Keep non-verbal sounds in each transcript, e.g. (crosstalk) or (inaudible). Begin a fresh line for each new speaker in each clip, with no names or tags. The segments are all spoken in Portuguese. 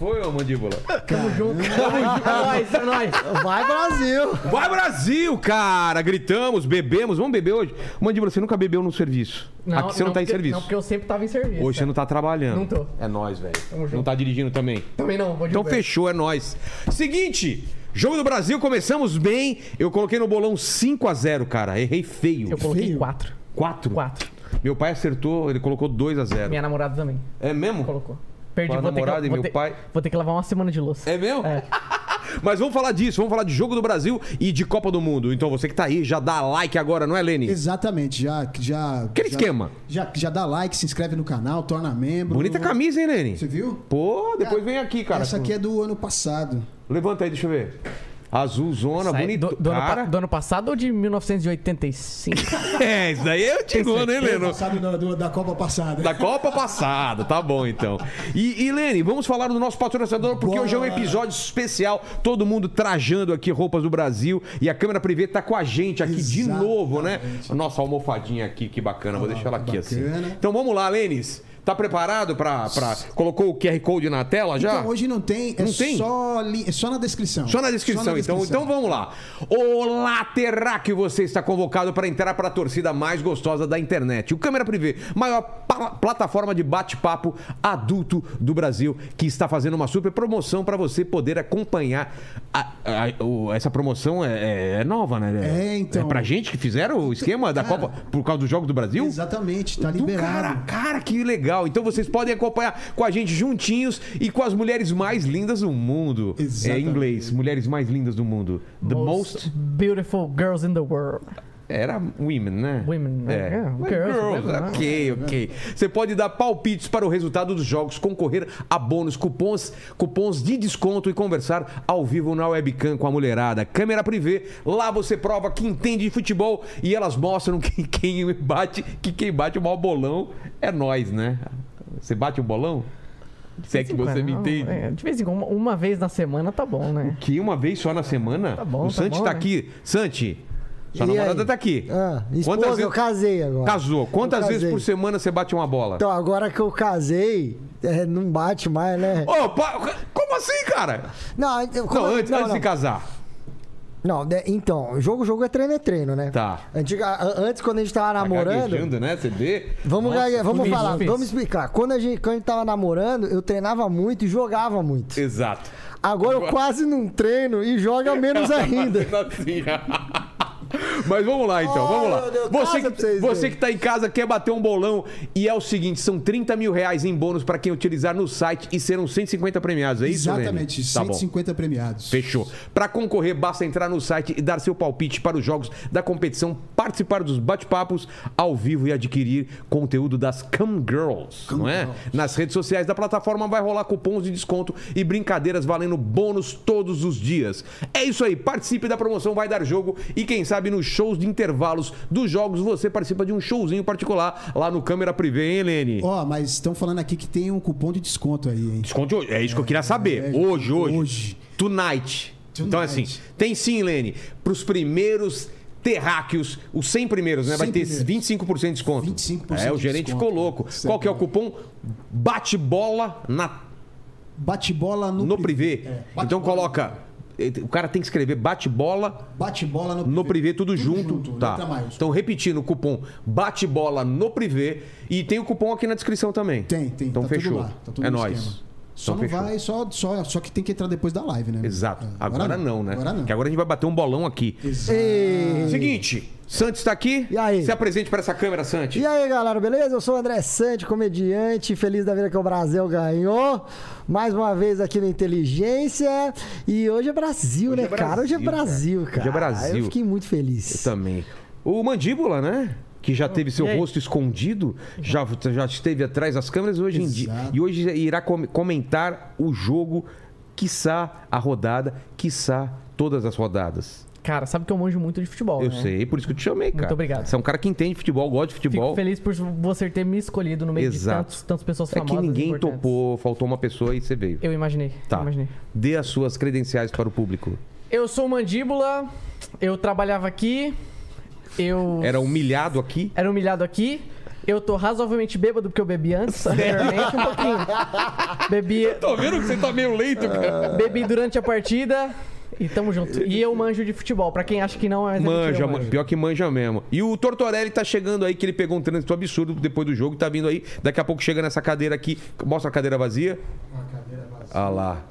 foi, ô mandíbula?
Tamo junto,
Ah,
tamo junto. É nóis, é nóis.
Vai, Brasil!
Vai, Brasil, cara! Gritamos, bebemos. Vamos beber hoje? Mandíbula, você nunca bebeu no serviço. Aqui você não, tá em
porque-
serviço.
Não, porque eu sempre tava em serviço.
Hoje você não tá trabalhando.
Não tô.
É nós, velho. Não
junto.
tá dirigindo também.
Também não, vou de
Então
Uber.
fechou, é nós. Seguinte, jogo do Brasil, começamos bem. Eu coloquei no bolão 5 a 0 cara. Errei feio.
Eu coloquei
Feio.
quatro.
4?
Quatro.
Meu pai acertou, ele colocou 2 a 0
Minha namorada também
É mesmo?
colocou. Perdi,
Tua
vou ter, que,
namorada e
vou
meu
ter-
pai.
vou ter que lavar uma semana de louça.
É mesmo? (laughs) Mas vamos falar disso, vamos falar de Jogo do Brasil e de Copa do Mundo. Então você que tá aí, já dá like agora, não é, Leni?
Exatamente, já. já
Aquele
já-
esquema.
Já, já dá like, se inscreve no canal, torna membro.
Bonita camisa, hein, Leni?
Uhum. Você viu?
Pô, depois vem aqui, cara.
Essa aqui é do ano passado.
Levanta aí, deixa eu ver. Azulzona,
Sai-
tá bonito.
do, do ano,
cara.
pa- do ano passado ou de 1985?
É, isso daí eu te engano,
é
hein, Leno?
Passado da, do- da Copa passada.
Da Copa passada, tá bom então. E, e Lene, vamos falar do nosso patrocinador, porque hoje é um
Bora.
episódio especial. Todo mundo trajando aqui roupas do Brasil e a câmera privê tá com a gente aqui de
Exatamente.
novo, né? Nossa almofadinha aqui, que bacana, vou deixar ela aqui
que
assim.
bacana.
Então vamos lá, Lênis. Tá preparado pra. pra- Colocou o QR Code na tela já?
Então hoje não tem, é
Não tem?
só li- é só na descrição.
Só na descrição, então. Então vamos lá. Olá, Terraque, você está convocado para entrar para a torcida mais gostosa da internet. O Câmera Privé, maior pa- plataforma de bate-papo adulto do Brasil, que está fazendo uma super promoção para você poder acompanhar. a- a- o- essa promoção é, é- é nova, né?
É, então.
É pra gente que fizeram o esquema da
Cara.
Copa por causa do Jogo do Brasil?
Exatamente, tá
Do Então, Cara,
liberado.
cara, que legal. Então vocês podem acompanhar com a gente juntinhos e com as mulheres mais lindas do mundo. É
Exatamente.
em inglês, mulheres mais lindas do mundo. (laughs) The most.
beautiful girls in the world.
Era women, né?
Women, né?
é.
É,
Mas
girls,
girls,
né?
ok, ok. Você pode dar palpites para o resultado dos jogos, concorrer a bônus, cupons, cupons de desconto e conversar ao vivo na webcam com a mulherada. Câmera privê, lá você prova que entende de futebol e elas mostram que (laughs) quem bate, que quem bate o maior bolão é nós, né? Você bate o bolão? Se é que você me
Não,
entende.
é, de vez em quando, uma, uma vez na semana tá bom, né?
Que uma vez só na semana?
Tá bom,
o
tá
Santi
bom,
tá
né?
aqui. Santi, sua
E
namorada
aí?
tá aqui.
Ah, esposa,
Quantas
eu
vezes-
casei agora.
Casou. Quantas
Eu
vezes
casei.
por semana você bate uma bola?
Então, agora que eu casei, é, não bate mais, né?
Ô, pa- como assim, cara?
Não, eu- como- é
Não, antes,
não,
antes de
não.
casar.
Não, né, então, jogo, jogo é treino, é treino, né?
Tá.
Antiga- a- antes, quando a gente tava
Tá
namorando.
gaguejando, né? Você vê.
Vamos,
Nossa,
gague- vamos
difícil,
falar,
difícil.
vamos explicar. Quando a, gente, quando a gente tava namorando, eu treinava muito e jogava muito.
Exato.
Agora eu quase não treino e joga menos
(laughs)
ainda.
Assim. (laughs) Mas vamos lá então,
Oh,
vamos lá.
meu Deus,
Você,
casa pra
que,
vocês
você
verem.
que tá em casa quer bater um bolão e é o seguinte: são 30 mil reais em bônus para quem utilizar no site e serão 150 premiados, é isso, Lene?
Exatamente,
Tá bom.
150 premiados.
Fechou. Para concorrer, basta entrar no site e dar seu palpite para os jogos da competição, participar dos bate-papos ao vivo e adquirir conteúdo das Cam Girls, não é? Nas redes sociais da plataforma vai rolar cupons de desconto e brincadeiras valendo bônus todos os dias. É isso aí, participe da promoção Vai Dar Jogo e quem sabe nos shows de intervalos dos jogos você participa de um showzinho particular lá no Câmera Privé, hein, Helene?
Ó, mas estão falando aqui que tem um cupom de desconto aí, hein?
Desconto de hoje. É isso que eu queria sa
é,
saber.
é,
hoje, hoje.
hoje.
Tonight. Então, assim,
Tonight.
tem sim, Lene, para os primeiros terráqueos, os 100 primeiros, né? Vai
100
ter
primeiros.
25% de desconto.
25%
É, o
de
gerente
desconto.
ficou louco.
Certo.
Qual que é o cupom? Bate bola na,
Bate bola no,
no privê.
É, bate
Então,
bola-
coloca... eh, O cara tem que escrever bate bola
Bate bola no,
no privê, tudo, junto. tá.
letra maiúscula.
Então, repetindo, o cupom bate bola no privê. E tem o cupom aqui na descrição também.
Tem, tem.
Então,
tá tudo
fechou.
lá, tá tudo
é
no
nóis.
esquema. Só
Então,
não
fechou.
vai, só, só, só que tem que entrar depois da live, né?
Exato.
É,
Agora, não, né?
Agora não.
Porque agora a gente vai bater um bolão aqui.
Exato.
E...
Seguinte, Santos está aqui.
E aí?
Se apresente para essa câmera, Santos.
E aí, galera, beleza? Eu sou o André Sante, comediante, feliz da vida que o Brasil ganhou. Mais uma vez aqui no Inteligência. E hoje é Brasil,
Hoje
né,
é
cara? Hoje é
Brasil,
Brasil,
cara.
cara.
Hoje é Brasil.
Eu fiquei muito
Eu
feliz.
também. O Mandíbula, né? Que já teve seu
Oh, e aí?
rosto escondido, já, já esteve atrás das câmeras hoje em dia.
Exato.
E hoje irá com- comentar o jogo, quiçá a rodada, quiçá todas as rodadas.
Cara, sabe que eu manjo muito de futebol,
Eu
né?
sei, por isso que eu te chamei, cara.
obrigado.
Você é um cara que entende futebol, gosta de
Fico
futebol.
feliz por você ter me escolhido no meio
Exato.
de tantos, tantas pessoas
É
famosas.
que ninguém
importantes.
topou, faltou uma pessoa e você veio.
Eu imaginei.
Tá.
Eu imaginei.
Dê as suas credenciais para o público.
Eu sou o Mandíbula, eu trabalhava aqui, eu
É. Era humilhado aqui.
era humilhado aqui, Eu tô razoavelmente bêbado porque eu
(laughs)
bebi antes, anteriormente, um pouquinho. Bebi,
Tô vendo que você tá meio leito, cara.
bebi durante a partida e tamo junto. E eu manjo de futebol, pra quem acha que não, mas é mentira,
Manja,
eu
man- pior que manja mesmo. E o Tortorelli tá chegando aí, que ele pegou um trânsito absurdo depois do jogo, tá vindo aí. Daqui a pouco chega nessa cadeira aqui. Mostra a cadeira vazia. Ah lá.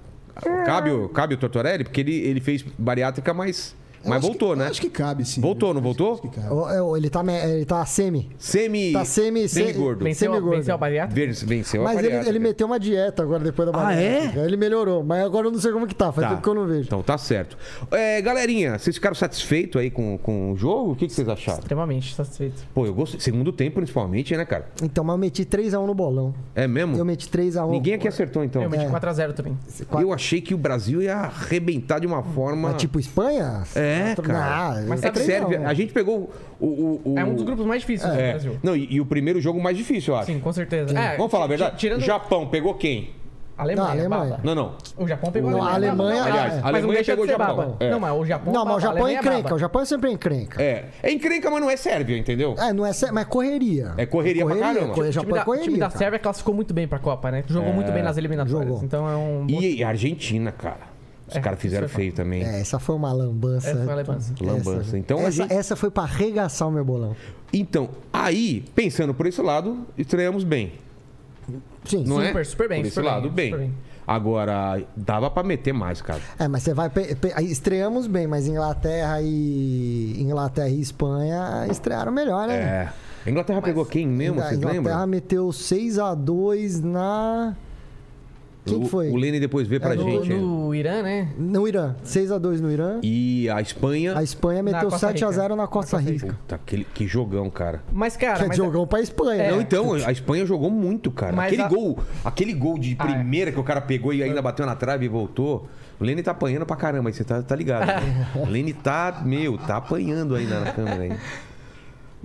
Cabe o, cabe o Tortorelli? Porque ele, ele fez bariátrica, mas,
Eu
mas
acho que-
voltou,
eu
né?
Acho que cabe, sim.
Voltou, não
Eu acho-
voltou?
acho que cabe.
Ô, ô, Ele tá, me- ele tá semi.
Semi.
Tá semi-
semi
se-
gordo.
Venceu,
Semigordo.
venceu a bariátrica?
Ver- Venceu a
Mas ele,
bariátrica.
ele meteu uma dieta agora depois da
Ah,
bariátrica.
é?
Ele melhorou, mas agora eu não sei como que tá. Faz
Tá.
tempo que eu não vejo.
Então tá certo. É, galerinha, vocês ficaram satisfeitos aí com, com o jogo? O que, que vocês acharam?
Extremamente satisfeito.
Pô, eu gostei. Segundo tempo, principalmente, né, cara?
Então, mas eu meti 3x1 no bolão.
É mesmo?
Eu meti 3x1.
Ninguém aqui acertou, então.
Eu meti
É.
4x0 também.
Eu achei que o Brasil ia arrebentar de uma forma.
Mas tipo Espanha? Ah,
É, cara.
Não,
Mas
é que
três
serve.
a um.
A gente pegou o. o- o-
É um dos grupos mais difíceis do
É.
Brasil.
Não, e, e o primeiro jogo mais difícil, eu acho.
Sim, com certeza. É,
Vamos falar a
ti-
verdade?
Tirando
Japão pegou quem?
a Alemanha.
Não, a Alemanha.
baba.
Não, não.
O Japão pegou
Não, a Alemanha-
Não,
aliás,
mas
a
não
Alemanha
deixa de
pegou
ser
o Japão.
baba.
É.
Não, mas o Japão.
Não,
baba,
mas o
a
Japão é
né,
Alemanha
encrenca.
baba.
O Japão é sempre encrenca.
É. É encrenca, mas não é Sérvia, entendeu?
É, não é, sé- mas é correria.
É correria pra caramba.
corre-
O time,
Japão
da,
é
o time
correria.
da
cara.
Sérvia classificou muito bem pra Copa, né?
É.
Jogou muito bem nas eliminatórias.
Jogou.
Então é um. bom-
E a Argentina, cara. Os
É,
caras fizeram
isso foi
feio também.
É, essa foi uma lambança.
Essa foi a lambança.
Lambança. Então, a
essa,
gente-
essa foi pra arregaçar o meu bolão.
Então, aí, pensando por esse lado, estreamos bem.
Sim.
Não é?
Super, super bem,
Por esse
super bem,
lado, bem.
super bem.
Agora, dava pra meter mais, cara.
É, mas você vai. pe- pe- aí Estreamos bem, mas Inglaterra e. Inglaterra e Espanha estrearam melhor, né?
É. A Inglaterra pegou quem mesmo,
a
vocês
Inglaterra
lembram?
meteu 6x2 na. Quem que
O-
foi?
O Lene depois vê pra
É,
No,
gente. é.
no Irã, né?
No Irã. 6x2 no Irã.
E a Espanha.
A Espanha
Na
meteu
Costa
7x0 na Costa Rica.
Puta, aquele, que jogão, cara.
Mas, cara.
Que é
mas-
jogão pra Espanha.
É.
Não,
né?
então, a Espanha jogou muito, cara.
Mas
aquele
a-
gol, aquele gol de
Ah, é. Ah.
primeira que o cara pegou e ainda bateu na trave e voltou. O Lene tá apanhando pra caramba, aí você tá, tá ligado. Né?
(laughs)
o Lene tá, meu, tá apanhando ainda na câmera aí.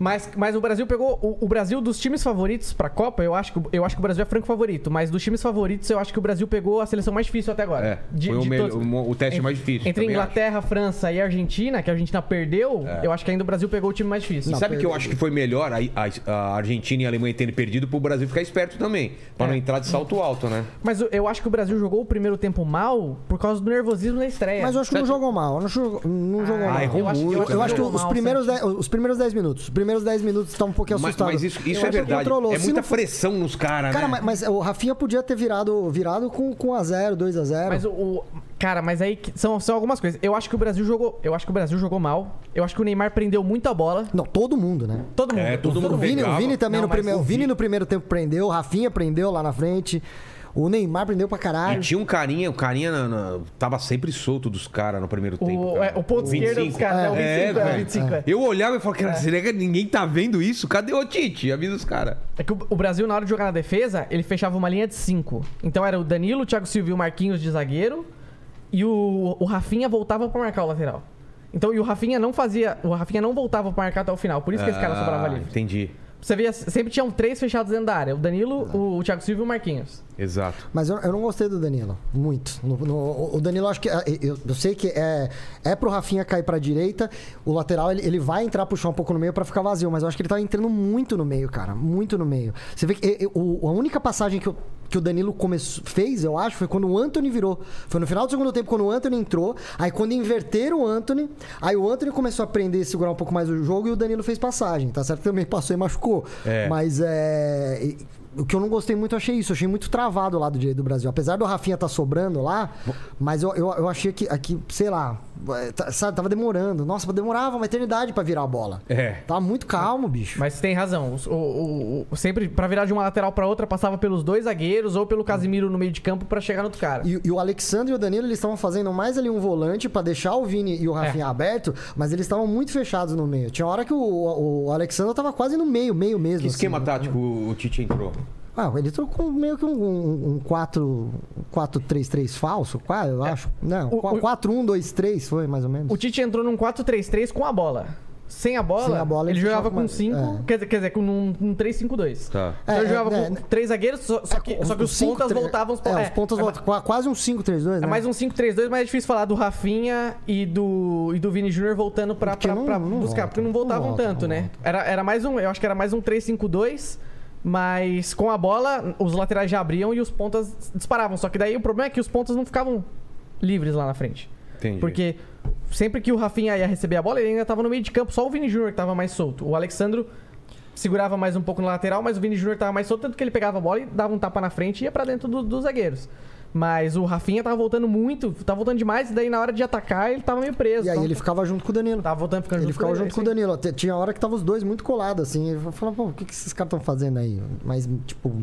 Mas, mas o Brasil pegou. O, o Brasil, dos times favoritos pra Copa, eu acho, que, eu acho que o Brasil é franco favorito. Mas dos times favoritos, eu acho que o Brasil pegou a seleção mais difícil até agora.
É, foi o, melhor- o teste
en-
mais difícil.
Entre
também acho. É.
Inglaterra, França e Argentina, que a Argentina perdeu, eu acho que ainda o Brasil pegou o time mais difícil.
Tá
E sabe que eu acho que foi melhor a, a- a Argentina e a Alemanha terem perdido pro Brasil ficar esperto também. Pra
É.
não entrar de salto alto, né?
Mas eu- eu acho que o Brasil jogou o primeiro tempo mal por causa do nervosismo na estreia.
Mas eu acho que não jogou mal. eu Não jogou, não jogou
Ah,
é mal.
errou
eu, acho,
muito,
eu acho
né?
que
Jogou
os
mal,
primeiros,
certo.
10, os primeiros 10 minutos. Os primeiros 10 minutos estão um pouquinho
Mas,
assustados.
mas isso, isso
Eu
é
acho que
verdade.
controlou.
É
Se
muita
não-
pressão nos caras,
É
Cara,
né?
mas, mas o Rafinha podia ter virado, virado com, com 1x0, 2x0.
Mas o, o- Cara, mas aí que- são, são algumas coisas. Eu acho que o Brasil jogou. Eu acho que o Brasil jogou mal. Eu acho que o Neymar prendeu muita bola.
Não, todo mundo, né?
Todo mundo.
É, todo mundo
O Vini, o
pegava.
Vini também
Não,
no
mas
primeiro.
o
O Vini
Vi-
no primeiro tempo prendeu, o Rafinha prendeu lá na frente. O Neymar prendeu pra
E
caralho.
tinha um carinha, o carinha na- na- tava sempre solto dos caras no primeiro tempo.
O,
cara.
é, o ponto esquerdo dos
25.
caras. É, o 25, é, o
velho.
25, é.
Eu olhava e falava, cara, será que ninguém tá vendo isso? Cadê o Tite? Avisa os caras.
É que o, o Brasil, na hora de jogar na defesa, ele fechava uma linha de 5. Então era o Danilo, o Thiago Silva e o Marquinhos de zagueiro. E o, o Rafinha voltava pra marcar o lateral. Então, e o Rafinha não fazia. O Rafinha não voltava pra marcar até o final. Por isso que esse cara sobrava
Ah,
livre.
Entendi.
Você via, sempre tinham três fechados dentro da área: o Danilo,
Ah.
o, o Thiago Silva e o Marquinhos.
Exato.
Mas eu, eu não gostei do Danilo, muito. No- no- o Danilo, acho que. é, Eu, eu sei que é, é pro Rafinha cair pra direita, o lateral ele, ele vai entrar, puxar um pouco no meio pra ficar vazio, mas eu acho que ele tá entrando muito no meio, cara. Muito no meio. Você vê que é, é, o- a única passagem que, o- que o Danilo começou, fez, eu acho, foi quando o Anthony virou. Foi no final do segundo tempo, quando o Anthony entrou, aí quando inverteram o Anthony, aí o Anthony começou a aprender e segurar um pouco mais o jogo e o Danilo fez passagem, tá certo? Também passou e machucou.
É.
Mas mas é. e- O que eu não gostei muito, eu achei isso. Eu achei muito travado o lado direito do Brasil. Apesar do Rafinha tá sobrando lá, mas eu, eu, eu achei que aqui, sei lá, é, tá- sabe, tava demorando. Nossa, demorava uma eternidade pra virar a bola.
É.
Tava muito calmo, bicho.
Mas tem razão. O, o- o- o- sempre, pra virar de uma lateral pra outra, passava pelos dois zagueiros ou pelo Casimiro no meio de campo pra chegar no outro cara.
E, e o Alexandre e o Danilo, eles estavam fazendo mais ali um volante pra deixar o Vini e o
É.
Rafinha aberto, mas eles estavam muito fechados no meio. Tinha hora que o, o, o Alexandre tava quase no meio, meio mesmo.
Que
assim.
esquema tático o Tite entrou?
Ah, ele trocou meio que um- um 4-3-3 falso, quase, eu acho. Não,
É, o- o-
4-1-2-3 foi mais ou menos.
O Tite entrou num 4-3-3 com a bola. sem a bola,
Sem a bola,
ele
ele
jogava
fechava com
com
uma-
5,
é.
quer, dizer- quer dizer, com um, um 3-5-2.
Tá.
Então
É,
ele
é,
jogava
é,
com
né? um
três zagueiros, só, só que, só que os
cinco,
pontas
tre-
voltavam...
É, os pontas
é,
voltavam. qua- Quase um 5-3-2, né?
É mais um 5-3-2, mas é difícil falar do Rafinha e do, e do Vini Júnior voltando pra,
Porque
pra,
não-
pra
não
buscar,
volta,
porque não
não
voltavam
volta,
tanto,
não
né? Era, era mais um, eu acho que era mais um 3-5-2, mas com a bola, os laterais já abriam e os pontas disparavam. Só que daí o problema é que os pontas não ficavam livres lá na frente.
Entendi.
Porque sempre que o Rafinha ia receber a bola, ele ainda tava no meio de campo, só o Vini Júnior que tava mais solto. O Alexandro segurava mais um pouco na lateral, mas o Vini Júnior tava mais solto, tanto que ele pegava a bola e dava um tapa na frente e ia pra dentro do- dos zagueiros. Mas o Rafinha tava voltando muito, tava voltando demais, e daí na hora de atacar ele tava meio preso.
E aí
tava,
ele ficava junto com o Danilo.
tava voltando ficando
Ele ficava
com
junto com o
é isso
Danilo. Te- Tinha hora que tava os dois muito colados, assim. Eu falava, pô, o que, que esses caras estão fazendo aí? Mas, tipo,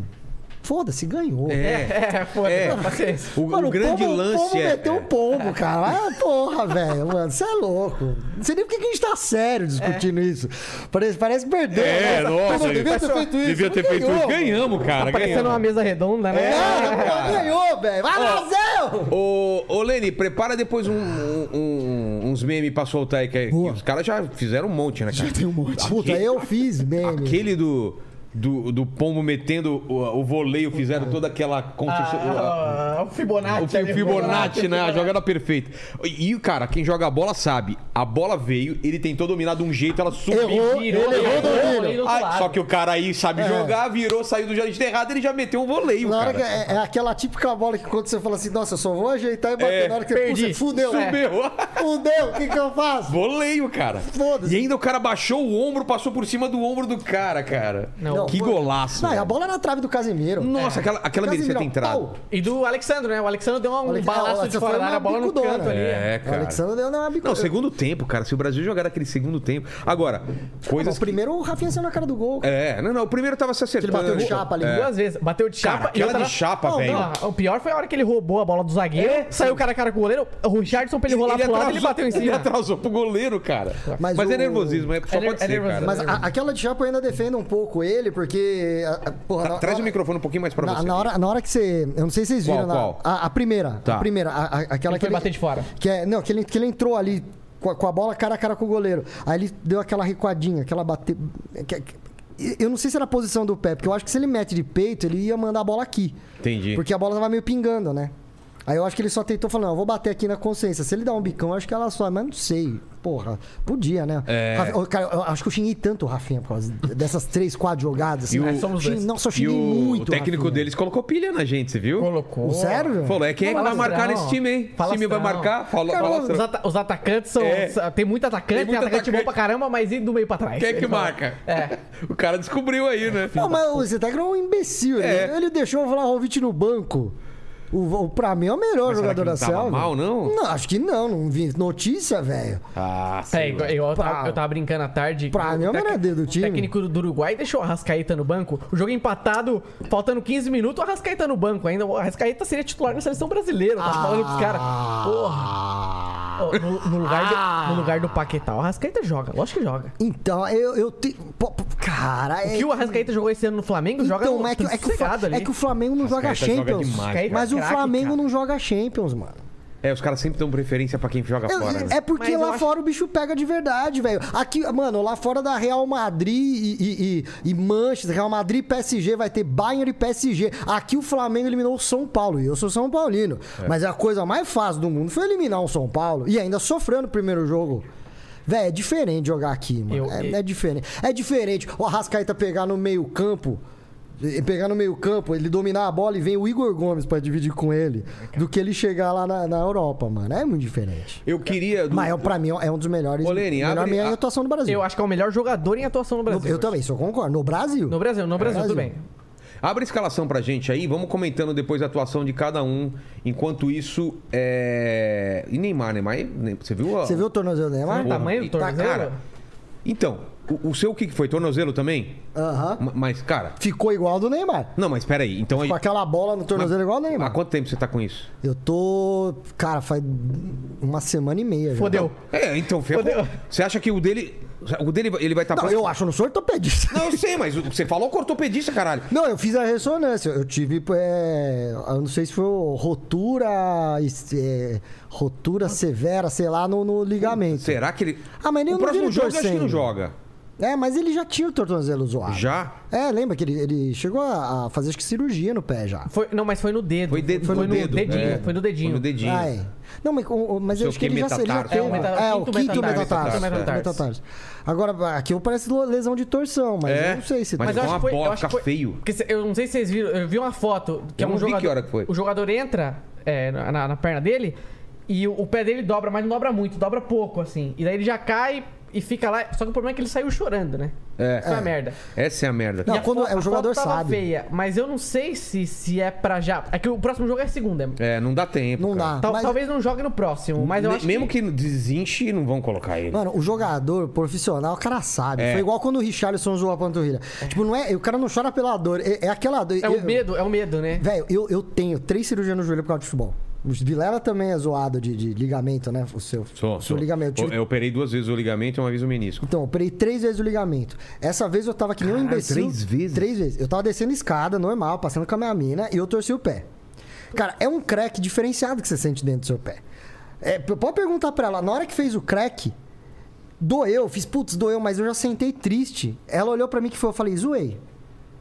foda-se,
(laughs)
ganhou.
É.
aí. É, foda,
É.
paciência.
O,
Mano,
o grande
pombo,
lance
o pombo
é.
meteu um pombo, cara. Ah, porra, velho. Mano, você é louco. Não sei nem por que que a gente tá sério
É.
discutindo isso. Parece, parece que perdeu. né?
É,
Nossa,
nossa,
pô, devia ter feito isso.
Devia ter feito isso. Ganhamos, cara.
Tá Parecendo uma
ganhamos.
mesa redonda,
É,
né?
É,
Cara,
(laughs)
pô, ganhou, velho. Vai, Brasil!
Ô, ô Lene, prepara depois um- um- um- uns memes pra soltar aí. Que, que
Boa.
os caras já fizeram um monte, né, cara?
Já tem um monte.
Puta, eu fiz meme.
Aquele do, do, do pombo metendo o, o voleio, fizeram toda aquela construção.
Ah, o Fibonacci.
O Fi-
ali,
Fibonacci, né? A jogada perfeita. E, e, cara, quem joga a bola sabe. A bola veio, ele tentou dominar de um jeito, ela subiu. virou.
Errou, ele errou o
Ele
domínio.
errou. do
Ai,
lado.
só que o cara aí sabe jogar, virou, saiu do jardim errado, ele já meteu um voleio,
Na hora que
cara.
é, é aquela típica bola que quando você fala assim, nossa, eu só vou ajeitar e bater.
É,
na hora que
perdi.
você pulsa, fudeu. É.
Subiu.
Fudeu, o que que eu faço?
Voleio, cara.
Foda-se.
E ainda o cara baixou o ombro, passou por cima do ombro do cara, cara.
Não.
que
foi-
golaço.
Não, e a
velho.
bola era na trave do Casemiro.
Nossa, aquela, aquela merecia
Casemiro,
ter entrado.
pau.
E do Alexandro, né? O Alexandro deu um
Alex-
balaço
essa
de
foi
fora da
uma
área, a bola no
bicudona.
canto ali.
É,
O
cara.
Alexandre deu uma bico...
Não, segundo tempo, cara. Se o Brasil jogar aquele segundo tempo. Agora, coisas.
Tá
que-
Bom, primeiro o Rafinha saiu na cara do gol. cara.
É, não, não. O primeiro tava se acertando.
Ele bateu de chapa ali.
É.
Duas vezes. Bateu de chapa
Cara,
e
aquela
outra-
de chapa,
Não,
velho.
não,
Ah, o pior foi a hora que ele roubou a bola do zagueiro,
É.
saiu cara a cara com o goleiro, o Richardson pra ele rolar pro lado, ele
atrasou-
bateu em
Ele
cima.
atrasou pro goleiro, cara. Mas,
Mas
é
o-
nervosismo, é, só
É ner-
pode
é
ser, cara.
nervosismo.
Mas a- aquela de Chapo eu ainda defendo um pouco ele, porque. a- a- porra,
Tá-
na-
Traz
na-
o microfone um pouquinho mais pra
Na,
você.
na hora, na hora que você. Eu não sei se vocês
Qual,
viram. na-
qual?
A, a primeira.
Tá.
A primeira. a- a- aquela
Ele foi
que
bater de fora.
Que é, não, que ele, que ele entrou ali com a, com a bola cara a cara com o goleiro. Aí ele deu aquela recuadinha, aquela bater. que- que- eu não sei se era a posição do pé, porque eu acho que se ele mete de peito, ele ia mandar a bola aqui.
Entendi.
Porque a bola tava meio pingando, né? Aí eu acho que ele só tentou falar, não, eu vou bater aqui na consciência. Se ele dá um bicão, eu acho que ela só, mas não sei. Porra, podia, né?
É.
Rafa- cara, eu acho que eu xinguei tanto o Rafinha por causa dessas três, quatro jogadas.
E
assim.
o-
É, somos dois.
Xing- Nossa, eu
E
xinguei
o,
muito.
o técnico
Rafinha.
deles colocou pilha na gente, você viu?
Colocou.
Sério?
Falou, é quem é que vai
Falastrão.
marcar nesse time, hein? Esse time vai
Falastrão.
marcar? Fala,
Cara,
falastrão.
Os, ata- os atacantes são.
É.
sa- Tem muito atacante,
Tem
tem,
muito
atacante, bom
atacante.
pra caramba, mas e do meio pra trás.
Quem é que
Ele fala,
marca?
É.
(laughs) O cara descobriu aí, né?
Não, mas o Zé Tecno é um imbecil.
É.
Ele, ele deixou o Vlahovic no banco. O, o, pra mim é o melhor
Mas será
jogador
que não
da
tava
selva.
mal, não?
Não, acho que não. Não vi notícia, velho.
Ah, sim.
É, igual- igual eu, tava, eu tava brincando à tarde.
Pra mim é o
tec-
melhor dedo do time.
O técnico do Uruguai deixou o Arrascaeta no banco. O jogo empatado, faltando 15 minutos, o Arrascaeta no banco ainda. O Arrascaeta seria titular na seleção brasileira. Eu tava Tá falando pros caras.
Ah.
Porra. Ó, No, no lugar do, no lugar do Paquetá, o Arrascaeta joga. Lógico que joga.
Então, eu. eu te... pô, pô, Cara,
O
é.
que o Arrascaeta jogou esse ano no Flamengo,
Então,
joga no,
é, que, é, que o, Fla-
sossegado ali.
é que o Flamengo não joga
Arrascaeta joga
Champions.
tá demais,
cara.
mas o
Craque,
Flamengo
cara.
não joga Champions, mano.
É, os caras sempre dão preferência pra quem joga
Eu-
fora. né?
é porque
Mas eu
lá
acho-
fora o bicho pega de verdade, velho. Aqui, mano, lá fora da Real Madrid e, e- e- e Manchester, Real Madrid e PSG, vai ter Bayern e PSG. Aqui o Flamengo eliminou o São Paulo e eu sou São Paulino.
É.
Mas a coisa mais fácil do mundo foi eliminar o São Paulo e ainda sofrendo o primeiro jogo. Véi, é diferente jogar aqui, mano.
Eu-
é,
eu-
é diferente. É diferente o Arrascaeta pegar no meio campo. e- Pegar no meio campo, ele dominar a bola e vem o Igor Gomes pra dividir com ele.
É,
Do que ele chegar lá na- na Europa, mano. É muito diferente.
Eu queria. do-
Mas é, pra mim é um dos melhores.
Ô, Leni,
melhor
abre
meia
a-
atuação do Brasil.
Eu acho que é o melhor jogador em atuação no
No-
Brasil.
eu também, isso eu concordo. No Brasil?
No Brasil, no Brasil,
É.
tudo bem.
Abre a escalação pra gente aí, vamos comentando depois a atuação de cada um. Enquanto isso, é. E Neymar, Neymar? Ne- Você viu? a-
Você viu o tornozelo do Neymar?
O tamanho do
e tá,
tornozelo?
cara. Então, o, o seu o que que foi? Tornozelo também?
Aham.
Ma- Mas, cara.
Ficou igual ao do Neymar.
Não, mas peraí. Então aí.
Com aquela bola no tornozelo igual ao do
Há
Neymar.
quanto tempo você tá com isso?
Eu tô. Cara, faz uma semana e meia. já.
Fodeu.
É, então, ferrou.
Fodeu.
Você acha que o dele. O dele ele vai estar
Não, eu acho, eu não sou ortopedista.
Não, eu sei, mas o- você falou com o ortopedista, caralho.
(laughs) Não, eu fiz a ressonância. Eu tive, é, eu não sei se foi rotura, es- é, rotura severa, sei lá, no, no ligamento.
Será que ele.
Ah, mas nem
o
eu não vi
próximo
ele
jogo eu acho que não
torcendo.
joga.
É, mas ele já tinha o tornozelo zoado.
Já?
É, lembra que ele, ele chegou a, a fazer acho que cirurgia no pé já.
Foi, não, mas foi no dedo.
Foi, dedo,
foi
no
no
dedo.
dedinho.
né?
é.
Foi no dedinho.
Foi no dedinho.
Ah, é. Não, mas, o- o- mas
Não sei
eu
o
acho
que,
que ele já, ele já
metatarso.
teve.
É, o
meta-
é, o
quinto metatarso.
quinto metatarso. É,
Metatarso.
metatarso. Agora, aquilo parece lo- lesão de torção, mas
É,
eu não sei se...
mas-
Mas...
é
eu acho
uma
que foi-
bola,
eu acho
fica
que foi-
feio.
porque cê- eu não sei se vocês viram, eu vi uma foto que
Eu
é um
não vi
jogador.
que hora que foi.
O jogador entra é, na, na- na perna dele e o, o pé dele dobra, mas não dobra muito, dobra pouco, assim. E daí ele já cai e fica lá. Só que o problema é que ele saiu chorando, né?
É.
Isso é uma merda.
Essa é a merda.
Não,
E a
quando
fo-
é, o
a
jogador
foto tava
sabe.
feia, mas eu não sei se, se é pra já. É que o próximo jogo é segunda.
É, não dá tempo.
Não
cara.
dá.
Tal-
mas-
Talvez não jogue no próximo, mas eu
Ne-
acho
Mesmo que... desinche, não vão colocar ele.
Mano, o jogador profissional, o cara sabe.
É.
Foi igual quando o Richarlison zoou a panturrilha. Tipo, não é, o cara não chora pela dor, é, é aquela dor.
É o
eu-
medo, é o medo, né?
Velho, eu, eu tenho três cirurgias no joelho por causa de futebol. O Vilela também é zoado de, de ligamento, né? O seu,
Sou,
o
sou.
seu ligamento.
Eu, eu operei duas vezes o ligamento e uma vez o menisco.
Então, eu operei três vezes o ligamento. Essa vez eu tava que nem um
Caralho,
imbecil.
três vezes?
Três vezes. Eu tava descendo escada, normal, passando com a minha mina, e eu torci o pé. Cara, é um crack diferenciado que você sente dentro do seu pé. É, p- pode perguntar pra ela, na hora que fez o crack, doeu, fiz putz, doeu, mas eu já sentei triste. Ela olhou pra mim que foi, eu falei, zoei.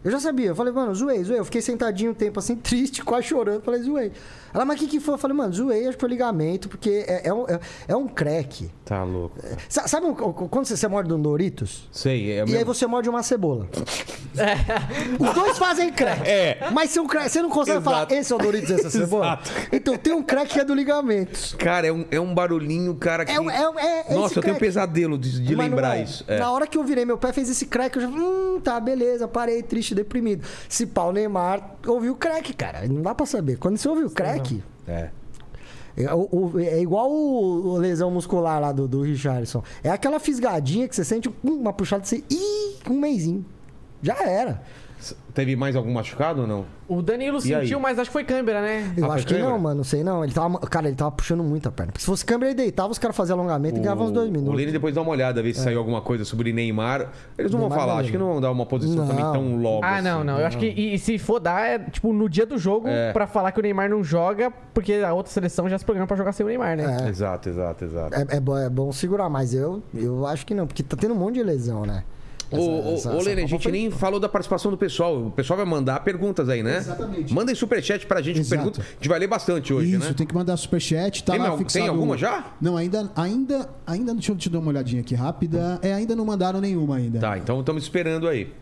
Eu já sabia, eu falei, mano, zoei, zoei. Eu fiquei sentadinho um tempo assim, (laughs) triste, quase chorando, falei, zoei. Ela, mas o que, que foi? Eu falei, mano, zoei, acho que foi ligamento, porque é, é um, é, é um crack.
Tá louco.
Sa- Sabe o- o- quando você, você morde um Doritos?
Sei, é o
E aí
mesmo.
você morde
(laughs)
uma cebola. Os dois fazem crack.
É.
Mas são crack, você não consegue
Exato.
falar, esse é o Doritos
(laughs)
e essa é a cebola?
Exato.
Então tem um crack que é do ligamento.
Cara, é um, é um barulhinho, cara, que...
É, um- é, um- é, é
Nossa,
esse
eu tenho
crack.
pesadelo de, de
Mas não
lembrar
é.
isso. É.
Na hora que eu virei meu pé, fez esse crack, eu já. Hum, tá, beleza, parei, triste, deprimido. Se pau Neymar ouviu crack, cara. Não dá pra saber. Quando você ouviu crack.
É.
É, o- o- é igual o, o lesão muscular lá do, do Richardson. É aquela fisgadinha que você sente hum, uma puxada e você. Ih, um mêsinho. Já era.
S- Teve mais algum machucado ou não?
O Danilo
aí?
sentiu, mas acho que foi câimbra, né?
Eu
Ah, foi
acho que
câmera?
não, mano. Não sei não. Ele tava, cara, ele tava puxando muito a perna. Porque se fosse câmera, ele deitava, os caras faziam alongamento e ganhavam uns dois
O Lene
minutos. É.
depois dá uma olhada, ver se saiu alguma coisa sobre Neymar. Eles não vão
Neymar
falar,
não.
acho que não vão dar uma posição
Não.
também tão logo.
Ah,
assim.
não, não. Eu acho que e, e se for dar, é tipo no dia do jogo
É.
pra falar que o Neymar não joga, porque a outra seleção já se programa pra jogar sem o Neymar, né?
É.
Exato, exato, exato.
É, é bom, é bom segurar, mas eu, eu acho que não, porque tá tendo um monte de lesão, né?
Ô, ô,
essa-
ô,
essa
Lene, a
Copa
gente
foi-
nem falou da participação do pessoal. O pessoal vai mandar perguntas aí, né?
Exatamente.
Mandem superchat pra gente com
Exato.
pergunta. A gente vai ler bastante hoje,
Isso,
né?
tem que mandar superchat, tá
Tem
lá
al- tem
fixado.
alguma já?
Não, ainda, ainda, ainda, deixa eu te dar uma olhadinha aqui rápida. É, ainda não mandaram nenhuma ainda.
Tá, então estamos esperando aí.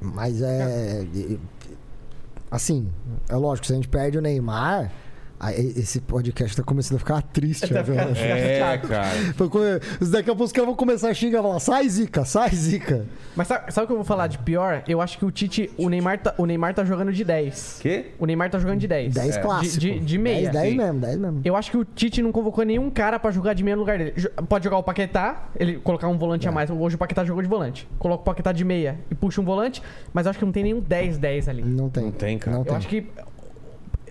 Mas é. e- e- Assim, é lógico, se a gente perde o Neymar, aí esse podcast tá começando a ficar triste, né, velho?
É, cara.
Foi Então, quando- Daqui a pouco os caras vão começar a xingar e falar: sai zica, sai zica.
Mas sabe, sabe o que eu vou falar de pior? Eu acho que o Tite, o Neymar tá, o Neymar tá jogando de 10.
Quê?
O Neymar tá jogando de 10.
10
É.
clássico.
De, de, de meia.
10, 10
Sim.
mesmo, 10 mesmo.
Eu acho que o Tite não convocou nenhum cara pra jogar de meia no lugar dele. Jo- Pode jogar o Paquetá, ele colocar um volante a
É.
mais. Hoje o Paquetá jogou de volante. Coloca o Paquetá de meia e puxa um volante, mas eu acho que não tem nenhum 10-10 ali.
Não tem.
Não tem, cara.
Não
Eu
tem.
acho que.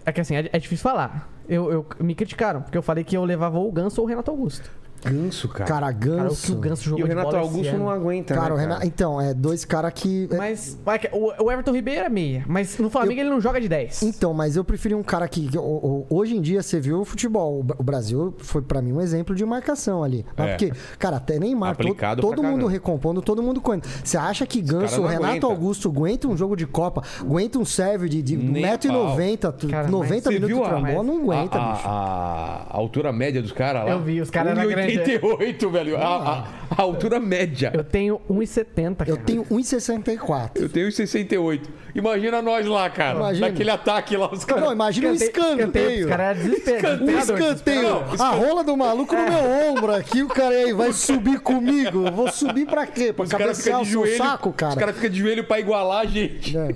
É que assim, é, é difícil falar. Eu, eu- me criticaram, porque eu falei que eu levava ou o Ganso ou o Renato Augusto.
Ganso, cara.
Cara,
Cara, o que
ganso.
o Ganso jogou
e o
de
Renato
bola esse
Augusto
ano.
não
é-
aguenta,
Cara, o
né,
Renato. Então, é dois caras que. é,
Mas vai que- o, o Everton Ribeiro é meia, mas no Flamengo ele não joga de 10.
Então, mas eu preferi um cara que. que o- o- Hoje em dia, você viu o futebol. O Bra- O Brasil foi pra mim um exemplo de marcação ali. Mas
É.
porque, cara, até Neymar, to-
Aplicado pra
todo mundo
caramba.
recompondo, todo mundo correndo. Você acha que
cara
Ganso,
não
o Renato
aguenta.
Augusto aguenta um jogo de Copa, aguenta um serve de, de
Nem
1,90m, tu-
Cara, mas
90
você
minutos
viu a-
de bola, não
A,
aguenta, bicho.
a- a altura média dos caras lá.
Eu vi, os caras eram
1,88, velho. A, a- a altura média.
Eu tenho 1,70, cara.
Eu tenho 1,64.
Eu tenho 1,68. Imagina nós lá, cara.
Imagina.
Naquele ataque lá, os
Não,
caras.
imagina um
Os
escanteio.
caras é eram
é
desesperados.
Um escanteio. A rola do maluco no meu ombro aqui, o cara aí vai subir comigo. Eu Vou subir pra quê? Pra
Os caras
cabecear
ficam
o
de
seu
joelho.
é um saco,
Os
cara?
caras ficam de joelho pra igualar a gente.
É.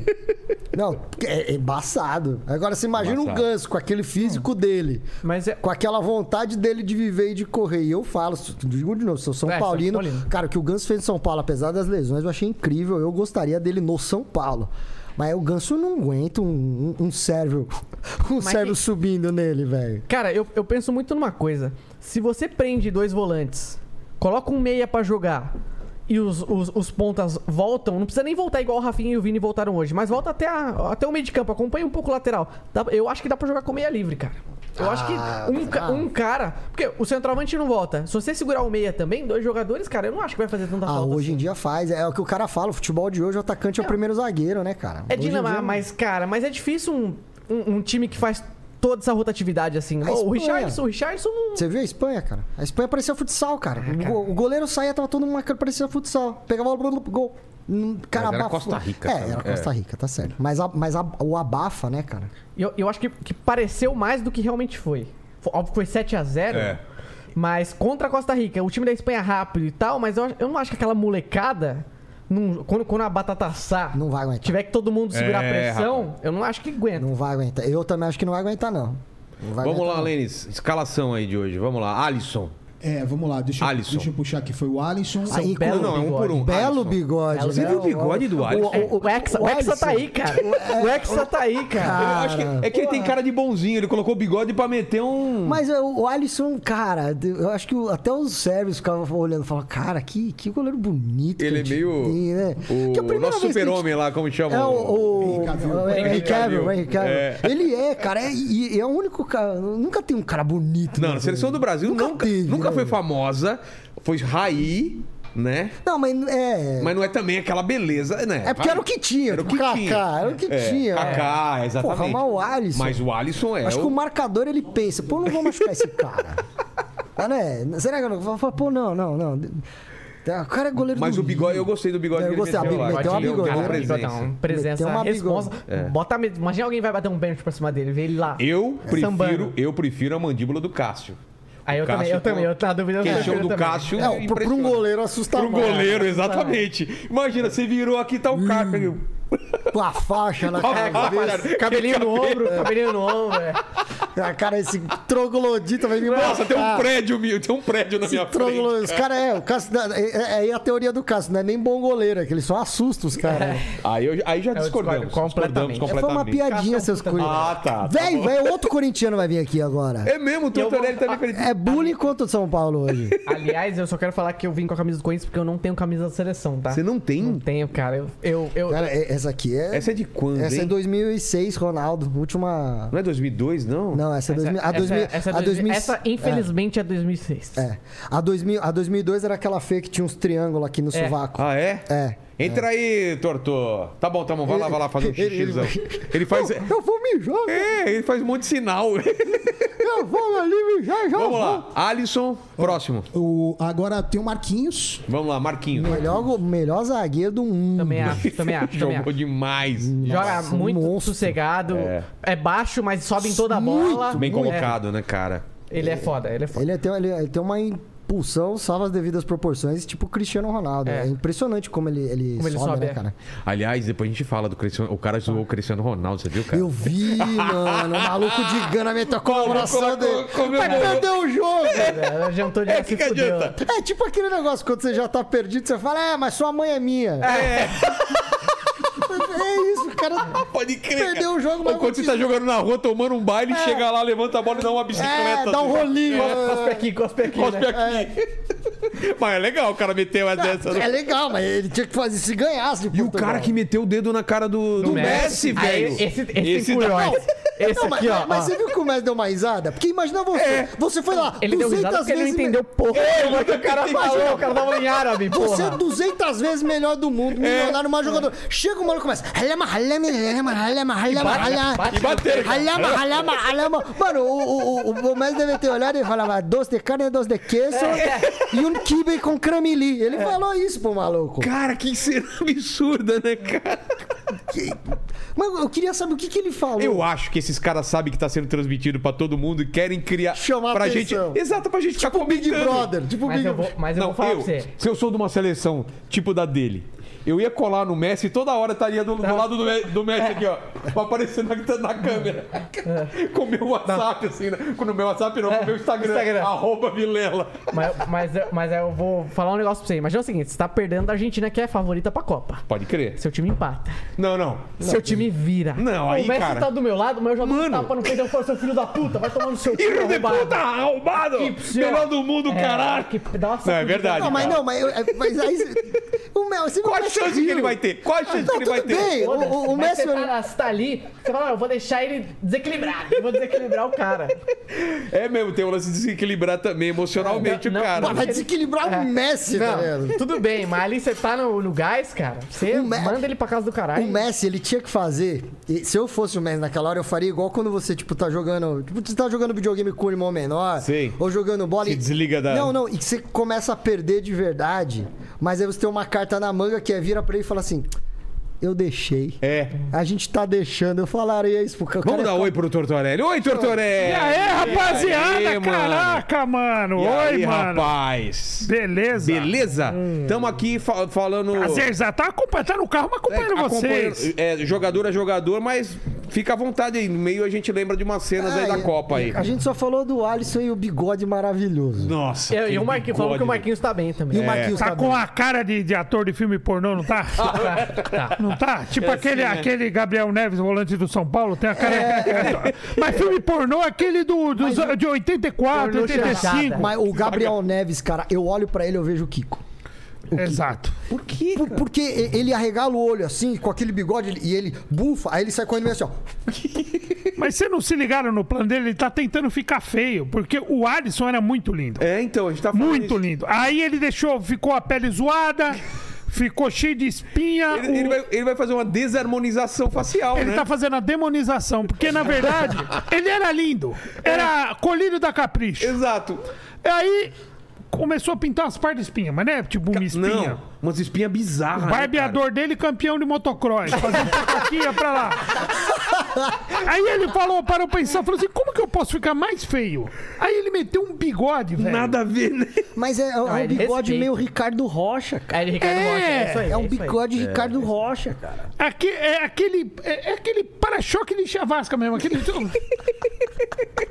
Não, é é embaçado. Agora você imagina o
Embaçado.
Ganso com aquele físico dele.
Mas é,
Com aquela vontade dele de viver e de correr. E eu falo, se- digo de novo, sou São
É, São
Paulino.
Paulino.
Cara, o que o Ganso fez em São Paulo, apesar das lesões, eu achei incrível. Eu gostaria dele no São Paulo. Mas o Ganso não aguenta um, um, um sérvio. (laughs) Um sérvio
que-
subindo nele, velho.
Cara, eu, eu penso muito numa coisa. Se você prende dois volantes coloca um meia pra jogar e os, os, os pontas voltam, não precisa nem voltar igual o Rafinha e o Vini voltaram hoje, mas volta até, a- até o meio de campo, acompanha um pouco o lateral. Dá- eu acho que dá pra jogar com meia livre, cara. Eu acho que
Ah,
um, ca-
será?
um cara. Porque o centroavante não volta. Se você segurar o meia também, dois jogadores, cara, eu não acho que vai fazer tanta
Ah,
falta. assim.
hoje em dia faz. É o que o cara fala, o futebol de hoje, o atacante é o primeiro zagueiro, né, cara?
É
Hoje em
dinamar,
dia-
mas, cara, mas é difícil um, um, um time que faz toda essa rotatividade assim.
A
Ô, o
Ah, Espanha.
Richardson, o Richardson não.
Você viu a Espanha, cara? A Espanha parecia futsal, cara.
Ah,
O go- O goleiro saía, tava todo mundo marcando, parecia futsal. Pegava o gol, gol. Hum, Cara,
Mas era
abafa-
Costa Rica,
É,
cara.
era
É.
Costa Rica, tá certo. Mas, a- mas a- o abafa, né, cara?
Eu, eu acho que, que pareceu mais do que realmente foi. Fo- Óbvio que foi 7x0.
É.
Mas contra a Costa Rica, o time da Espanha é rápido e tal, mas eu, acho- eu não acho que aquela molecada. num- quando, quando a batata assar,
Não vai aguentar.
tiver que todo mundo segurar
É,
a pressão, eu não acho que aguenta.
Não vai aguentar. Eu também acho que não vai aguentar, não. Não vai
Vamos
aguentar,
lá,
então não.
Lênis. Escalação aí de hoje. Vamos lá. Alisson.
É, vamos lá, deixa, eu-
Alisson.
deixa eu puxar aqui. Foi o Alisson.
Aí,
belo
não, é um
bigode.
por um.
Belo
Alisson.
bigode.
Você
né?
viu o bigode do Alisson?
o-
É,
Ah,
O Hexa, o Hexa
Alisson.
tá aí, cara. O Hexa tá aí, cara.
Eu acho que é que ele tem cara de bonzinho. Ele colocou o bigode pra meter um.
Mas é, o Alisson, cara, eu acho que o- até os sérvios ficavam olhando e falavam, cara, que, que goleiro bonito. que
Ele
a
é
gente
meio.
tem, né? Que a
O
primeira
nosso
vez que a gente-
super-homem lá, como chama?
É o, o,
Henry Cavill.
o Henry
Henry
Cavill,
Cavill.
o Henry Cavill.
É.
Ele é, cara, é- e e é o único cara. Nunca tem um cara bonito.
Não,
né?
a seleção do Brasil nunca,
Nunca
nunca,
teve, né,
foi
velho?
famosa. Foi raí, né?
Não, mas é.
Mas não é também aquela beleza, né?
é porque era o que tinha.
Era o
tipo,
que
Kaká,
tinha.
Era o que
É,
tinha.
Kaká, exatamente.
Porra, mas o Alisson.
Mas o Alisson é.
Acho
o-
que o marcador ele pensa, pô, não vou machucar esse
(laughs)
cara. Mas, né? Será que eu não vou falar, pô, não, não, não. O cara é goleiro
Mas
do
o bigode, eu gostei do bigode
Eu
que ele
gostei,
meteu
a
lá.
bigode- né?
Ele é um
meteu uma
deu uma
bigodão.
presença.
Então, presença,
Meteu um uma
responsa.
bigode.
Bota medo. Imagina alguém vai bater um pênalti pra cima dele, vê ele lá.
É
Eu prefiro,
né?
Sambando.
eu prefiro a mandíbula do Cássio.
Aí eu
Cássio
também, eu também, eu na dúvida eu
Quem
prefiro
chama do
também.
Cássio.
É, pro- pro um
impressiona.
goleiro assustar
Pro goleiro, exatamente. Imagina, você virou aqui, tá o Cássio.
Hum. Com a faixa na cabeça.
Cabelinho no ombro, cabelinho no ombro. é.
Ah, cara, esse troglodita vai me matar.
Nossa, tem um prédio, meu, tem um prédio na
Esse
minha
troglo-
frente.
Os caras, é, o Cássio, dá- é, é, aí a teoria do Cássio, não é nem bom goleiro, é que ele só assusta os caras. né?
Aí, eu- aí já discordamos.
discordo completamente.
Discordamos
É,
Foi uma
completamente.
piadinha, seus
Ah,
corintianos.
tá. tá
Véi,
bom.
véi, outro corintiano vai vir aqui agora.
É mesmo, o
Eu vou-
Tortorelli também acredita.
É bullying contra o São Paulo hoje.
Aliás, eu só quero falar que eu vim com a camisa do Corinthians porque eu não tenho camisa da seleção,
é.
tá?
Você não tem?
Não tenho, cara. Eu, eu, eu-
Cara, é- essa aqui é.
Essa é de quando,
Essa é
hein?
2006, Ronaldo. Última.
Não é 2002, não?
Não, essa é 2000. A
essa-
2000.
essa,
A 2000
essa, infelizmente, é 2006.
É. é. A 2000 a 2002 era aquela feia que tinha uns triângulos aqui no
É.
sovaco.
Ah, é?
É.
Entra aí, Torto. Tá bom, tá bom. Vai lá, vai lá fazer um
(laughs)
xixizão. Ele faz...
Eu, eu vou mijar,
É, ele faz um monte de sinal. (laughs)
eu vou ali mijar, já
Vamos
vou.
lá. Alisson, próximo.
O, agora tem o Marquinhos.
Vamos lá, Marquinhos.
Melhor, go- melhor zagueiro do mundo.
Também acho,
(laughs)
também
(laughs)
acho, também
Jogou
acho.
demais.
Joga
Nossa, um
muito
monstro.
sossegado,
É.
é. baixo, mas sobe em toda a bola.
Bem
É,
colocado, né, cara?
ele é foda, ele é foda.
Ele tem, ele, ele tem uma impulsão, salva as devidas proporções, tipo o Cristiano Ronaldo.
É.
É, impressionante como ele, ele,
Como ele
sobe,
sobe,
né,
é.
cara?
Aliás, depois a gente fala do Cristiano. O cara zoou o Cristiano Ronaldo, você viu, cara?
Eu vi, mano. O maluco de Gana meteu a
Colocou-
comemoração dele.
comemorou.
Mas perdeu o jogo.
Ela Jantou
(laughs)
de
É,
é,
que que adianta?
É tipo aquele negócio, quando você já tá perdido, você fala, é, mas sua mãe é minha. É, isso, o cara.
Pode crer.
Perdeu
cara.
o jogo,
Ou
mas
Quando
não
você tá jogando na rua, tomando um baile, chega lá, levanta a bola e dá uma bicicleta.
É, dá (laughs) um é.
assim.
rolinho.
Cospe aqui, cospe aqui.
Cospe
né?
aqui. (laughs) Mas é legal o cara meter uma dessa. né?
É legal, mas ele tinha que fazer se ganhasse. de
E o
Portugal.
cara que meteu o dedo na cara do, do Messi, velho.
Aí, esse esse,
Esse tá
esse tem
dá-
culhões. Esse
Não, mas,
aqui, ó.
mas
ó.
você viu que o Messi deu uma risada? Porque imagina você.
É.
Você foi lá
Ele deu risada porque ele não
vezes. É, me-
entendeu porra. nenhuma que o cara
Imagina.
falou, o cara tava em árabe,
Você é
porra.
200 vezes melhor do mundo,
É.
milionário, mais jogador. Chega o maluco e começa. Halama, halama, halama, halama, halama, halama.
E bateram. cara.
Halama, halama, halama. Mano, o, o, o, o Messi deve ter olhado e falava doce de carne, doce de queijo
É.
e um kibe com cremili. Ele falou isso pro maluco.
Cara, que cena (laughs) absurda, né, cara?
Mas eu queria saber o que, que ele falou.
Eu acho que esses caras sabem que tá sendo transmitido pra todo mundo e querem criar.
Chamar
pra
atenção.
gente. Exato, pra gente ficar
Tipo o Big
comentando.
Brother. Tipo o
Mas
Big
eu vou, mas eu
Não,
vou falar pra você.
se eu sou de uma seleção tipo da dele, Eu ia colar no Messi e toda hora estaria do, do lado do, Me- do Messi aqui, ó. Pra aparecer na, na câmera. com o meu WhatsApp, assim, né? Com o meu WhatsApp não, com o meu É. Instagram.
Instagram.
Arroba Vilela.
Mas, mas, eu- mas eu vou falar um negócio pra você. Imagina o seguinte: você tá perdendo da Argentina, que é a favorita pra Copa.
Pode crer.
Seu time empata.
Não, não.
Seu time vira.
Não,
Pô,
aí,
O Messi
cara.
tá do meu lado, mas eu jogo um
Mano.
tapa no peito. Eu falo, seu filho da puta, vai tomar no seu cu,
Filho de
arrombado."
puta, arrombado!
Que pro senhor.
Melhor do mundo,
É,
caralho!
que- dá
Não,
uma
é
sacudida.
verdade.
Não, mas
cara.
não, mas, eu- é- mas aí.
(laughs)
O Mel, se
Qual a chance que ele vai ter? Qual a chance
Não,
que ele vai
tudo
ter?
bem. O,
Foda-se,
o- o
mas
Messi.
Você tá, você tá ali, você fala, "Ah, eu vou deixar ele desequilibrado. Eu vou desequilibrar o
(laughs)
cara.
É mesmo, tem um lance de desequilibrar também emocionalmente
É, não,
o cara.
não,
Vai desequilibrar
É.
o Messi, tá ligado?
Não, tudo bem, mas ali você tá no, no gás, cara. Você
O Me-
manda ele pra casa do caralho.
O Messi, ele tinha que fazer. e se eu fosse o Messi naquela hora, eu faria igual quando você, tipo, tá jogando. Tipo, você tá jogando videogame com o irmão menor.
Sim.
Ou jogando bola.
Se
e-
desliga da-
Não, não. E que você começa a perder de verdade. Mas aí você tem uma carta na manga que é vira pra ele e fala assim: Eu deixei.
É.
A gente tá deixando. Eu falaria isso pro cara.
Vamos dar
O cara ia
oi pro Tortorelli. Oi, Tortorelli!
E aí, rapaziada,
aí, mano?
caraca, mano.
E
Oi,
aí,
mano.
rapaz?
Beleza.
Beleza? Estamos aqui fa- falando. é,
Prazer, tá acompanhando o carro, mas acompanhando
acompanhando,
vocês.
é, jogador a jogador, mas fica à vontade aí. No meio a gente lembra de umas cenas aí
Ah,
da
e-
Copa aí.
A gente só falou do Alisson e o bigode maravilhoso.
Nossa.
É, e o Marquinhos, falou que o Marquinhos tá bem também.
E o
É.
Marquinhos
Tá
tá
com
bem.
a cara de, de ator de filme pornô, não
(laughs)
tá? Não tá?
É
Tipo aquele,
assim,
aquele Gabriel Neves, volante do São Paulo, tem a cara. É, mas filme pornô é aquele do, dos- de 84,
Pornô
85.
chanchada.
Mas o Gabriel Neves, cara, eu olho pra ele e eu vejo o Kiko.
Exato.
Por quê?
Por- Porque e- ele arregala o olho assim, com aquele bigode, ele- e ele bufa, aí ele sai com ele meio assim, ó.
Mas vocês não se ligaram no plano dele, ele tá tentando ficar feio, porque o Alisson era muito lindo.
É, então, a gente tá falando.
Muito
isso.
lindo. Aí ele deixou, ficou a pele zoada, ficou cheio de espinha. o-
Ele, ele vai, ele vai fazer uma desarmonização facial, né?
tá fazendo a demonização, porque na verdade
(laughs)
ele era lindo. Era colírio da capricho.
Exato.
Aí começou a pintar as partes de espinha, mas não é tipo uma espinha.
Não, umas espinhas bizarras. né,
Barbeador dele campeão de motocross. Fazendo picoquinha pra lá. Aí ele falou, parou pra pensar, falou assim: como que eu posso ficar mais feio? Aí ele meteu um bigode, velho.
cara? Nada a ver, né?
Mas é, é um
ele
bigode
respeita.
meio Ricardo Rocha, cara.
É ele, Ricardo
É!
Rocha. É isso aí.
É um
isso aí.
bigode Ricardo Rocha, cara.
Aque- é aquele, é, é aquele para-choque de chavasca mesmo. Aquele...
(laughs)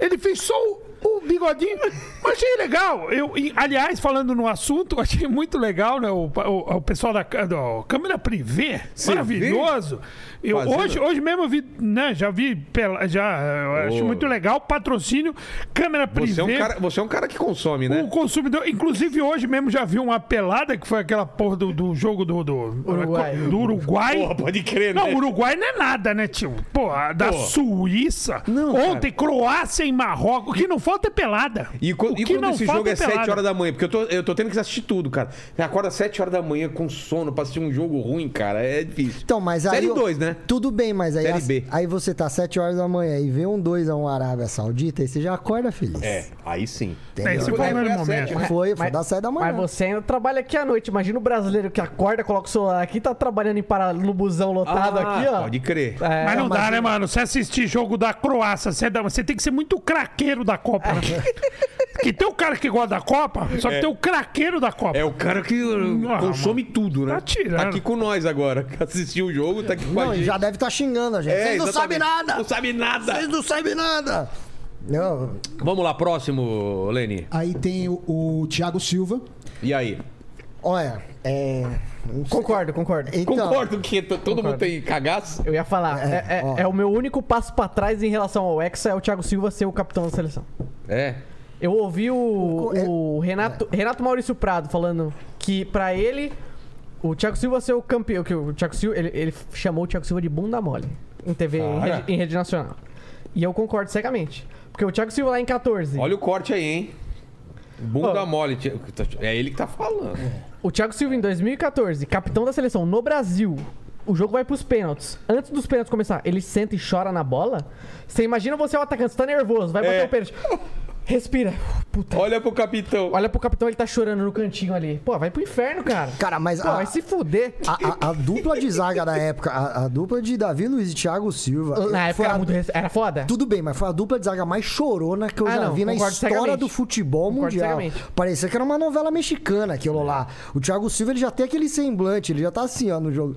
Ele fez só o, o bigodinho. Mas achei legal. Eu, e, aliás, falando no assunto, achei muito legal, né? O, o, o pessoal da ca- do câmera privê,
Você
maravilhoso. Eu,
Fazendo-
hoje, hoje mesmo eu vi, né? Já vi, pela, já eu acho
Ô.
muito legal. Patrocínio, câmera privê.
Você é, um cara, você é um cara que consome, né?
O consumidor, inclusive hoje mesmo já vi uma pelada que foi aquela porra do, do jogo do, do
Uruguai.
do Uruguai.
Porra, pode crer, né?
Não, o Uruguai não é nada, né, tio? Porra, da
Pô.
Suíça.
Não,
Ontem, Croácia e Marrocos. O que não falta é pelada.
E, quan-
o
e quando esse jogo é 7 horas da manhã? Porque eu tô, eu tô tendo que assistir tudo, cara. Você Acorda 7 horas da manhã com sono pra assistir um jogo ruim, cara. É difícil.
Então, mas aí.
Série
eu-
2, né?
Tudo bem, mas aí.
Série
as-
B.
Aí você tá 7 horas da manhã e vê um 2 a um Arábia Saudita, aí você já acorda feliz.
É, aí sim.
É, esse
Foi-
foi
é,
o meu
foi a
momento.
sétima.
Foi, foi
Mas-
da saída da manhã.
Mas você ainda trabalha aqui à noite. Imagina o brasileiro que acorda, coloca o celular aqui, tá trabalhando em para no busão lotado
Ah,
aqui, ó.
Pode crer.
É,
Mas não dá, né, mano? Você assistir jogo da Croácia, você, dá- você tem que ser muito craqueiro da Copa. né? que tem o cara que gosta da Copa, só que tem o craqueiro da Copa.
É o cara que uh,
Ah,
consome tudo, né?
Tá tirando.
aqui com nós agora. que Assistiu o jogo, tá aqui com
Não,
a
e
gente.
já deve estar xingando a gente.
É,
Vocês não
exatamente.
sabem nada!
Não sabe nada.
Vocês não sabem nada! Não,
Vamos lá, próximo, Leni.
Aí tem o, o Thiago Silva.
E aí?
olha, é. não sei-
Concordo, concordo.
Então,
Concordo que t- todo mundo tem cagaço.
Eu ia falar, é, é-
ó.
é o meu único passo pra trás em relação ao Hexa é o Thiago Silva ser o capitão da seleção.
É.
Eu ouvi o,
é-
o Renato, Renato Maurício Prado falando que pra ele o Thiago Silva ser o campeão, que o Thiago Silva, ele, ele chamou o Thiago Silva de bunda mole em TV, em
Cara.
rede, em rede nacional. E eu concordo cegamente, porque o Thiago Silva lá em 14,
Olha o corte aí, hein? Bunda
Ó.
mole. tia- É ele que tá falando.
o Thiago Silva em 2014, capitão da seleção no Brasil. O jogo vai pros pênaltis. Antes dos
É.
pênaltis começar, ele senta e chora na bola? Você imagina você é o atacante, você tá nervoso, vai bater o pênalti. Respira. Puta.
Olha pro capitão.
Olha pro capitão, ele tá chorando no cantinho ali. Pô, vai pro inferno, cara.
Cara, mas
Pô,
a-
vai se fuder.
A, a- a dupla de zaga da época, a, a dupla de Davi Luiz e Thiago Silva. eh,
Na
foi
época
a-
era, muito... res- era foda?
Tudo bem, mas foi a dupla de zaga mais chorona que eu
Ah,
já
não,
vi na
concordo
história
cegamente.
do futebol
Concordo
mundial.
cegamente.
Parecia que era uma novela mexicana aquilo lá. O Thiago Silva ele já tem aquele semblante, ele já tá assim, ó, no jogo.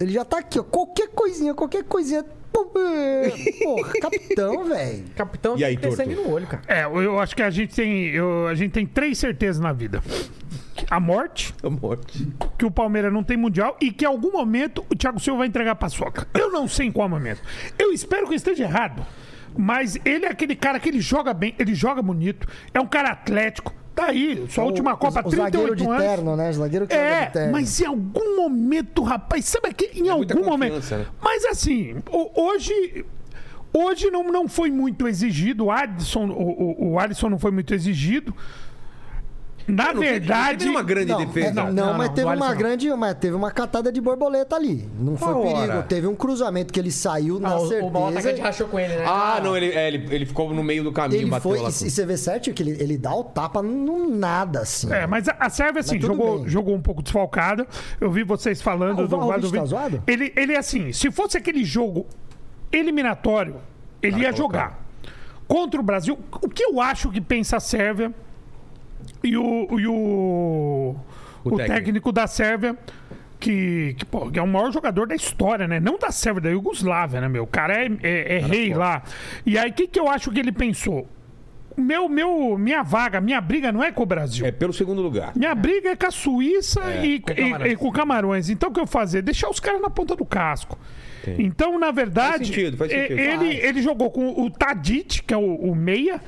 Ele já tá aqui, ó. Qualquer coisinha, qualquer coisinha. pum, eh, Porra, capitão, (laughs) velho.
Capitão
E
tem
aí,
que ter
torto?
sangue no olho, cara.
É, eu acho que a gente tem, eu- a gente tem três certezas na vida. A morte,
A morte.
que o Palmeiras não tem mundial e que em algum momento o Thiago Silva vai entregar a paçoca. Eu não sei em qual momento. Eu espero que eu esteja errado. Mas ele é aquele cara que ele joga bem, ele joga bonito, é um cara atlético. Tá aí, sua última
Então, O-
Copa,
o, o zagueiro
38
de
anos.
terno, né? O zagueiro que joga de
É,
terno.
mas em algum momento, rapaz, sabe que em
muita
algum momento.
confiança, né?
Mas assim, ho- hoje hoje não, não foi muito exigido, o Alisson, o, o, o Alisson não foi muito exigido. Na
Não teve-
verdade,
Não teve uma grande defesa.
é- Não,
Não,
mas
não,
teve
do Alisson
uma
não.
grande. Mas teve uma catada de borboleta ali. Não foi
Uma hora.
perigo. Teve um cruzamento que ele saiu na
Ah, o- o mal atacante
certeza.
rachou com ele, né?
Ah, não, ele, é, ele, ele ficou no meio do caminho,
ele
bateu
foi.
lá.
E
com-
c- você vê certo que ele, ele dá o tapa no nada, assim.
É, mas a, a Sérvia, assim,
tudo
jogou,
bem.
jogou um pouco desfalcada. Eu vi vocês falando
Ah, o
do
Vlahovic
Vlahovic.
tá zoado?
Ele, ele, assim, se fosse aquele jogo eliminatório, ele ia jogar. Contra o Brasil, o que eu acho que pensa a Sérvia e o, e o, o
técnico.
técnico. da Sérvia, que, que, pô, que é o maior jogador da história, né? Não da Sérvia, da Iugoslávia, né, meu? O cara é, é- é rei lá. E aí, o que, que eu acho que ele pensou? Meu, meu, minha vaga, minha briga não é com o Brasil.
É pelo segundo lugar.
Minha briga é com a Suíça e,
com
e- e com
Camarões.
Camarões. Então o que eu fazer? Deixar os caras na ponta do casco. Então, na verdade,
Faz sentido, faz
e-
sentido. Ah, é.
Ele, ele jogou com o Tadic, que é o, o meia,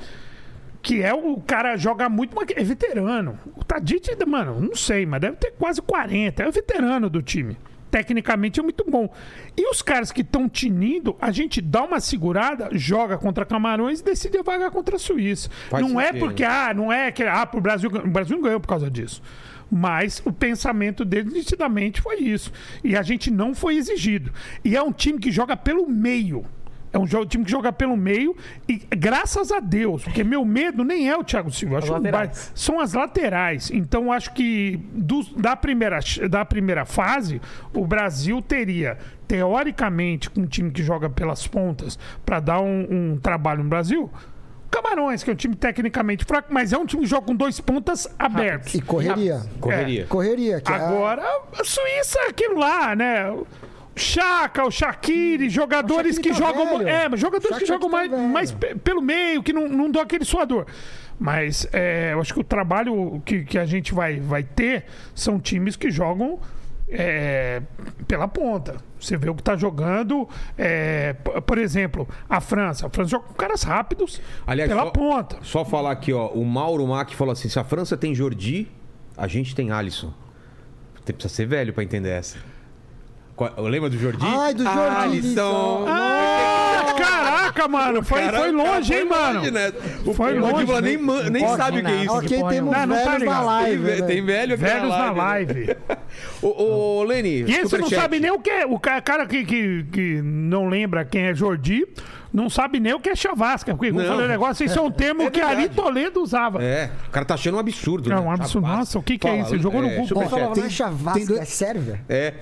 que é o cara joga muito, mas é veterano. O Tadic, mano, não sei, mas deve ter quase 40. É o veterano do time. Tecnicamente é muito bom. E os caras que estão tinindo, a gente dá uma segurada, joga contra Camarões e decide a vaga contra a Suíça.
Faz
não é
sentido.
porque ah, não é que ah, pro Brasil, gan- o Brasil não ganhou por causa disso. Mas o pensamento dele nitidamente foi isso. E a gente não foi exigido. E é um time que joga pelo meio. É um jo- time que joga pelo meio e graças a Deus, porque meu medo nem é o Thiago Silva, eu acho um
laterais.
baita- são as laterais. Então acho que dos- da, primeira, da primeira fase, o Brasil teria, teoricamente, com um time que joga pelas pontas para dar um, um trabalho no Brasil, Camarões, que é um time tecnicamente fraco, mas é um time que joga com dois pontas abertos.
E correria.
Correria.
Correria. Que é-
Agora, a Suíça é aquilo lá, né? O Chaka, o Shaqiri, jogadores
Hum. O
que
Shaqiri tá
jogam.
velho.
É, mas jogadores
O
que
Shaqiri
jogam
tá
mais,
velho.
mais pe- pelo meio, que não, não dão aquele suador. Mas é, eu acho que o trabalho que, que a gente vai, vai ter são times que jogam. é, pela ponta. Você vê o que tá jogando. é, p- por exemplo, a França. A França joga com caras rápidos
Aliás,
pela
só- (laughs)
ponta.
Só falar aqui, ó. O Mauro Mac falou assim: se a França tem Jordi, a gente tem Alisson. Você precisa ser velho pra entender essa. Qual- Lembra do Jordi?
Ai, do Jordi
Alisson.
Alisson.
Ah, caraca, mano! Foi,
Caraca,
foi longe, hein,
foi
mano?
longe, né? O
Foi
o
longe,
Mandíbula
né?
nem, man- nem
Pode
sabe o que é
nada.
isso.
Ok,
Olha,
temos
não, não tá
velhos na
ligado.
Tem,
live.
ve-
né?
tem velho aqui
Velhos na live.
Ô, ô, Leni.
E esse não
superchat.
sabe nem o que é. O ca- cara que, que, que não lembra quem é Jordi, não sabe nem o que é chavasca. Porque quando
Não.
falei o negócio, isso é um
(laughs)
termo
É
que Ari
verdade.
Toledo usava.
É, o cara tá achando um absurdo.
É
né?
um absurdo.
Rapaz.
Nossa, o que que é isso? Ele jogou no Google.
Ó,
superchat.
não é chavasca,
tem dois-
é sérvia.
É,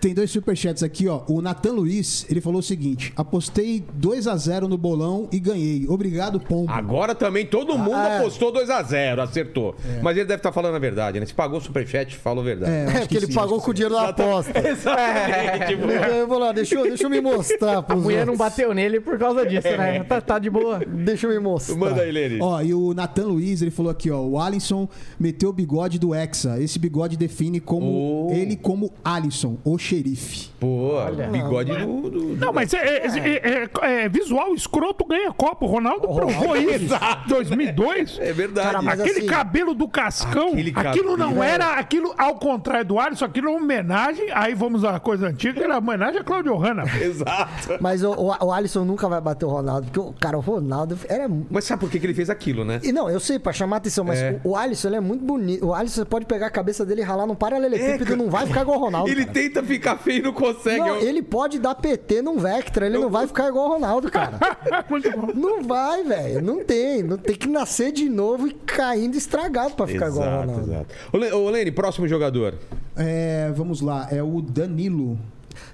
Tem dois superchats aqui, ó. O Natan Luiz, ele falou o seguinte: apostei 2 a 0 no bolão e ganhei. Obrigado, Pombo.
agora também todo mundo
Ah, é.
apostou 2x0, acertou. Mas ele deve estar falando a verdade, né? Se pagou o superchat, falou a verdade.
É, acho
É, porque ele
sim,
pagou
acho
com o dinheiro da aposta.
(laughs)
É.
Então,
Exatamente. tipo,
Eu vou lá, deixa eu, deixa eu me mostrar
A
pros
mulher não
outros.
bateu nele
(laughs)
por
É.
causa disso, né? Tá, tá de boa.
Deixa eu me mostrar.
Manda aí, Leni.
Ó, e o Nathan Luiz, ele falou aqui, ó, o Alisson meteu o bigode do Hexa. Esse bigode define como
Oh.
ele como Alisson, o xerife.
Pô, bigode do, do-
Não, mas é, é- é- é- é visual escroto ganha copo. O Ronaldo provou isso em 2002.
É verdade.
Cara, mas
Aquele
assim,
cabelo do Cascão,
aquele
aquilo
cabelo. é
não era, aquilo ao contrário do Alisson, aquilo é uma homenagem, aí vamos à coisa antiga, era homenagem a Claudio Hanna. (laughs)
Exato.
Mas o, o, o Alisson nunca vai bater o Ronaldo, porque, o cara, o Ronaldo era.
Mas sabe por que, que ele fez aquilo, né?
E não, eu sei, pra chamar atenção, mas
É.
o, o Alisson ele é muito bonito. O Alisson você pode pegar a cabeça dele e ralar num paralelepípedo,
É, cara.
não vai ficar igual o Ronaldo.
Ele
cara.
tenta fica feio e não consegue. é
Não,
Eu-
ele pode dar PT num Vectra, ele não vai ficar igual o Ronaldo,
(laughs)
cara.
Muito bom.
Não vai, velho. Não tem. Não tem que nascer de novo e caindo estragado pra ficar igual o
Exato,
Ronaldo.
exato. Ô, Le- Ô, Lene, próximo jogador.
É, vamos lá, é o Danilo.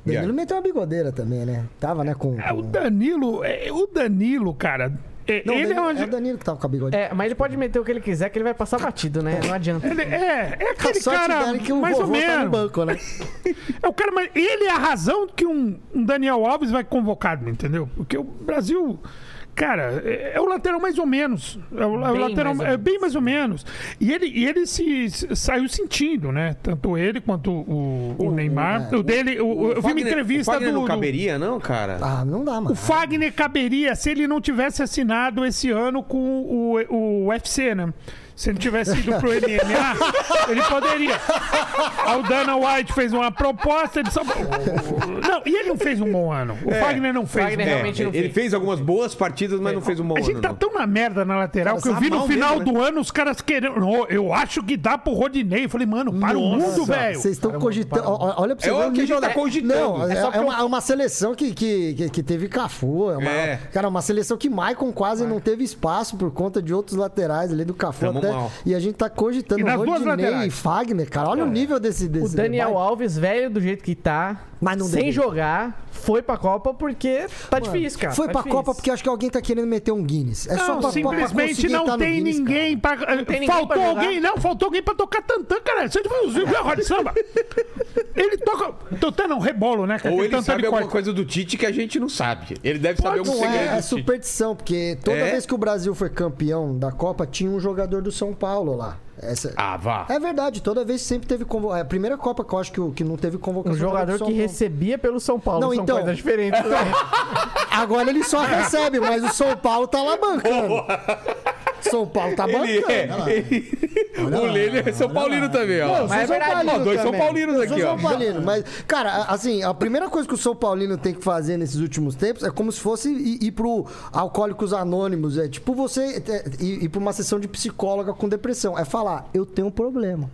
Danilo
Yeah.
meteu uma bigodeira também, né? Tava, né? Com.
É, o
com-
Danilo, é, o Danilo, cara, é,
Não,
ele
Danilo-
é, um,
é o Danilo que tava com a bigode.
É, mas ele pode meter o que ele quiser, que ele vai passar batido, né? Não adianta.
ele é, é
A
aquele
Tá sorte
cara
dele é que o
mais ou
vovô tá no
menos.
banco, né?
É o cara, mas ele é a razão que um, um Daniel Alves vai convocado, entendeu? Porque o Brasil, cara, é, é o lateral mais ou menos. É o, é o
Bem
lateral
mais ou
é
menos.
bem mais ou menos. E ele, e ele se, se- saiu sentindo, né? Tanto ele quanto o, o Neymar. O, dele, o- o- eu vi uma
Fagner-
entrevista
o Fagner
do,
não
do,
caberia, não, cara?
Ah, não dá, mano.
O Fagner caberia se ele não tivesse assinado esse ano com o, o UFC, né? Se ele tivesse ido pro MMA, ele poderia. Aí O Dana White fez uma proposta, ele só. Não, e ele não fez um bom ano. O
É,
Fagner não fez.
Fagner
um bom ano.
realmente não
ele
fez.
fez algumas boas partidas,
É.
mas não fez um bom
A gente
ano,
tá
não.
tão na merda na lateral que eu
tá
vi no
mal
final
mesmo,
do ano os caras querendo. "Não, Eu acho que dá pro Rodinei. Eu falei, mano, para o
Nossa,
mundo, velho.
Vocês estão cogitando. ó, ó, Olha pra você
É o
ver
que a gente
nível
tá
da-
cogitando.
Não, é,
É
é uma, é uma seleção que, que, que, que teve Cafu. É uma,
É.
Cara, uma seleção que Maicon quase
É.
não teve espaço por conta de outros laterais ali do Cafu.
Tamo
até-
mal.
e a gente tá cogitando
E nas duas
Rodinei e
laterais. É.
Fagner, cara. Olha o nível desse.
O
desse
Daniel
debate.
Alves, velho do jeito que tá,
Mas não
sem
deu.
jogar, foi pra Copa porque tá difícil, cara.
Foi
tá
pra
difícil.
Copa porque acho que alguém tá querendo meter um Guinness. É só
Não,
pra, pra- pra
simplesmente
conseguir
não
entrar no
tem
Guinness, cara.
ninguém pra.
tem ninguém
faltou
pra jogar.
alguém, não, faltou alguém pra tocar tantã, cara. Você viu, viu a roda
(laughs)
de samba? Ele toca. Tantã não, rebolo, né? cara?
Ou
Aquele
ele
tantã
sabe
de
alguma
corte.
coisa do Tite que a gente não sabe. Ele deve saber algum
Não
segredo.
é, é
do Tite.
superstição, porque toda
É?
vez que o Brasil foi campeão da Copa, tinha um jogador do São Paulo lá. Essa-
Ah, vá.
É verdade, toda vez sempre teve convocação. É a primeira Copa que eu acho que, o- que não teve
Um
convocação.
jogador
foi do
que
São
recebia pelo São Paulo.
Não,
São
então-
coisas
(laughs)
diferentes.
Paulo. Agora
(laughs)
ele só recebe, mas o São Paulo tá lá bancando. São Paulo tá
Ele
bancando.
é. ele- O Lênin é São Paulino também, ó.
Eu sou
é
São
verdade,
Paulino
Ó, dois São
também.
Paulinos
Eu sou
aqui, ó.
São Paulino, mas, cara, a- assim, a primeira coisa que o São Paulino tem que fazer nesses últimos tempos é como se fosse ir, ir pro Alcoólicos Anônimos. É tipo você é, ir, ir pra uma sessão de psicóloga com depressão. É falar, eu tenho um problema.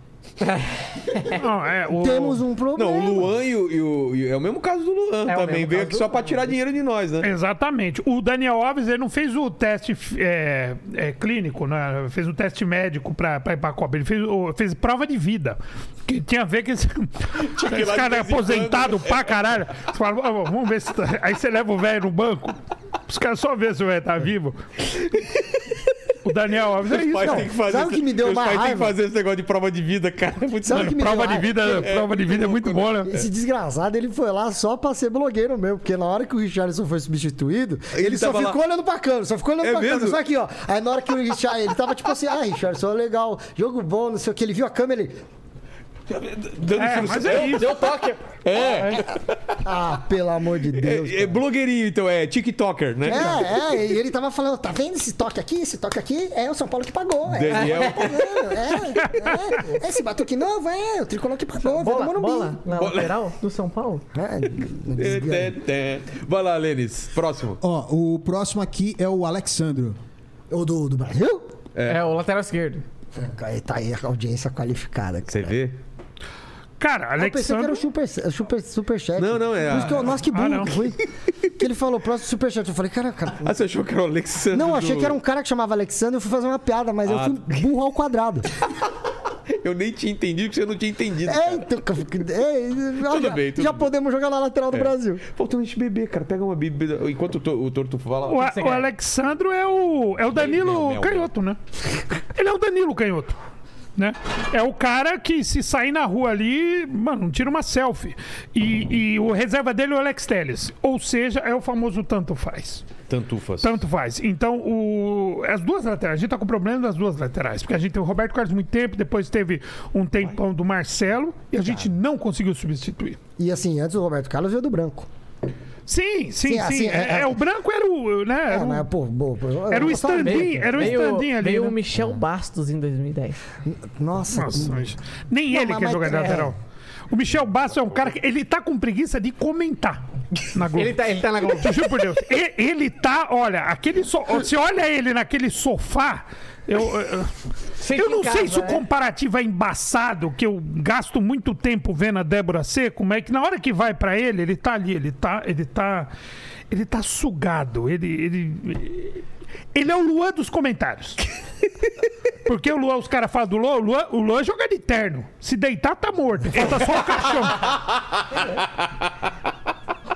Não, é, o-
Temos um problema.
Não, o Luan e o, e o- e- É o mesmo caso do Luan
É o
também.
mesmo
Veio
caso
aqui
do
só
Luan.
pra tirar dinheiro de nós,
É
né?
Exatamente. O Daniel Alves, ele não fez o teste é, é, clínico, né? Fez o teste médico pra, pra ir pra Copa. Ele fez, o- fez prova de vida. Que tinha a ver que
(laughs)
esse,
que ir
esse
lá de
cara é
vez em
aposentado pra caralho. Você fala, "Ó, vamos ver se tá-" Aí você leva o velho no banco. Os caras só vê se o velho tá vivo. O Daniel Alves é
Os
isso.
pais
não.
têm que fazer
sabe o
esse-
que me deu
os
uma
pais têm que
raiva?
fazer esse negócio de prova de vida, cara. É muito
Sabe
maluco.
que me deu
Prova de
raiva?
vida, prova de vida é muito boa, né?
Esse desgraçado, ele foi lá só pra ser blogueiro mesmo, porque na hora que o Richarlison foi substituído, ele,
Ele
só
tava lá.
ficou olhando pra câmera, só ficou olhando
É
pra
mesmo?
câmera, só aqui, ó. Aí na hora que o Richarlison, ele tava tipo assim, ah, Richarlison, legal, jogo bom, não sei o que, ele viu a câmera, ele,
Dando
É,
instrução.
mas é isso.
Deu toque.
É,
ah, pelo amor de Deus.
é, é blogueirinho, então, é TikToker, né?
É, é, e ele tava falando, tá vendo esse toque aqui, esse toque aqui, é o São Paulo que pagou, é. (laughs)
Daniel.
É, é, é, esse batuque novo, é, o Tricolor que pagou, veio do
Bola,
Morumbi.
bola na
Bola. É,
lateral do São Paulo.
É, né?
Tê, tê, tê. Vai lá, Lênis. Próximo.
Ó, o próximo aqui é o Alexandro.
o do, do Brasil?
É. o lateral esquerdo.
Aí Tá aí a audiência qualificada.
Você vê?
Cara,
Eu Ah, pensei que era
Alexandre.
o super, é super, superchat.
Não, não, é
Por isso
a-
que eu, nossa, que burro
Ah, não.
que foi. Que ele falou, próximo superchat. Eu falei, cara, cara.
(laughs) Ah, você achou que era o Alexandre?
Não, achei
do-
que era um cara que chamava Alexandre, eu fui fazer uma piada, mas eu
Ah.
fui burro ao
(laughs)
quadrado.
Eu nem tinha entendido que você não tinha entendido.
É, então. é, olha,
bem, tudo
já
bem. É.
podemos jogar na lateral do Brasil.
Faltou a gente beber, cara. Pega uma bebida. Enquanto o, to- o Torto fala.
O,
Ué.
A- o Alexandro é o, é o
Mel,
Danilo
Mel,
Canhoto, né? Ele é o Danilo Canhoto. Né? É o cara que se sair na rua ali, mano, tira uma selfie. E, e o reserva dele é o Alex Telles. Ou seja, é o famoso tanto faz.
Tantufas.
Tanto faz. Então, o... as duas laterais, a gente tá com problema das duas laterais, porque a gente teve o Roberto Carlos muito tempo, depois teve um tempão do Marcelo, e a gente não conseguiu substituir.
E assim, antes o Roberto Carlos veio do branco.
Sim, sim, sim.
Sim, assim,
é,
é-
é, o branco era o. Né, era
É,
o-
mas, pô, pô, pô, eu-
Era um o
eu falava,
stand-in. Sim, era o
Veio-
Standinho ali,
Veio
um
né?
o Michel Bastos em 2010.
Nossa,
Nossa, mas- nem ele
mas-
quer
mas-
jogar de
é.
lateral. O Michel Basso é um cara que ele tá com preguiça de comentar na Globo.
Ele tá, ele tá na Globo.
Eu juro por Deus. E- Ele, tá, olha, aquele so... você olha ele naquele sofá, Eu, eu,
Fica
eu
em
não sei
casa,
se o
né?
comparativo é embaçado, que eu gasto muito tempo vendo a Débora Seco, mas que na hora que vai pra ele, ele tá ali, ele tá, ele tá, ele tá sugado, ele, ele, ele é o Luan dos comentários. Porque o Luan, os caras falam do Luan, o Luan, o Luan joga de terno. Se deitar, tá morto. Falta só o caixão.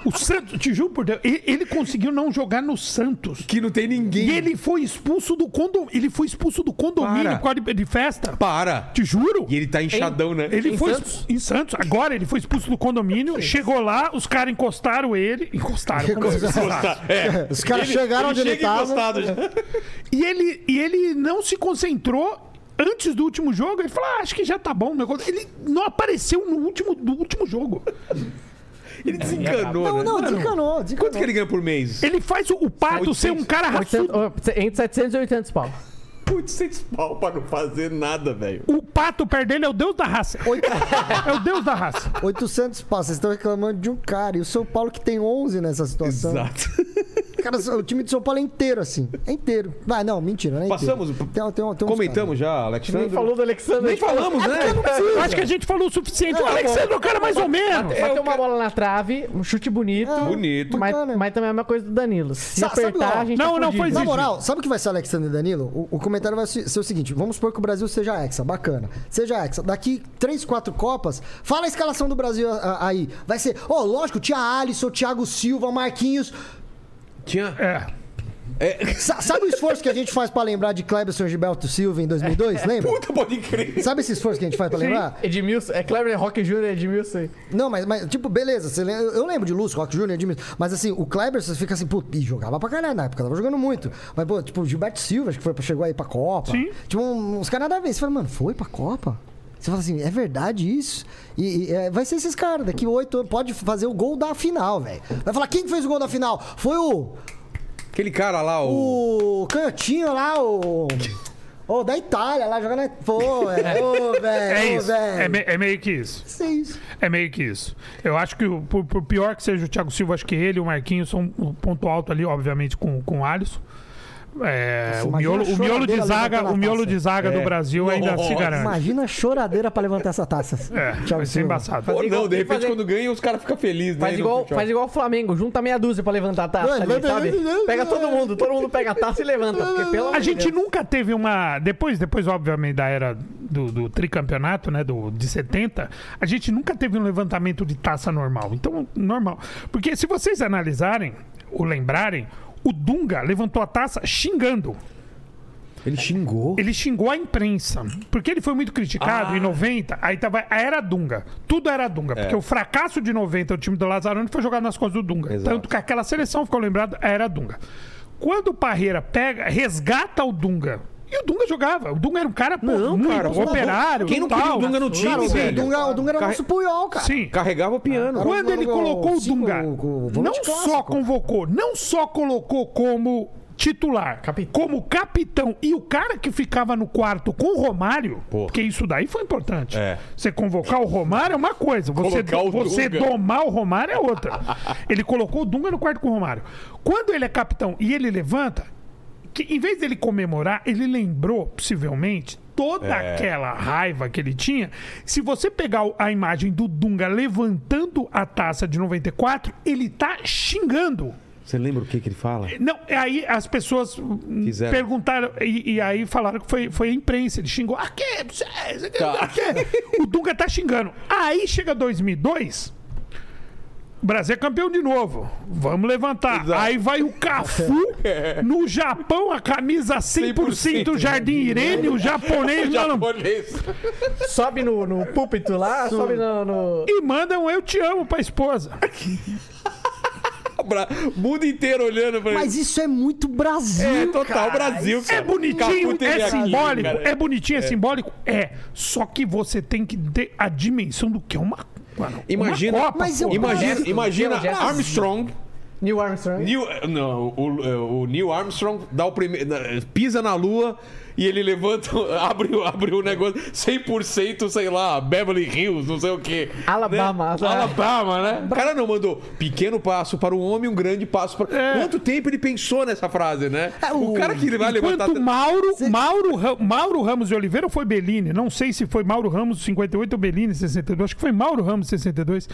O Santos, te juro por Deus, ele, ele conseguiu não jogar no Santos.
Que não tem ninguém.
E ele foi expulso do condomínio. Ele foi expulso do condomínio
Para.
por causa de, de festa.
Para.
Te juro.
E ele tá inchadão, né?
Ele
Em
foi
Santos?
expulso- em Santos. Agora ele foi expulso do condomínio. chegou lá, os caras encostaram ele. Encostaram. como se fosse (laughs) lá.
É.
Os caras
Ele-
(laughs) chegaram
ele
onde ele
chega
tava.
encostado já.
E ele, e ele não se concentrou antes do último jogo. Ele falou: ah, acho que já tá bom o negócio. Ele não apareceu no último, do último jogo.
Ele desencanou,
Não,
né?
não,
um-
desencanou,
Quanto que
desencanou.
ele ganha por mês?
Ele faz o, o pato ser um cara raçudo.
800, ó, entre 700 e 800 pau.
800 pau pra não fazer nada, velho.
O pato perto dele é o deus da raça.
(laughs)
É o deus da raça.
800 passos, vocês estão reclamando de um cara. E o São Paulo que tem 11 nessa situação.
Exato.
Cara, o time de São Paulo é inteiro assim. É inteiro. Vai, não, mentira, não é inteiro.
Passamos,
Tem, tem, tem uns
Comentamos já, Alex
Nem falou do Alexandre.
Nem falamos, né? (laughs)
Eu acho que a gente falou o suficiente. O
tá
Alexandre é um cara mais ou menos.
Bateu uma bola na trave, um chute bonito.
É,
Bonito.
Mas,
bacana.
mas também é a mesma coisa do Danilo. Se
Sa- sabe
apertar,
lá,
a gente
não,
tá
não,
fudido.
foi
Na
exigir.
moral, sabe o que vai ser Alexandre e Danilo? O, o comentário vai se- ser o seguinte: vamos supor que o Brasil seja hexa, bacana. Seja hexa. Daqui 3, 4 Copas, fala a escalação do Brasil a- a- aí. Vai ser, ó, lógico, tinha Alisson, Thiago Silva, Marquinhos.
Tinha. É.
É.
Sa- sabe o esforço que a gente faz pra lembrar de Cleberson Gilberto Silva em 2002? Lembra?
Puta, Então pode crer.
Sabe esse esforço que a gente faz pra lembrar?
Edmilson, é Cleber Rock Jr. Edmilson.
Não, mas, mas, tipo, beleza, você lem- eu, eu lembro de Lúcio, Rock Jr., Edmilson, mas assim, o Kleber, você fica assim, pô, e jogava pra caralho na época, tava jogando muito. Mas, pô, tipo, o Gilberto Silva, acho que foi, pra- chegou aí pra Copa.
Sim.
Tipo, um- uns caras nada a ver. Você fala, mano, foi pra Copa? Você fala assim, é verdade isso? E, e, é, vai ser esses caras, daqui oito anos, pode fazer o gol da final, velho. Vai falar, quem que fez o gol da final? Foi o,
Aquele cara lá, o.
o canhotinho lá, o... Ô, da Itália, lá jogando... na- Pô, velho, ô,
(laughs) É
velho, ô,
isso. É,
velho.
me- é meio que isso.
Isso é isso.
É meio que isso. Eu acho que, o- por, por pior que seja o Thiago Silva, acho que ele e o Marquinhos são um ponto alto ali, obviamente, com, com o Alisson. É,
Nossa,
o,
imagina
miolo,
a
o miolo de
choradeira
zaga,
levantando a
o miolo
taça. É.
de zaga do Brasil ainda se
Nossa.
garante.
Imagina a choradeira pra levantar essa taça.
É, vai ser embaçado.
Ou não,
igual-
de repente
fazer-
quando ganha os caras ficam felizes, né?
Faz
No
igual,
futebol.
faz igual o Flamengo, junta meia dúzia pra levantar a taça,
Mano,
ali,
levanta-
sabe? Pega todo mundo, todo mundo pega a taça e levanta. Porque pelo
A
amor de
gente
Deus.
nunca teve uma. Depois, depois obviamente, da era do, do tricampeonato, né? Do, de 70, a gente nunca teve um levantamento de taça normal. Então, normal. Porque se vocês analisarem ou lembrarem, o Dunga levantou a taça xingando.
Ele xingou.
Ele xingou a imprensa. Porque ele foi muito criticado em 90. Aí tava. A era Dunga. Tudo era Dunga. Porque o fracasso de 90, o time do Lazarone foi jogado nas costas do Dunga.
Exato.
Tanto que aquela seleção ficou lembrada, a era Dunga. Quando o Parreira pega, resgata o Dunga. E o Dunga jogava. O Dunga era um cara, pô, muito operário.
Quem não
e tal.
queria o Dunga no time,
Cara, o
velho?
Dunga, o Dunga era
Carre-
nosso Puyol, cara.
Sim.
Carregava o piano.
Cara,
Quando ele
Dunga,
colocou o
cinco,
Dunga,
o- o- o volante
não
clássico.
só convocou, não só colocou como titular,
Capitão.
como capitão e o cara que ficava no quarto com o Romário,
Pô.
porque isso daí foi importante.
É.
Você convocar o Romário é uma coisa, você,
Colocar o
você
Dunga.
domar o Romário é outra. (laughs) ele colocou o Dunga no quarto com o Romário. Quando ele é capitão e ele levanta, que em vez dele comemorar, ele lembrou, possivelmente, toda
É.
aquela raiva que ele tinha. Se você pegar o- a imagem do Dunga levantando a taça de 94, ele tá xingando.
Você lembra o que, que ele fala?
Não, é aí as pessoas hum,
Quiseram.
perguntaram e, e aí falaram que foi, foi a imprensa. Ele xingou. "Ah, que é isso? É isso aqui,
Tá.
ah, que é?" O Dunga tá xingando. Aí chega 2002, o Brasil é campeão de novo. Vamos levantar.
Exato.
Aí vai o Cafu no Japão, a camisa 100%,
100%
Jardim Irene, o japonês. não, não.
(laughs) Japonês.
Sobe no, no púlpito lá, sobe no. no-
E mandam eu te amo pra esposa.
Bra- Mundo inteiro olhando pra ele.
Mas isso é muito Brasil.
É total Brasil, cara.
É bonitinho,
Cafu teve
é
aquilo,
simbólico,
cara.
é bonitinho, é. simbólico, é. Só que você tem que ter a dimensão do que é uma, mano, uma
Imagina-
Copa,
Mas eu-
pô.
Imagina,
Gesto,
imagina
gesto.
Armstrong
Neil Armstrong.
Neil, eh, não, o, o Neil Armstrong dá o primeiro, pisa na lua e ele levanta, (laughs) abre, o- abre o negócio 100%, sei lá, Beverly Hills, não sei o quê.
Alabama,
Né?
tá?
Alabama, né? O cara não mandou pequeno passo para o homem, um grande passo para...
É.
Quanto tempo ele pensou nessa frase, né? o... cara que vai levantar...
Enquanto Mauro, Mauro, Ra- Mauro Ramos de Oliveira ou foi Bellini? Não sei se foi Mauro Ramos 58 ou Bellini 62. Acho que foi Mauro Ramos 62.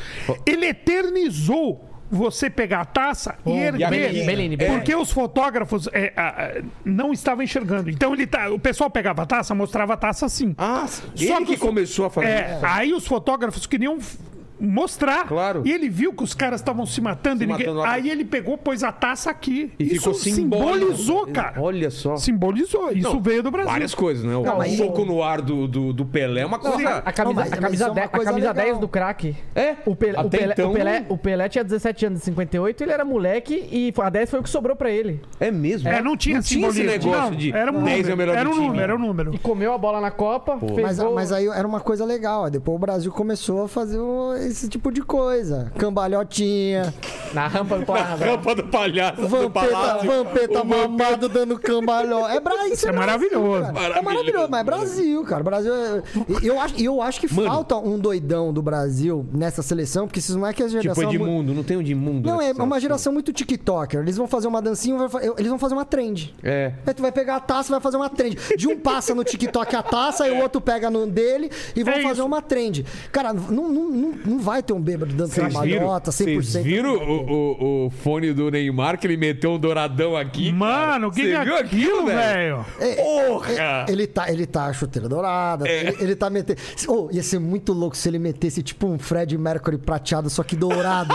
Ele eternizou você pegar a taça e erguer.
amiguinha.
Bellini, Bellini.
Porque os fotógrafos é, a- a- não estavam enxergando. Então ele tá, o pessoal pegava a taça, mostrava a taça assim.
Ah, ele que,
os-
começou a fazer
É, aí os fotógrafos queriam f- mostrar.
Claro.
E ele viu que os caras estavam se matando. e ninguém-
matando lá.
Aí ele pegou, pôs a taça aqui.
E ficou simbólico.
simbolizou, cara.
Olha só.
Simbolizou. Isso
Não,
veio do Brasil.
Várias coisas, né? O
mas-
soco no ar do, do, do Pelé é uma coisa.
A camisa,
Não, mas-
a
mas
camisa,
isso é uma
de- a
coisa
camisa
legal.
10 do craque.
É,
O Pelé, o,
até
Pelé,
então-
o, Pelé, o Pelé tinha 17 anos em 58, ele era moleque e a 10 foi o que sobrou pra ele.
É mesmo.
É, não tinha
esse
simbolismo.
negócio
Não,
de
era um
10 é o
número,
melhor
era
do
um
time.
número, era um número.
E comeu a bola na Copa,
É,
fez
Mas,
gol.
mas aí era uma coisa legal. Depois o Brasil começou a fazer o- esse tipo de coisa. Cambalhotinha,
Na rampa do
(laughs) Na
Palmeiras.
rampa do palhaço, do
vampeta,
palácio.
vampeta
o Ah, Vampeta-
mamado dando cambalhota. É, bra... isso
É
Brasil,
maravilhoso.
cara. É
Maravilhoso,
maravilhoso, mas é Brasil, cara. Brasil é... e eu, acho, e eu acho que falta um doidão do Brasil nessa seleção, porque isso não é que a
Tipo
geração... é muito-
Edmundo, não tem o Edmundo.
Não, é
nessa
uma geração muito TikToker. Eles vão fazer uma dancinha, vai fa- eles vão fazer uma trend.
É.
Aí tu vai pegar a taça, vai fazer uma trend. De um passa no TikTok a taça, e o outro pega no dele e vão
É
fazer
isso.
uma trend. Cara, não, não, não, não vai ter um bêbado dando
Vocês viram,
trabalhota, 100%.
vocês viram o, o- o fone do Neymar que ele meteu um douradão aqui?
Mano, o que,
Você
que é
viu
aquilo,
aquilo,
velho?
É, Porra!
Ele tá, ele tá chuteira dourada,
É.
ele, ele tá metendo. Oh, ia ser muito louco se ele metesse tipo um Fred Mercury prateado, só que
(laughs)
dourado.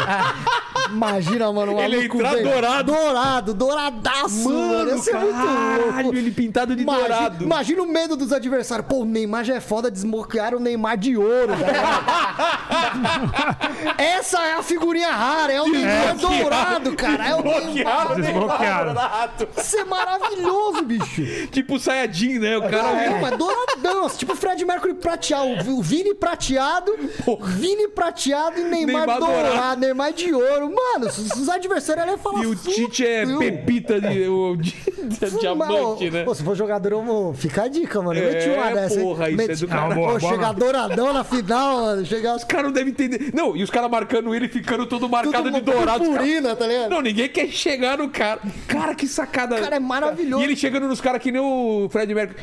Imagina, mano, um
Ele
maluco
entrar
velho.
dourado.
Dourado, douradaço, mano.
Mano,
ia ser muito
caralho,
louco.
ele pintado de
Imagina-
dourado.
Imagina o medo dos adversários. Pô, o Neymar já é foda, desmoquearam o Neymar de
(laughs)
ouro. velho. Essa é a figurinha rara, é o Neymar dourado, cara. É o Neymar.
Desbloqueado,
Desbloquearam.
dourado.
Isso é maravilhoso, bicho.
Tipo o Sayajin, né? O cara.
Não, mas douradão, assim, tipo o Fred Mercury prateado, o Vini prateado, Vini prateado e Neymar,
Neymar
dourado,
dourado.
Neymar de ouro. Mano, os, os adversários iam falar
E o
"Fudeu,
Tite é pepita de, o- (laughs) de- de diamante,
mano."
né?
Pô, se for jogador, eu vou... fica a dica, mano.
É,
Meti uma dessa. hein?
porra, isso é do
Pô,
caralho.
Boa, boa,
chegar
mano.
douradão na final, mano. Chegar
Os caras não devem entender. Não, e os caras marcando ele ficando todo marcado de
tudo
dourado. Os caras-
purpurina, tá ligado?
Não, ninguém quer chegar no cara. Cara, que sacada.
Cara, é maravilhoso.
E ele chegando nos caras que nem o Fred Mercury.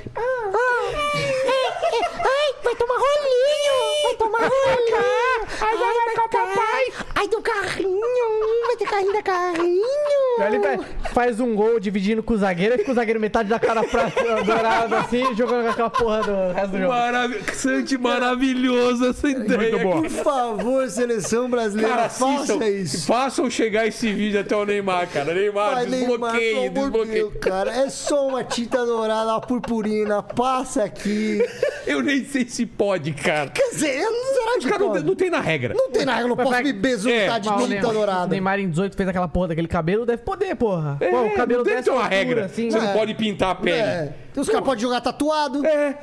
Ai, vai tomar rolinho! Vai tomar rolinho! Ai, vai marcar o papai! Ai, do carrinho! Vai ter carrinho da carrinho!
Aí Ele fa- faz um gol dividindo com o zagueiro, e fica o zagueiro metade da cara pra dourada assim, jogando com aquela porra do resto do jogo.
Maravilhoso. Sante, maravilhoso essa ideia.
Muito bom.
Por favor, seleção brasileira,
Cara, assistam,
faça isso.
façam chegar esse vídeo até o Neymar, cara. Neymar,
Vai, Neymar, pelo
desbloqueio,
amor de
desbloqueio.
Deus, cara. É só uma tinta dourada, uma purpurina, passa aqui.
Eu nem sei se pode, cara.
Quer dizer, eu não será
Os
que
caras não,
pode?
não tem na regra.
Não tem nada, eu não
Mas
posso
pega-
me besuntar
É,
de
Mas o
tinta
Neymar- O
dourada.
Neymar em 18 fez aquela porra daquele cabelo, deve poder, porra.
É,
Pô, o cabelo
não tem que
dessa
ter uma
altura,
regra.
assim.
Você não
É.
pode pintar a pele.
É. Os caras podem jogar tatuado.
É.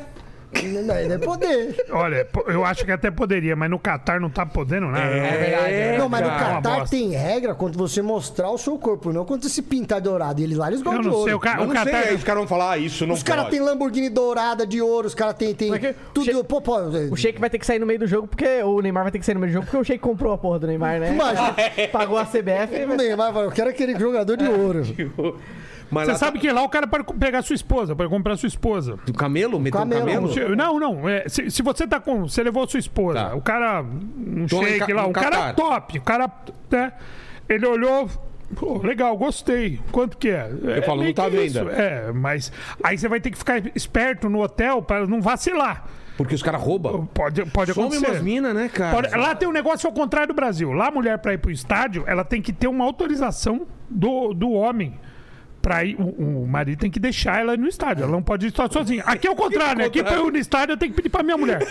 Não, não é poder.
Olha, pô, eu acho que até poderia, mas no Catar não tá podendo nada.
É,
É
não, mas no
cara.
cara. Uma
Catar
bosta.
tem regra quando você mostrar o seu corpo, não quando você se pintar dourado. E eles lá, eles
Eu
gostam de
não
ouro.
sei, o, ca
Eu
o
não sei,
Catar.
aí os caras vão falar ah, isso, não
Os caras
pode.
têm Lamborghini dourada de ouro, os caras têm. Tem
Mas que- o
tudo.
Che-
Pô, pô,
O Sheik vai ter que sair no meio do jogo, porque o Neymar vai ter que sair no meio do jogo, porque o Sheik comprou a porra do Neymar, né?
Imagina.
Pagou a CBF.
O Neymar vai, eu quero aquele jogador de ouro.
Mas
Você
lá tá-
sabe que lá o cara para co- pegar sua esposa, para comprar sua esposa.
Do camelo? Meteu um
Camelo.
camelo?
Não,
Se- Não, não. é, se, se você tá com. Você levou sua esposa,
Tá.
o cara. Um
Tô em
shake
Ca-
lá,
no
um cara
Catar.
top. O cara. Né, ele olhou. Pô, legal, gostei. Quanto que é? Eu
falo, não tá à venda.
É, mas. Aí você vai ter que ficar esperto no hotel para não vacilar.
Porque os caras roubam.
Pode, pode
Some
acontecer.
umas minas, né, cara?
Pode- lá tem um negócio ao contrário do Brasil. Lá a mulher, para ir pro estádio, ela tem que ter uma autorização do, do homem pra ir, o, o marido tem que deixar ela ir no estádio. Ela não pode ir só sozinha. Aqui é o contrário. Aqui pra eu ir no estádio, eu tenho que pedir pra minha mulher.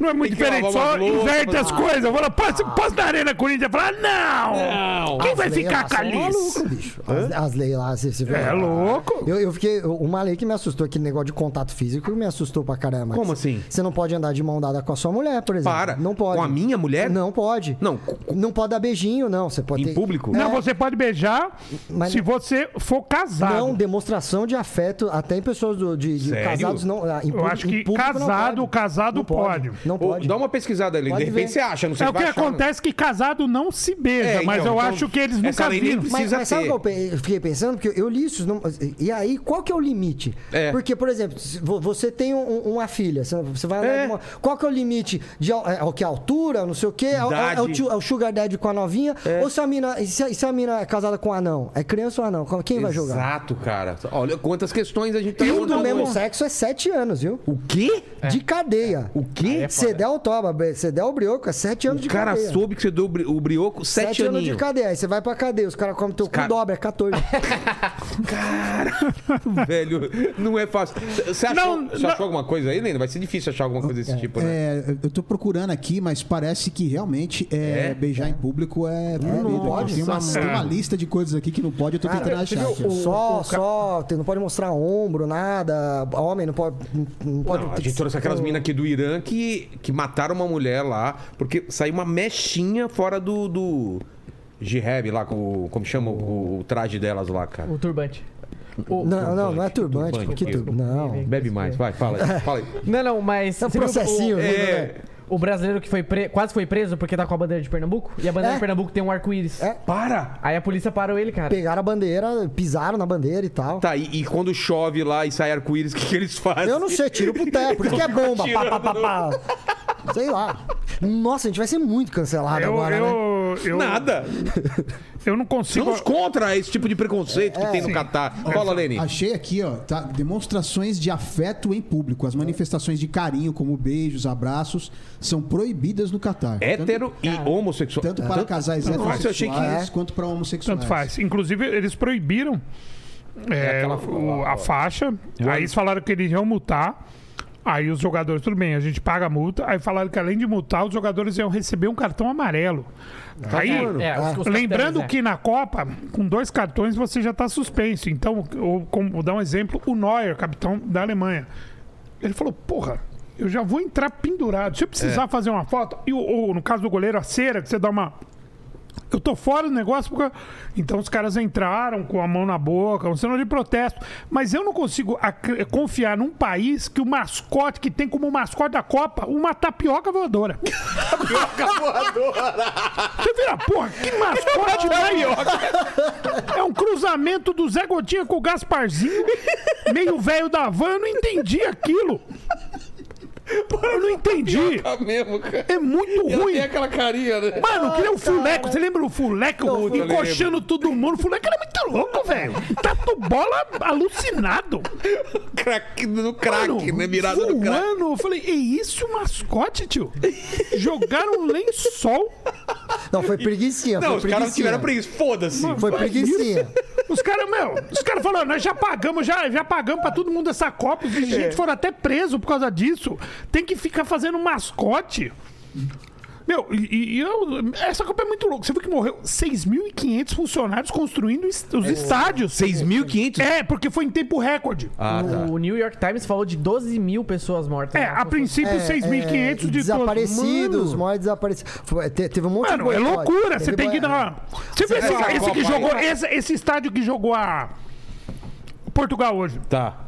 Não é muito
Tem que lavar
diferente.
uma
Só
louça,
inverte as
ah,
coisas. Fala, posso, posso na Arena Corinthians? Fala, não!
Não.
Quem
As
vai
leis
ficar
lá
com a
são
Alice?
malucas, bicho. As, as leis lá, você, você vê.
É louco.
Eu, eu fiquei. Uma lei que me assustou, aquele negócio de contato físico, me assustou pra caramba.
Como assim?
Você não pode andar de mão dada com a sua mulher, por exemplo.
Para.
Não pode.
Com a minha mulher?
Não pode.
Não, com- com-
Não pode dar beijinho, não. Você pode
Em
ter-
público?
Não, você pode beijar
Mas-
se você for casado.
Não, demonstração de afeto, até em pessoas do- de, de
Sério?
casados não. ah, Em
Eu acho que casado, casado
não
pode.
Não
Ô,
pode.
Dá uma pesquisada ali.
Pode
de repente
ver.
você acha, não sei
É o
se
que
vai achar, né?
acontece que casado não se beija,
É, então,
mas eu
então,
acho que eles
essa
nunca
lei nem
viram.
precisa-
Mas, mas sabe o
ter.
que eu pe- eu fiquei pensando? Porque eu li isso. não- E aí, qual que é o limite?
É.
Porque, por exemplo, se vo- você tem um- uma filha, você- você vai andar
É.
de uma- Qual que é o limite? De al- é, o que? Altura, não sei o quê? É, o- é, o
Idade. É.
tio- é o sugar daddy com a novinha? Ou se a, mina, e se, a- e se a mina é casada com um anão? É criança ou anão? Qual- Quem vai jogar?
Exato, cara. Olha quantas questões a gente tá
Um do
levantando
mesmo
hoje.
sexo é sete anos, viu?
O quê?
De cadeia.
O quê?
Você der o toba, você der o brioco, é sete anos
O
de
cara
cadeia.
soube que você deu o bri- o brioco sete,
Sete anos de
aninhos.
cadeia. Aí você vai pra cadeia, os caras comem teu cu
cara-
dobra, é 14.
(laughs) Velho, não é fácil. Você achou,
Não,
você
não.
achou alguma coisa aí, Lênin? Vai ser difícil achar alguma coisa desse tipo, né?
É, eu tô procurando aqui, mas parece que realmente é,
É?
beijar em público é proibido.
pode,
tem, uma,
nossa,
tem uma
cara.
lista de coisas aqui que não pode, eu tô
Cara,
tentando achar. aqui, ó.
só, só, tem- não pode mostrar ombro, nada. Homem não pode. Não pode
Não, a gente trouxe aquelas minas aqui do Irã que, que mataram uma mulher lá, porque saiu uma mechinha fora do. do... Jihab lá, com o- como chama o, o traje delas lá, cara.
O turbante.
Não, não, não, é turbante.
turbante,
porque
turbante.
tur- Não.
Bebe mais, vai, fala aí. Fala aí.
Não, não, mas.
É um
você viu
processinho,
o-
É,
O brasileiro que foi pre- quase foi preso porque tá com a bandeira de Pernambuco. E a bandeira
É.
de Pernambuco tem um arco-íris.
É.
para!
Aí a polícia parou ele, cara.
Pegaram a bandeira, pisaram na bandeira e tal.
Tá, e, e quando chove lá e sai arco-íris, (laughs) o que, que eles fazem?
Eu não sei, tiro pro teto, porque é bomba. Pá, pá, pá, pá. Sei lá. Nossa, a gente vai ser muito cancelado
Eu,
agora, né?
eu, eu,
Nada!
eu não consigo.
Somos contra esse tipo de preconceito que tem no Catar. Fala, Leni.
Achei aqui, ó, tá, demonstrações de afeto em público. As manifestações de carinho, como beijos, abraços, são proibidas no Catar.
Hétero e homossexual.
Tanto, tanto para casais
Nossa, É? eu achei que- é.
heterossexuais quanto para homossexuais.
né?
Tanto faz. Inclusive, eles proibiram é,
aquela-
o- a faixa. Aí eles falaram que eles iam multar. Aí os jogadores, tudo bem, a gente paga a multa. Aí falaram que além de multar, os jogadores iam receber um cartão amarelo.
Tá
Aí,
É, os- os
Lembrando
capitães, né?
que na Copa, com dois cartões, você já está suspenso. Então, eu, como- vou dar um exemplo: o Neuer, capitão da Alemanha. Ele falou: porra, eu já vou entrar pendurado. Se eu precisar fazer uma foto, e o- ou no caso do goleiro, a cera, que você dá uma. Eu tô fora do negócio porque. Então os caras entraram com a mão na boca, um sinal de protesto. Mas eu não consigo acre- confiar num país que o mascote, que tem como mascote da Copa, uma tapioca voadora. tapioca voadora! Você vira, porra, que mascote tapioca! É um cruzamento do Zé Gotinha com o Gasparzinho, meio velho da van, eu não entendi aquilo. Eu não entendi.
Ah, mesmo, cara.
É muito ruim.
aquela carinha, né?
Mano, que nem o Fuleco. Você lembra o Fuleco encoxando todo mundo? O Fuleco era muito louco, velho. Tatu bola alucinado.
Crack, no crack,
Mano,
né? Mirada no crack.
voando. Eu falei, é isso o mascote, tio? Jogaram um lençol.
Não, foi preguiçinha.
Não,
foi
os caras
preguiçinha.
tiveram preguiça. Foda-se.
Foi preguiçinha.
Os caras, meu, os caras falaram, nós já pagamos, já, já pagamos pra todo mundo essa Copa.
É.
Os gente foram até preso por causa disso. Tem que ficar fazendo mascote. Meu, e, e eu- essa Copa é muito louca. Você viu que morreu 6.500 funcionários construindo es- os
É.
estádios.
6.500?
É, porque foi em tempo recorde.
Ah, tá.
O New York Times falou de 12 mil pessoas mortas.
É,
né?
a princípio
É,
6.500 de todos.
Desaparecidos,
Mano,
maior desaparecidos. Foi- te- Teve um monte de
Mano, é
boicote.
loucura.
Teve
Você tem
boi-
que dar. Você vê esse,
viu a
esse que
Copa aí?
jogou. Esse, esse estádio que jogou a. Portugal hoje.
Tá.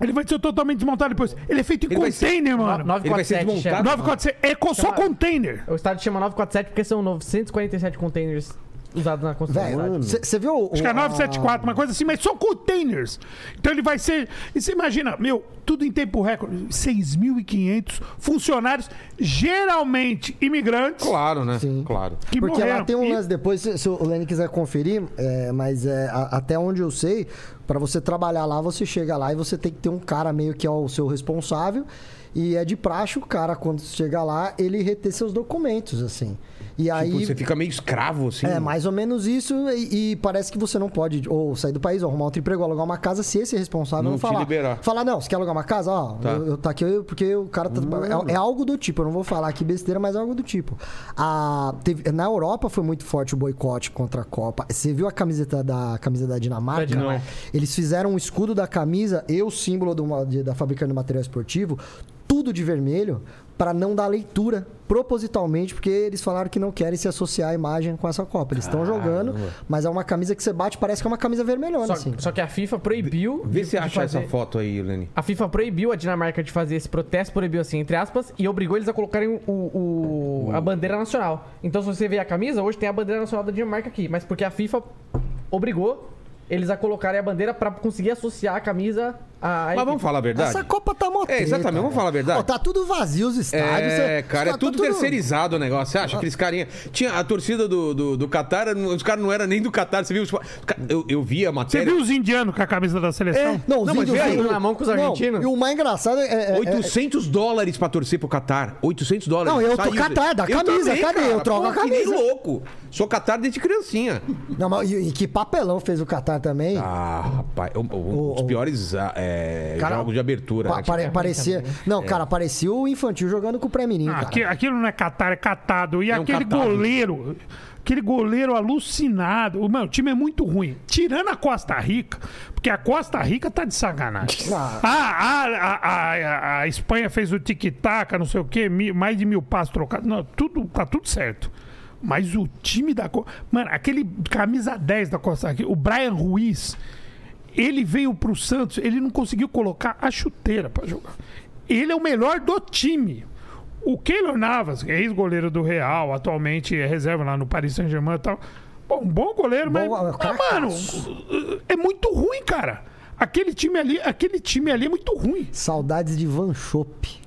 Ele vai ser totalmente desmontado depois. Ele é feito em
Ele vai
container, mano.
No- 947
Ele vai ser
chama.
desmontado?
947. É co- só
Chama-
container.
O estádio chama 947 porque são 947 containers usados na construção do
Velho,
estádio.
você viu o.
Acho que é
a-
974, uma coisa assim, mas são containers. Então ele vai ser. E você imagina, meu, tudo em tempo recorde. 6.500 funcionários, geralmente imigrantes,
Claro, né? Claro.
que
Porque
morreram.
lá tem um
E-
lance depois, se, se o Lenny quiser conferir, é, mas é, a- até onde eu sei, pra você trabalhar lá, você chega lá e você tem que ter um cara meio que é o seu responsável. E é de praxe o cara, quando chega lá, ele reter seus documentos, assim. E aí.
Tipo, você fica meio escravo, assim.
É, mais ou menos isso, e, e parece que você não pode ou sair do país, ou arrumar outro emprego, ou alugar uma casa, se esse é responsável não,
Não te
falar.
liberar.
Falar, não, você quer alugar uma casa? Ó,
Tá. Hum.
eu, eu tá aqui eu- porque o cara tá. É, é algo do tipo, eu não vou falar aqui besteira, mas é algo do tipo. A, teve- na Europa foi muito forte o boicote contra a Copa. Você viu a camiseta da camisa da Dinamarca?
Da Dinamarca.
Eles fizeram o escudo da camisa e o símbolo do ma- de- da fabricante de material esportivo, tudo de vermelho, para não dar leitura, propositalmente, porque eles falaram que não querem se associar à imagem com essa Copa. Eles estão jogando, mas é uma camisa que você bate, parece que é uma camisa vermelhona,
Só,
assim.
só que a FIFA proibiu.
Vê
de-
se
de
acha essa
fazer-
foto aí, Lenny.
A FIFA proibiu a Dinamarca de fazer esse protesto, proibiu assim, entre aspas, e obrigou eles a colocarem o, o- a bandeira nacional. Então, se você ver a camisa, hoje tem a bandeira nacional da Dinamarca aqui, mas porque a FIFA obrigou eles a colocarem a bandeira pra conseguir associar a camisa à. à
Mas vamos
equipe.
falar a verdade?
Essa Copa tá mó
É, exatamente,
treta,
vamos falar a verdade.
Ó, tá tudo vazio os estádios.
É,
você-
cara, é
tá
tudo terceirizado o negócio. Você acha aqueles carinha. Tinha a torcida do, do, do Catar, os caras não eram nem do Catar. Você viu? Os... ca- Eu, eu vi a
Você
matéria.
viu os indianos com a camisa da seleção?
Não, os
Não, mas
índios-
vê aí,
na mão com os
Não,
argentinos.
E o mais engraçado é- é. é-
800 dólares pra torcer pro Catar. 800 dólares.
Não, eu tô
Saiu-
Catar, da
Eu
camisa,
também,
cadê?
cara.
Eu troco
Pô,
a
Que nem
camisa.
louco. Sou Catar desde criancinha.
Não, mas e, e que papelão fez o Qatar também.
Ah, rapaz. Um, um- um dos
o-
piores ah, é,
Cara,
jogos de abertura.
Pa-
né,
pare-
cara?
parecia. Não, cara, parecia o infantil jogando com o pré-menino.
Ah,
cara.
aqui- aquilo não é catar, é catado. E
É um
aquele
catado.
goleiro, aquele goleiro alucinado. Mano, o time é muito ruim. Tirando a Costa Rica, porque a Costa Rica tá de
(laughs)
sacanagem.
Ah.
A, a, a, ah, a- a Espanha fez o tic-tac, não sei o quê, mi- mais de mil passos trocados. Não, tudo, tá tudo certo. Mas o time da. Co- Mano, aquele camisa 10 da Costa Rica, o Brian Ruiz, ele veio pro Santos, ele não conseguiu colocar a chuteira pra jogar. Ele é o melhor do time. O Keylor Navas, é ex-goleiro do Real, atualmente é reserva lá no Paris Saint-Germain e tal. Pô, um bom goleiro, mas,
Bom, é o cara
mas, mano, é muito ruim, cara. Aquele time ali, aquele time ali é muito ruim.
Saudades de Van Chopp.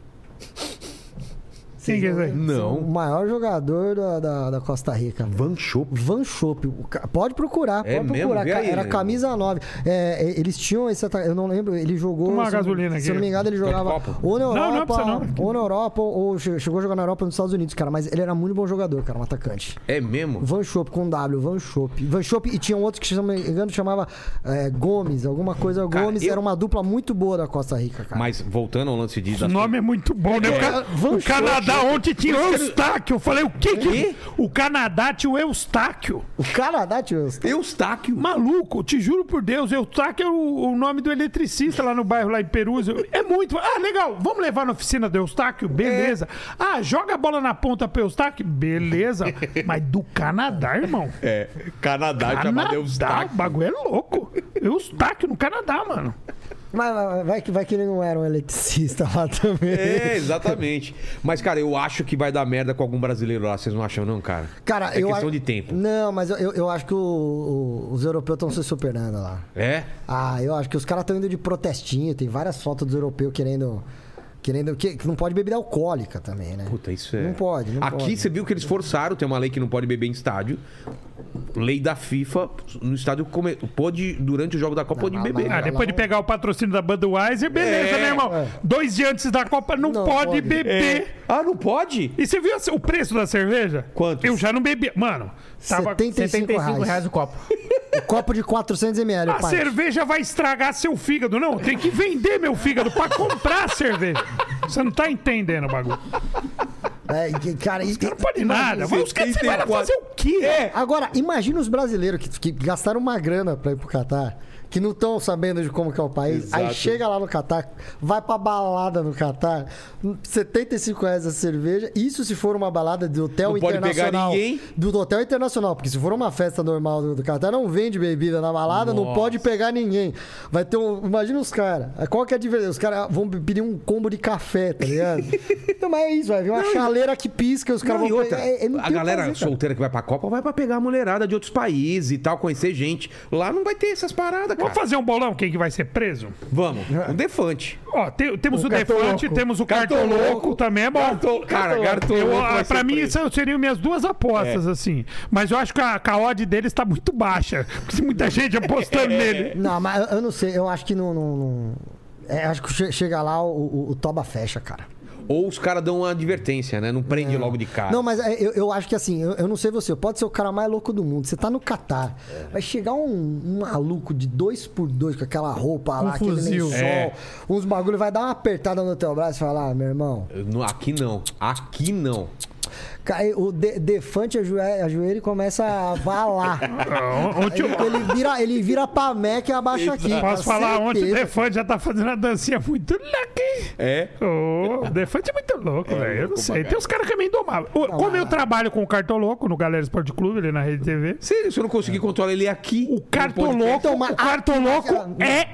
Quem que é esse aí?
O
Não.
maior jogador da, da, da Costa Rica.
Van Chopp.
Van Chopp. O ca- Pode procurar, pode
É mesmo?
procurar.
Vê
cara.
aí,
Era
né?
camisa 9. É, e- eles tinham esse ata- Eu não lembro, ele jogou.
Toma uma
se eu-
gasolina
Se eu
aqui.
não me engano, ele jogava
copo?
ou na
não
Europa,
precisa não.
ou na Europa, ou che- chegou a jogar na Europa ou nos Estados Unidos, cara. Mas ele era muito bom jogador, cara, um atacante.
É mesmo?
Van Schopp com W, Van Schopp. Van Schopp e tinha um outro que, se não me engano, chamava é, Gomes, alguma coisa
Cara,
Gomes.
eu-
Era uma dupla muito boa da Costa Rica, cara.
Mas voltando ao lance de.
O
das-
nome é muito bom, né? O, ca-
Van
o
Schoot.
Canadá ontem tinha o Eustáquio. Eu falei, o que que... O Canadá tinha o Eustáquio.
O Canadá, tio.
Eustáquio.
Maluco, te juro por Deus, Eustáquio é o, o nome do eletricista lá no bairro, lá em Perusa. É muito. Ah, legal, vamos levar na oficina do Eustáquio? Beleza.
É.
Ah, joga a bola na ponta pro Eustáquio? Beleza. Mas do Canadá, irmão.
É, Canadá, chamado
Canadá, o
Eustáquio.
bagulho é louco. Eustáquio no Canadá, mano.
Mas mas vai que, vai que ele não era um eletricista lá também.
É, exatamente. Mas, cara, eu acho que vai dar merda com algum brasileiro lá. Vocês não acham, não, cara?
Cara,
é
eu
questão
a-
de tempo.
Não, mas eu, eu, eu acho que o- o- os europeus estão se superando lá.
É?
Ah, eu acho que os caras estão indo de protestinho. Tem várias fotos dos europeus querendo. querendo que, que não pode beber alcoólica também, né?
Puta, isso é.
Não pode, não
Aqui
pode.
você viu que eles forçaram, tem uma lei que não pode beber em estádio. Lei da FIFA, no estádio come... pôde, durante o jogo da Copa, pôde
mas-
beber.
Ah,
cara.
depois de pegar o patrocínio da Budweiser, beleza,
É.
né, irmão? Dois dias antes da Copa não,
Não
pode,
pode.
beber.
É. Ah, não pode?
E você viu assim, o preço da cerveja?
Quantos?
Eu já não bebia. Mano, tava.
75
75 reais
reais.
o copo.
Um copo de 400ml,
Ah,
A
pai.
cerveja vai estragar seu fígado. Não, tem que vender meu fígado pra comprar a cerveja. Você não tá entendendo o bagulho.
É, que- cara, e,
Não pode nada. Vai, os caras você vai lá
74.
fazer o quê? É.
Agora, imagina os brasileiros que, que gastaram uma grana pra ir pro Catar, que não estão sabendo de como que é o país. Aí
Exato.
chega lá no Catar, vai pra balada no Catar, 75 reais a cerveja. Isso se for uma balada de hotel
Não pode pegar
internacional.
ninguém.
Do, do hotel internacional, porque se for uma festa normal do, do Catar, não vende bebida na balada, não
Nossa.
pode pegar ninguém. Vai ter um. Imagina os caras. Qual que é a diferença? Os caras vão pedir um combo de café,
(laughs)
tá ligado? não, mas é isso, vai vir uma chaleira que pisca, os caras
Não,
vão
e outra,
é- é- não
a
tem o que
galera
fazer, cara.
solteira que vai pra Copa vai pra pegar a mulherada de outros países e tal, conhecer gente. Lá não vai ter essas paradas, cara.
Vamos fazer um bolão, quem que vai ser preso?
Vamos, um defante.
Ó, te- temos o,
cartoloco.
Defante, temos o Cartoloco,
Cartoloco.
também é bom.
Carto- cara,
Eu,
Cartoloco vai
ah,
ser
pra mim,
preso.
isso seriam minhas duas apostas, assim. Mas eu acho que a, que a odd deles tá muito baixa. Porque tem muita gente apostando nele.
Não, mas eu- eu não sei, eu acho que não. não- não- é, acho que che- chega lá, o, o- o Toba fecha, cara.
Ou os caras dão uma advertência, né? Não prende logo de cara.
Não, mas é, eu, eu acho que assim, eu, eu não sei você, pode ser o cara mais louco do mundo. Você tá no Catar,
É.
vai chegar um, um maluco de dois por dois com aquela roupa
Um
lá, aquele
fuzil.
lençol,
É.
uns bagulho, vai dar uma apertada no teu braço e falar, ah, meu irmão,
Eu não- Aqui não. Aqui não.
cai, o de- Defante ajoelha, ajoelha e começa a
(laughs)
valar. Aí
Ontem, eu-
ele vira, ele vira pra Mac e abaixa aqui. cara,
posso falar, ontem o
certeza.
Defante já tá fazendo a dancinha muito lucky.
É.
Ô, o Defante é muito louco, velho. Eu não
louco pra
sei. Tem
caralho.
uns caras que é meio indomável. Ô, Como eu trabalho com o Cartoloco no Galera Esporte Clube, ali na Rede TV,
Se, se eu não conseguir controlar ele aqui.
o Cartoloco,
Então, mas
o Cartoloco
aqui-
é
É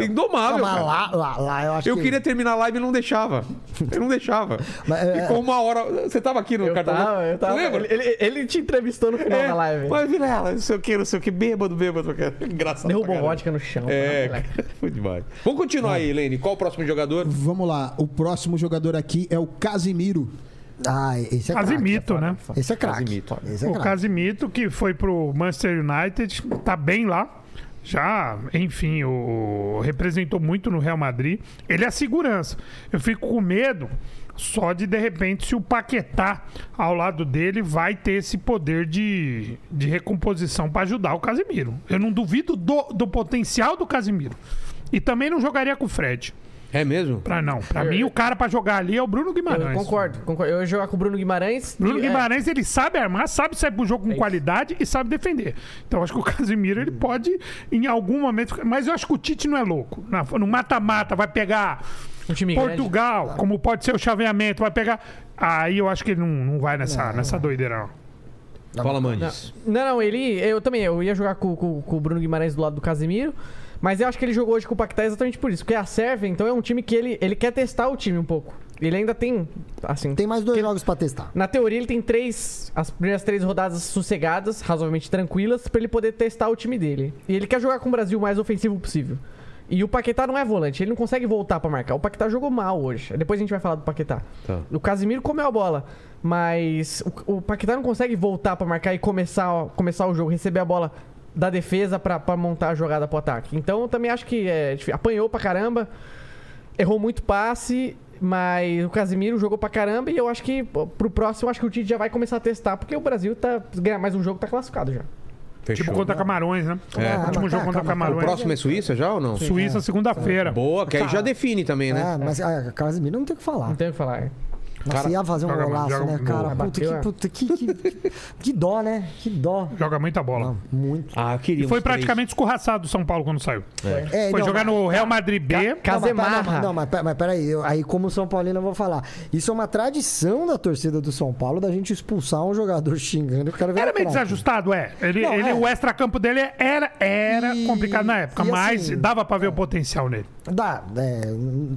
Não,
Tá
Indomável.
mas
cara.
lá, lá, lá, eu acho
Eu
que...
queria terminar a live e não deixava. Eu não deixava.
Mas, é,
Ficou uma hora. Você tava aqui no
Eu
cartão?
tava, eu tava.
Lembra?
Ele, ele- ele te entrevistou no final
É,
da live.
Mas Vilela, não sei o que, não sei o que, bêbado, bêbado. cara. (laughs) Engraçado.
Derrubou
pra caralho.
vodka no chão.
É,
cara, moleque.
cara, (laughs) foi demais. Vamos continuar aí, Lene. Qual o próximo jogador?
Vamos lá, o próximo jogador aqui é o Casimiro.
Ah, esse é craque.
Casimito, né?
Esse é craque.
Casimiro.
Esse é
O
craque.
Casimito, que foi pro Manchester United, tá bem lá. Já, enfim, o, o- representou muito no Real Madrid. Ele é segurança. Eu fico com medo só de, de repente, se o Paquetá ao lado dele vai ter esse poder de, de recomposição para ajudar o Casimiro. Eu não duvido do, do potencial do Casimiro. E também não jogaria com o Fred.
É mesmo?
Pra não. Pra mim, o cara para jogar ali é o Bruno
Eu
Guimarães.
concordo, concordo. Eu ia jogar com o Bruno Guimarães.
Bruno
que, é,
Guimarães, ele sabe armar, sabe sair pro jogo com qualidade e sabe defender. Então, acho que o Casimiro, ele pode, em algum momento... Mas eu acho que o Tite não é louco. Na- No mata-mata, vai pegar
um time grande.
Portugal, como pode ser o chaveamento, vai pegar... Aí eu acho que ele não, não vai nessa, nessa doideira, não.
Fala, Mandes.
Não, não, ele. Eu também, eu ia jogar com, com- com o Bruno Guimarães do lado do Casimiro. Mas eu acho que ele jogou hoje com o Paquetá exatamente por isso. Porque a Sérvia, então, é um time que ele, ele quer testar o time um pouco. Ele ainda tem, assim...
Tem mais dois jogos pra testar.
Na teoria, ele tem três... As primeiras três rodadas sossegadas, razoavelmente tranquilas, pra ele poder testar o time dele. E ele quer jogar com o Brasil o mais ofensivo possível. E o Paquetá não é volante, ele não consegue voltar pra marcar. O Paquetá jogou mal hoje. Depois a gente vai falar do Paquetá.
Tá.
O Casimiro comeu a bola, mas o, o Paquetá não consegue voltar pra marcar e começar, começar o jogo, receber a bola da defesa pra pra montar a jogada pro ataque. Então eu também acho que é, difí- apanhou pra caramba, errou muito passe, mas o Casimiro jogou pra caramba e eu acho que pô, pro próximo acho que o Tite já vai começar a testar, porque o Brasil tá se ganhar mais um jogo tá classificado já.
Fechou.
Tipo contra Camarões, né?
É.
O
Ah,
último
mas
jogo
tá,
contra
calma,
O
Camarões.
próximo é Suíça já ou não?
Suíça, segunda-feira.
Boa, que aí
Tá.
já define também, né?
É, mas ah, Casimiro não tem o que falar.
Não tem o que falar.
Nossa,
Cara,
ia fazer um
joga-
golaço,
joga-
né, cara?
boa.
Puta,
Bateu,
que, puta que, que, que dó, né? Que dó.
Joga muita bola.
Muito.
Ah, eu queria.
E foi
uns três.
praticamente escorraçado o São Paulo quando saiu.
É,
Foi
não,
jogar
mas-
no Real Madrid B.
Não, mas,
Casemarra.
pera- não, mas, pera- mas peraí, eu- aí como São Paulino eu vou falar. Isso é uma tradição da torcida do São Paulo, da gente expulsar um jogador (laughs) xingando. Eu quero ver
Era meio
craque.
desajustado, é. Ele,
Não,
ele-
é.
O extra-campo dele era, era
E-
complicado na época,
e
mas
assim,
dava pra ver o potencial nele.
Dá, é,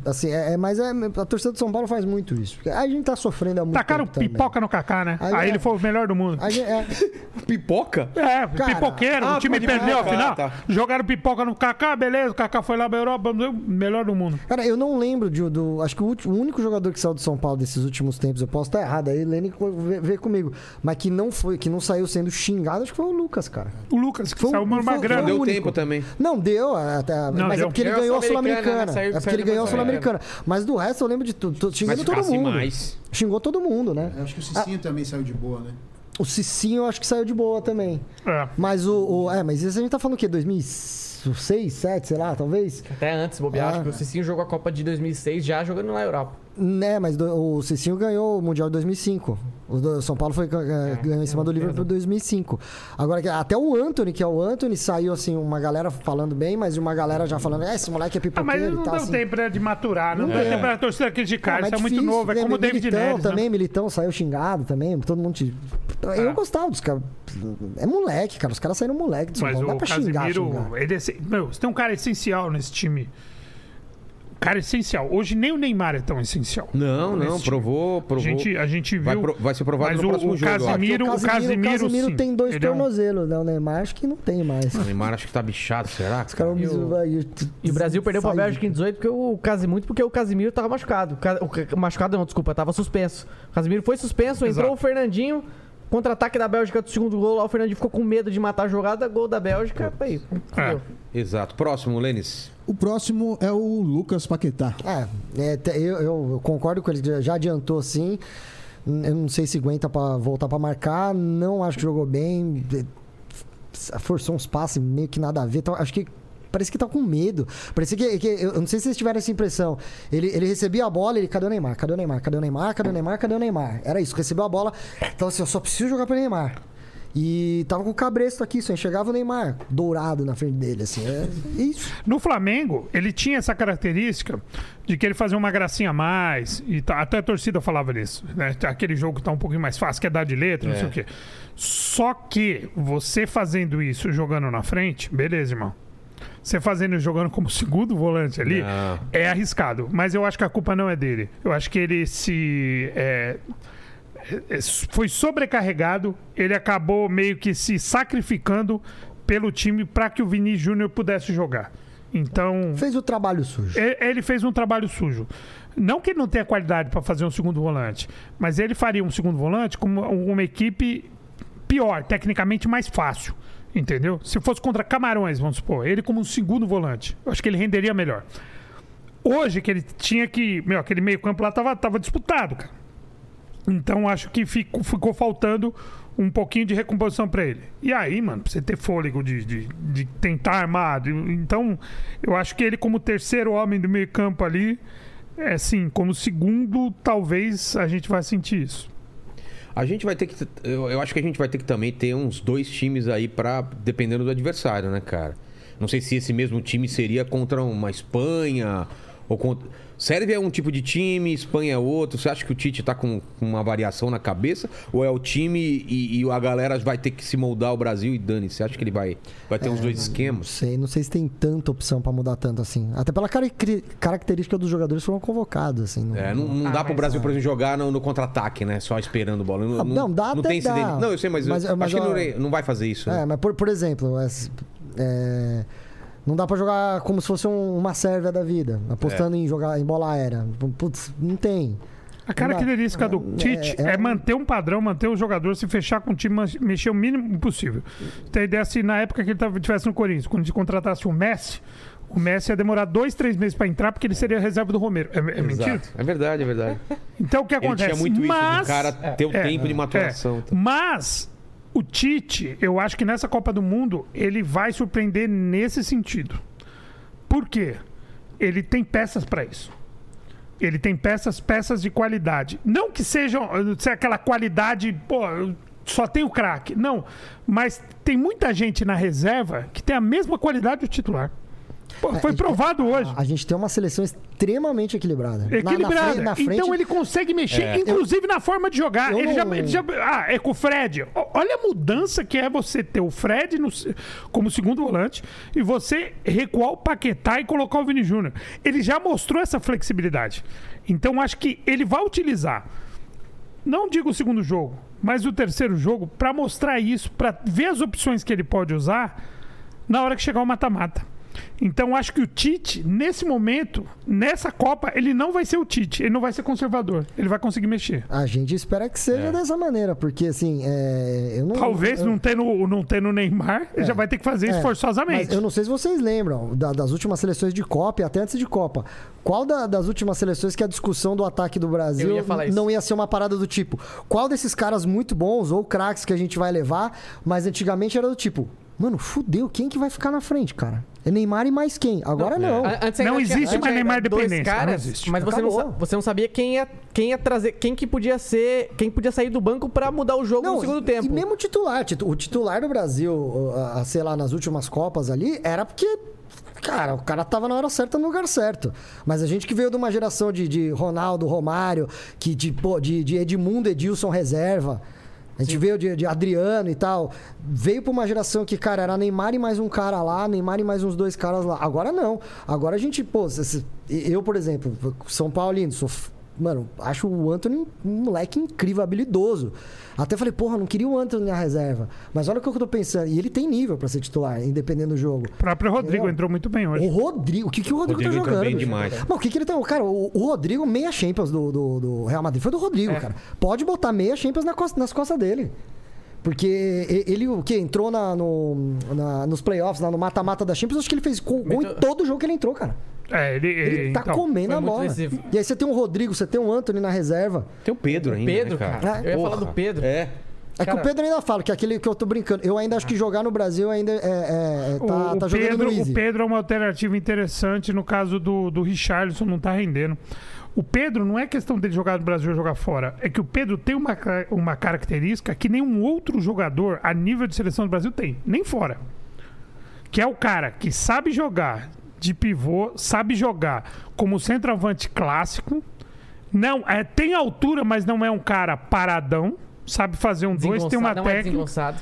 assim, é, é- mas é, a torcida do São Paulo faz muito isso. Porque A gente tá sofrendo há muito
Tacaram
tempo também.
pipoca no Kaká, né? Aí,
Aí é.
ele foi o melhor do mundo.
A gente- é,
Pipoca?
É,
Cara,
pipoqueiro,
ah,
o time
pode
perdeu a
crer,
final.
tá.
Jogaram pipoca no Kaká, beleza, o Kaká foi lá pra Europa, o melhor do mundo.
Cara, eu não lembro de, do. Acho que o, último- o único jogador que saiu do São Paulo desses últimos tempos, eu posso estar errado, aí Lene co- vê, vê comigo. Mas que não foi, que não saiu sendo xingado, acho que foi o Lucas, cara.
O Lucas, que
Foi um-
saiu uma, uma
foi-
Não
grana.
deu
único.
tempo também.
Não, deu, até,
Não,
mas é
deu.
porque ele
Ganhou a
ganhou a
Sul-Americana,
Sul-Americana.
né? Saiu-
é porque
saiu
ele ganhou a
depois da
Sul-Americana. Mas do resto eu lembro de tudo. tu-
Mas
Xingando todo
ficasse
mundo.
mais.
Xingou todo mundo,
É.
né?
Eu acho que o Cicinho também saiu de boa, né?
O Cicinho eu acho que saiu de boa também.
É.
Mas o. o- é, mas isso a gente tá falando o quê? 2006, 2007, sei lá, talvez?
Até antes, bobear,
Ah.
acho que o Cicinho jogou a Copa de 2006 já jogando na Europa.
Né, mas do- o Cicinho ganhou o Mundial de 2005. O do- São Paulo foi,
É,
gan- ganhou em cima do Liverpool em 2005. Agora, que- até o Anthony, que é o Anthony, saiu assim, uma galera falando bem, mas uma galera já falando, é, esse moleque é
Ah, mas
pipoqueiro
não
e tal.
deu
assim. É.
tempo né, de maturar, não, deu tempo pra torcida criticar,
mas
isso é muito
difícil,
novo, é
né?
como o David
Militão
Neres. né?
também, Militão saiu xingado também, todo mundo... te- Eu gostava dos caras. É moleque, cara, os caras saíram moleque do São
Mas
Paulo. Não
o
dá pra xingar,
Casimiro,
xingar.
ele é se- meu, você tem um cara essencial nesse time. Um Cara essencial. Hoje nem o Neymar é tão essencial.
Não,
Nesse
não,
time.
provou, provou.
tipo, A gente, a gente viu.
Vai pro- vai ser provado
mas
no
o,
próximo
o
jogo, eu acho.
Casimiro, o Casimiro,
o Casimiro
sim.
tem dois
Ele é um-
tornozelos, né? O Neymar acho que não tem mais.
O Neymar acho que tá bichado, será?
Os caras
E o-
vai-
E o Brasil perdeu pra
sai-
Bélgica em 18 porque o Casimiro, porque o Casimiro tava machucado. O Ca- O Ca- machucado não, desculpa, tava suspenso. O Casimiro foi suspenso, entrou
Exato.
o Fernandinho. Contra-ataque da Bélgica do segundo gol, lá o Fernandinho ficou com medo de matar a jogada, gol da Bélgica, aí, fudeu.
Exato. Próximo, Lênis.
O próximo é o Lucas Paquetá.
É, é, te- eu, eu concordo com ele, já- já adiantou sim. N- Eu não sei se aguenta pra voltar pra marcar, não acho que jogou bem. eh, f- Forçou uns passes meio que nada a ver. Tá- acho que parece que tá com medo. Parece que, que- eu não sei se vocês tiveram essa impressão. Ele, ele recebia a bola, ele cadê o Neymar? Cadê o Neymar? Cadê o Neymar? Cadê o Neymar? Cadê o Neymar? Era isso, recebeu a bola, então assim, eu só preciso jogar pro Neymar. E tava com o cabresto aqui, só enxergava o Neymar dourado na frente dele, assim. É isso.
No Flamengo, ele tinha essa característica de que ele fazia uma gracinha a mais. E tá- até a torcida falava nisso. né? Aquele jogo que tá um pouquinho mais fácil, que é dar de letra, não sei o quê. Só que você fazendo isso jogando na frente, beleza, irmão. Você fazendo jogando como (laughs) segundo volante ali
Não.
é arriscado. Mas eu acho que a culpa não é dele. Eu acho que ele se. é, é, foi sobrecarregado, ele acabou meio que se sacrificando pelo time para que o Vinícius Júnior pudesse jogar. Então,
Fez o trabalho sujo.
e- ele fez um trabalho sujo. Não que ele não tenha qualidade para fazer um segundo volante, mas ele faria um segundo volante com uma, uma equipe pior, tecnicamente mais fácil. Entendeu? Se fosse contra Camarões, vamos supor, ele como um segundo volante, eu acho que ele renderia melhor. Hoje que ele tinha que. Meu, aquele meio-campo lá tava, tava disputado, cara. Então acho que fico- ficou faltando um pouquinho de recomposição pra ele. E aí, mano, pra você ter fôlego de, de, de tentar armado. Então, eu acho que ele, como terceiro homem do meio-campo ali, é assim, como segundo, talvez a gente vai sentir isso.
A gente vai ter que. Eu, eu acho que a gente vai ter que também ter uns dois times aí para Dependendo do adversário, né, cara? Não sei se esse mesmo time seria contra uma Espanha ou contra. Sérvia é um tipo de time, Espanha é outro. Você acha que o Tite tá com, com uma variação na cabeça? Ou é o time e, e a galera vai ter que se moldar o Brasil e dane? Você acha que ele vai, vai ter uns
É.
dois
Não
esquemas?
sei, não sei se tem tanta opção pra mudar tanto assim. Até pela caracteri- característica dos jogadores que foram convocados, assim. não-
É, não, não
Ah,
dá pro
mas,
Brasil, por exemplo, jogar no, no contra-ataque, né? Só esperando bola. Não,
Ah,
não,
não, dá
não
até
tem esse
dá.
DNA. Não, eu sei, mas,
Mas-
eu,
mas
acho
ó-
que não, não vai fazer isso. né?
É, mas por, por exemplo, as- é, não dá pra jogar como se fosse um- uma sérvia da vida,
É.
apostando em jogar em bola aérea. Putz, não tem.
A característica do Tite é,
é-
manter um padrão, manter o jogador, se fechar com o time, man- mexer o mínimo possível. Tem ideia se na época que ele tava- tivesse no Corinthians, quando a gente contratasse o Messi, o Messi ia demorar dois, três meses pra entrar, porque ele seria reserva do Romero. É, é mentira?
Exato. É verdade, é verdade.
Então o que
Ele
acontece?
tinha muito isso
Mas-
do cara ter o
É,
tempo de
é.
maturação. tá?
Mas o Tite, eu acho que nessa Copa do Mundo, ele vai surpreender nesse sentido. Por quê? Ele tem peças para isso. Ele tem peças, peças de qualidade. Não que sejam se é aquela qualidade, pô, eu só tem o craque. Não. Mas tem muita gente na reserva que tem a mesma qualidade do titular. Pô, foi provado hoje.
A gente tem uma seleção extremamente equilibrada. Na- né? na
É Equilibrada.
frente- na frente-
Então ele consegue mexer, inclusive na forma de jogar.
eu
Ele, já,
não-
ele já- Ah, é com o Fred. O- Olha a mudança que é você ter o Fred no se- como segundo volante e você recuar o Paquetá e colocar o Vini Júnior. Ele já mostrou essa flexibilidade. Então acho que ele vai utilizar. Não digo o segundo jogo, mas o terceiro jogo para mostrar isso, para ver as opções que ele pode usar na hora que chegar o mata-mata. Então acho que o Tite, nesse momento, nessa Copa, ele não vai ser o Tite, ele não vai ser conservador, ele vai conseguir mexer.
A gente espera que
É.
seja dessa maneira, porque assim, é, eu não.
Talvez
eu-
não tendo, não tendo o Neymar, ele já vai ter que fazer isso
É,
forçosamente.
Mas eu não sei se vocês lembram da- das últimas seleções de Copa e até antes de Copa. Qual da- das últimas seleções que a discussão do ataque do Brasil
Eu ia falar isso.
não ia ser uma parada do tipo? Qual desses caras muito bons ou craques que a gente vai levar, mas antigamente era do tipo, mano, fudeu, quem que vai ficar na frente, cara? É Neymar e mais quem? Agora não.
A- antes ainda
Não
tinha-
existe
antes
mais
ainda
Neymar
era dois
dependência,
caras,
não existe.
Mas você não, sa-
Acabou.
você não sabia quem ia, quem ia trazer, quem que podia ser, quem podia sair do banco pra mudar o jogo no segundo
e,
tempo.
E mesmo o titular. titu- O titular do Brasil, o- a- a- sei lá, nas últimas Copas ali, era porque. Cara, o cara tava na hora certa no lugar certo. Mas a gente que veio de uma geração de, de Ronaldo, Romário, que de, pô, de, de Edmundo, Edilson reserva. A gente veio de, de Adriano e tal. Veio pra uma geração que, cara, era Neymar e mais um cara lá, Neymar e mais uns dois caras lá. Agora não. Agora a gente, pô, se- se- eu, por exemplo, São Paulino, sou f- Mano, acho o Anthony um moleque incrível, habilidoso. Até falei, porra, não queria o Anthony na reserva. Mas olha o que eu tô pensando. E ele tem nível pra ser titular, independente do jogo.
O próprio Rodrigo entrou muito bem hoje.
O Rodrigo, o que, que o Rodrigo,
Rodrigo
tá
entrou
jogando?
bem demais.
Mano, o que, que ele tá. Cara, o, o Rodrigo,
É.
meia Champions do, do, do Real Madrid. Foi do Rodrigo, cara. Pode botar meia Champions na cos- nas costas dele. Porque e- ele, o que Entrou na, no, na- nos playoffs, lá no mata-mata da Champions, acho que ele fez gol, gol em todo jogo que ele entrou, cara.
É, ele,
Ele tá
então,
comendo
foi
a
muito
bola.
decisivo.
E aí você tem o Rodrigo, você tem o Anthony na reserva.
Tem o Pedro ainda, né,
Pedro,
cara?
cara. Eu ia falar
Porra.
do Pedro.
É. (laughs)
É que
Cara-
o Pedro ainda fala, que é aquele que eu tô brincando. Eu ainda acho que jogar no Brasil ainda é, é- é-
o-
tá,
o,
tá jogando
Pedro,
no Easy.
o Pedro é uma alternativa interessante no caso do, do Richarlison, não tá rendendo. O Pedro não é questão dele jogar no Brasil ou jogar fora. É que o Pedro tem uma, ca- uma característica que nenhum outro jogador a nível de seleção do Brasil tem, nem fora. Que é o cara que sabe jogar de pivô, sabe jogar como centroavante clássico. Não, é, tem altura, mas não é um cara paradão. Sabe fazer um dois, tem uma
Desengonçado, não é
técnica.
desengonçado.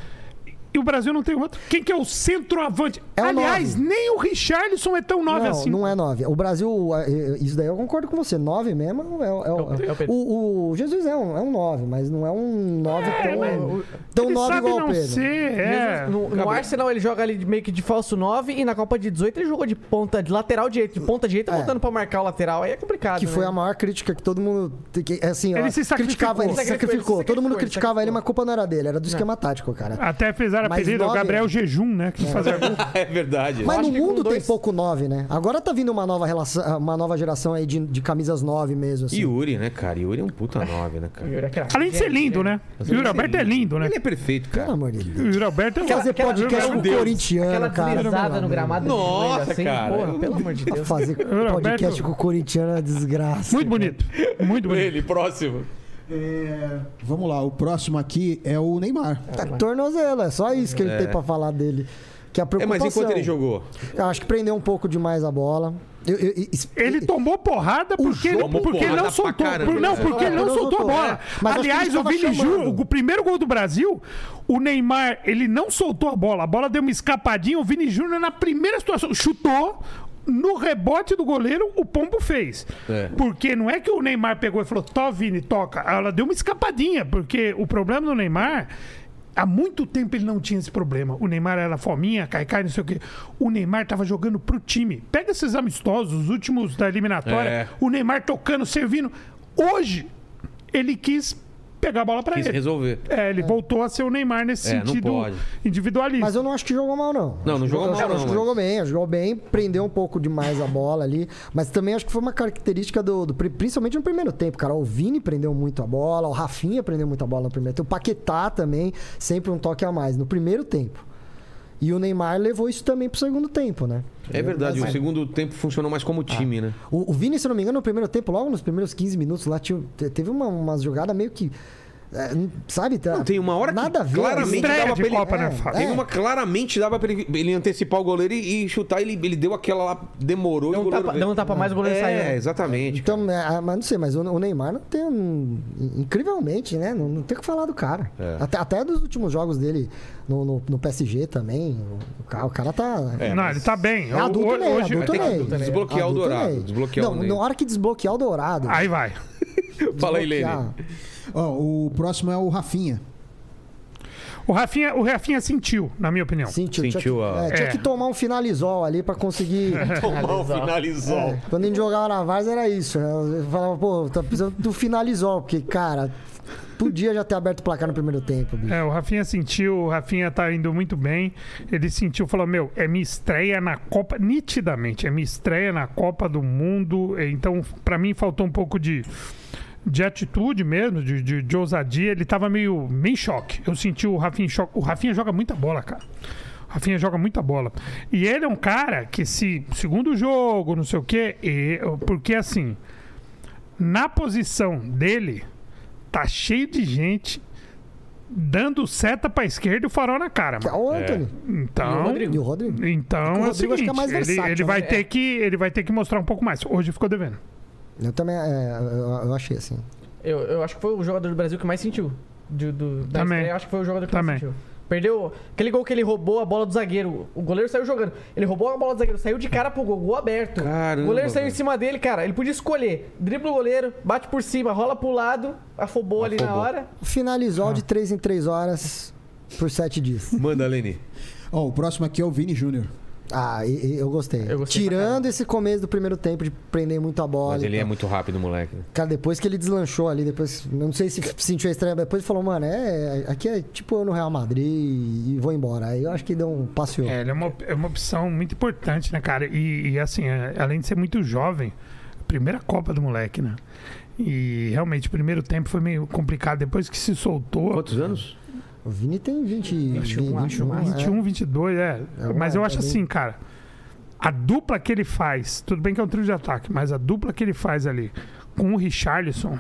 E o Brasil não tem outro. Quem que é o centroavante?
É o
Aliás,
nove.
nem o Richarlison é tão nove
Não,
assim.
não é 9. O Brasil, é, é, isso daí eu concordo com você. 9 mesmo é, o- é o-
É o- é o Pedro.
o, o Jesus é um 9, é um nove, mas não é um 9
mas
tão, tão
Ele
9
sabe
igual o
não
Pedro.
ser, é.
Mesmo no, no Arsenal ele joga ali meio que de falso 9 e na Copa de 18 ele jogou de ponta, de lateral direito, de ponta direita,
É.
voltando pra marcar o lateral. Aí é complicado.
Que foi
né?
a maior crítica que todo mundo. que, assim,
Ele
ó,
se sacrificou.
criticava, ele
Ele
se
sacrificou,
sacrificou.
ele se
Todo
sacrificou,
mundo
ele
criticava ele,
sacrificou.
mas a culpa não era dele, era do esquema tático, cara.
Até fizeram
Mas
apelido ao
nove- é.
Gabriel Jejum, né? Que fazia
(laughs)
gol.
é verdade.
Mas
acho
no
que com
mundo tem
dois-
pouco 9, né? Agora tá vindo uma nova relação, uma nova geração aí de, de camisas 9 mesmo, assim.
Yuri, né, cara? Yuri é um puta nove, né, cara?
Era craque.
Além de ser lindo, né? E o Roberto é lindo, né?
Ele é perfeito,
Pelo
cara.
amor de Deus.
E O Roberto é
Fazer
aquela-
podcast
meu
com
Deus.
Aquela
corintiano, cara.
deslizada no gramado. de
Nossa,
joelho assim,
cara.
Porra, pelo amor de Deus.
Fazer
Roberto-
podcast com corintiano é uma desgraça.
muito bonito. Muito bonito.
Ele, próximo.
É, Vamos lá, o próximo aqui é o Neymar.
É tornozelo, é só isso que ele tem pra falar dele. Que é a
É,
preocupação.
mas enquanto ele jogou?
Eu acho que prendeu um pouco demais a bola. Eu- eu- eu-
Ele tomou porrada porque, ele,
jogo-
porque ele
Tomou porrada
não
pra
soltou.
caramba.
por- não, porque ele não
Não
soltou a
soltou,
bola.
é. Mas acho que
Aliás,
ele
o
tava
Vini
chamando.
Júnior, o primeiro gol do Brasil, o Neymar, ele não soltou a bola. A bola deu uma escapadinha. O Vini Júnior, na primeira situação, chutou. No rebote do goleiro, o Pombo fez.
É.
Porque não é que o Neymar pegou e falou, Tó, Vini, toca. Ela deu uma escapadinha, porque o problema do Neymar. Há muito tempo ele não tinha esse problema. O Neymar era fominha, caicai, não sei o quê. O Neymar tava jogando pro time. Pega esses amistosos, os últimos da eliminatória.
É.
O Neymar tocando, servindo. Hoje, ele quis pegar a bola pra
Quis
ele.
resolver.
É, ele voltou a ser o Neymar nesse
É, não
sentido
pode.
individualista.
Mas eu não acho que jogou mal, não.
Não, não
Acho que
jogou
eu
mal,
Acho
não,
que
mas-
jogou bem, acho que jogou bem, prendeu um pouco demais a bola ali. Mas também acho que foi uma característica do, do- Principalmente no primeiro tempo, cara. O Vini prendeu muito a bola, o Rafinha prendeu muito a bola no primeiro tempo. O Paquetá também, sempre um toque a mais, no primeiro tempo. E o Neymar levou isso também pro segundo tempo, né?
É verdade, o segundo tempo funcionou mais como time, né?
O, o Vini, se eu não me engano, no primeiro tempo, logo nos primeiros 15 minutos, lá tinha, te- teve uma, uma jogada meio que. é, n- sabe? tá-
Não, tem uma hora que
nada a ver,
claramente
assim.
Estreia
dava
de
pra ele-
Copa, né,
É,
Fábio?
Tem uma que claramente dava pra ele, ele antecipar o goleiro e, e chutar. Ele, ele deu aquela lá, demorou
Deu
e
um
o goleiro.
tapa,
veio.
deu um tapa mais, o goleiro saiu.
É, exatamente.
Então, é, ah, mas não sei, mas o o Neymar não tem um. Incrivelmente, né? Não, não tem o que falar do cara.
É.
Até, até dos últimos jogos dele no, no- no PSG também. O, ca- o cara tá. É.
Não, ele tá bem. O-
adulto
o-
Ney,
hoje- é,
Vai
adulto
ter que
Ney.
desbloquear o
Adulto
Dourado,
Ney.
desbloquear o
Não,
Ney.
na hora que desbloquear o Dourado.
Aí vai.
Fala aí, Lene.
(laughs) desbloquear-
Ó, o próximo é o Rafinha.
O Rafinha, o Rafinha sentiu, na minha opinião.
Sentiu, tinha,
Sentiu
que,
a-
é, tinha
É. um
que tomar um finalizol ali pra
(laughs)
conseguir. É,
Tomou, finalizou.
Quando a gente jogava na Vars era isso. né? Eu falava, pô, tá precisando do finalizol, porque, cara, podia já ter aberto o placar no primeiro tempo, bicho.
É, o Rafinha sentiu, o Rafinha tá indo muito bem. Ele sentiu, falou: Meu, é minha estreia na Copa, nitidamente, é minha estreia na Copa do Mundo. É, Então, pra mim, faltou um pouco de, de atitude mesmo, de, de, de ousadia. Ele tava meio, meio em choque. Eu senti o Rafinha em choque. O Rafinha joga muita bola, cara. O Rafinha joga muita bola. E ele é um cara que, se segundo jogo, não sei o quê, e- porque assim, na posição dele, tá cheio de gente dando seta pra esquerda e o farol na cara.
Que é
mano.
o Anthony.
Então,
E o Rodrigo.
E o Rodrigo.
então
É que o
é o
Rodrigo acho
seguinte,
que é mais
ele- ele,
versátil,
vai
né?
ter que ele vai ter que mostrar um pouco mais. Hoje ficou devendo.
Eu também, é, eu, eu achei assim.
Eu, eu acho que foi o jogador do Brasil que mais sentiu. Do, do, da
Também.
estreia, eu acho que foi o jogador que
Também.
mais sentiu. Perdeu. Aquele gol que ele roubou a bola do zagueiro. O goleiro saiu jogando. Ele roubou a bola do zagueiro, saiu de cara pro gol, gol aberto.
Caramba,
o goleiro saiu
velho.
em cima dele, cara. Ele podia escolher. Dribla o goleiro, bate por cima, rola pro lado, afobou ali na
Afobou.
hora.
Finalizol
Ah.
de 3 em 3 horas por 7 dias.
Manda, Lene.
Ó, o próximo aqui é o Vini Júnior.
Ah, e- e eu gostei.
Eu gostei pra
Tirando
caramba.
esse começo do primeiro tempo de prender muito a bola.
Mas
e
ele é
tal.
muito rápido, moleque.
Cara, depois que ele deslanchou ali, depois. eu Não sei se sentiu a estranha, mas depois ele falou, mano, é. Aqui é tipo eu no Real Madrid e vou embora. Aí eu acho que deu um passeio.
É, ele é uma, é uma opção muito importante, né, cara? E, e, assim, é, além de ser muito jovem, primeira Copa do moleque, né? E realmente, o primeiro tempo foi meio complicado. Depois que se soltou.
Quantos anos?
O Vini tem 20.
21, acho,
21, é.
21, 22, é.
É,
mas
é,
eu
é
acho
bem-
assim, cara. A dupla que ele faz, tudo bem que é um trio de ataque, mas a dupla que ele faz ali com o Richarlison,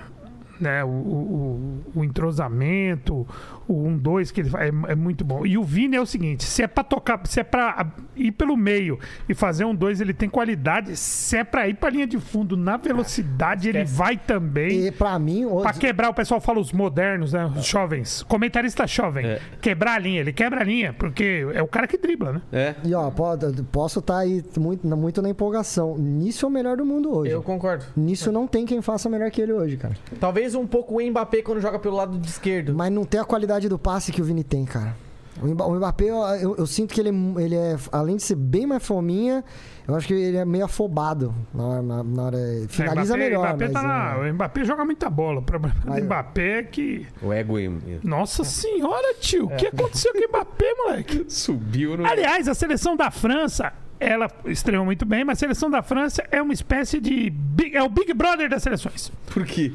né, o, o, o- o entrosamento, o 1-2 que ele faz, é, é muito bom. E o Vini é o seguinte: se é pra tocar, se é pra ah, ir pelo meio e fazer um 2, ele tem qualidade. Se é pra ir pra linha de fundo na velocidade, ele vai também.
E pra mim, o-
Pra quebrar, o pessoal fala os modernos, né? Os jovens. Comentarista jovem.
É.
Quebrar a linha. Ele quebra a linha, porque é o cara que dribla, né?
É.
E ó, po- posso estar aí muito, muito na empolgação. Nisso é o melhor do mundo hoje.
Eu concordo.
Nisso não tem quem faça melhor que ele hoje, cara.
Talvez um pouco o Mbappé quando joga pelo lado de esquerdo.
Mas não tem a qualidade do passe que o Vini tem, cara. O Mba- o Mbappé, eu, eu- eu sinto que ele, é- ele é, além de ser bem mais fominha, eu acho que ele é meio afobado na hora. na- na hora- finaliza
É, Mbappé-
melhor.
Mbappé tá
mas,
na-
é,
O Mbappé joga muita bola. O problema
Mas- É.
do Mbappé é que.
O ego em-
Nossa senhora, tio! O que aconteceu com o Mbappé,
(laughs)
moleque?
subiu no.
Aliás, a seleção da França. Ela estreou muito bem, mas a seleção da França é uma espécie de. big- é o Big Brother das seleções.
Por quê?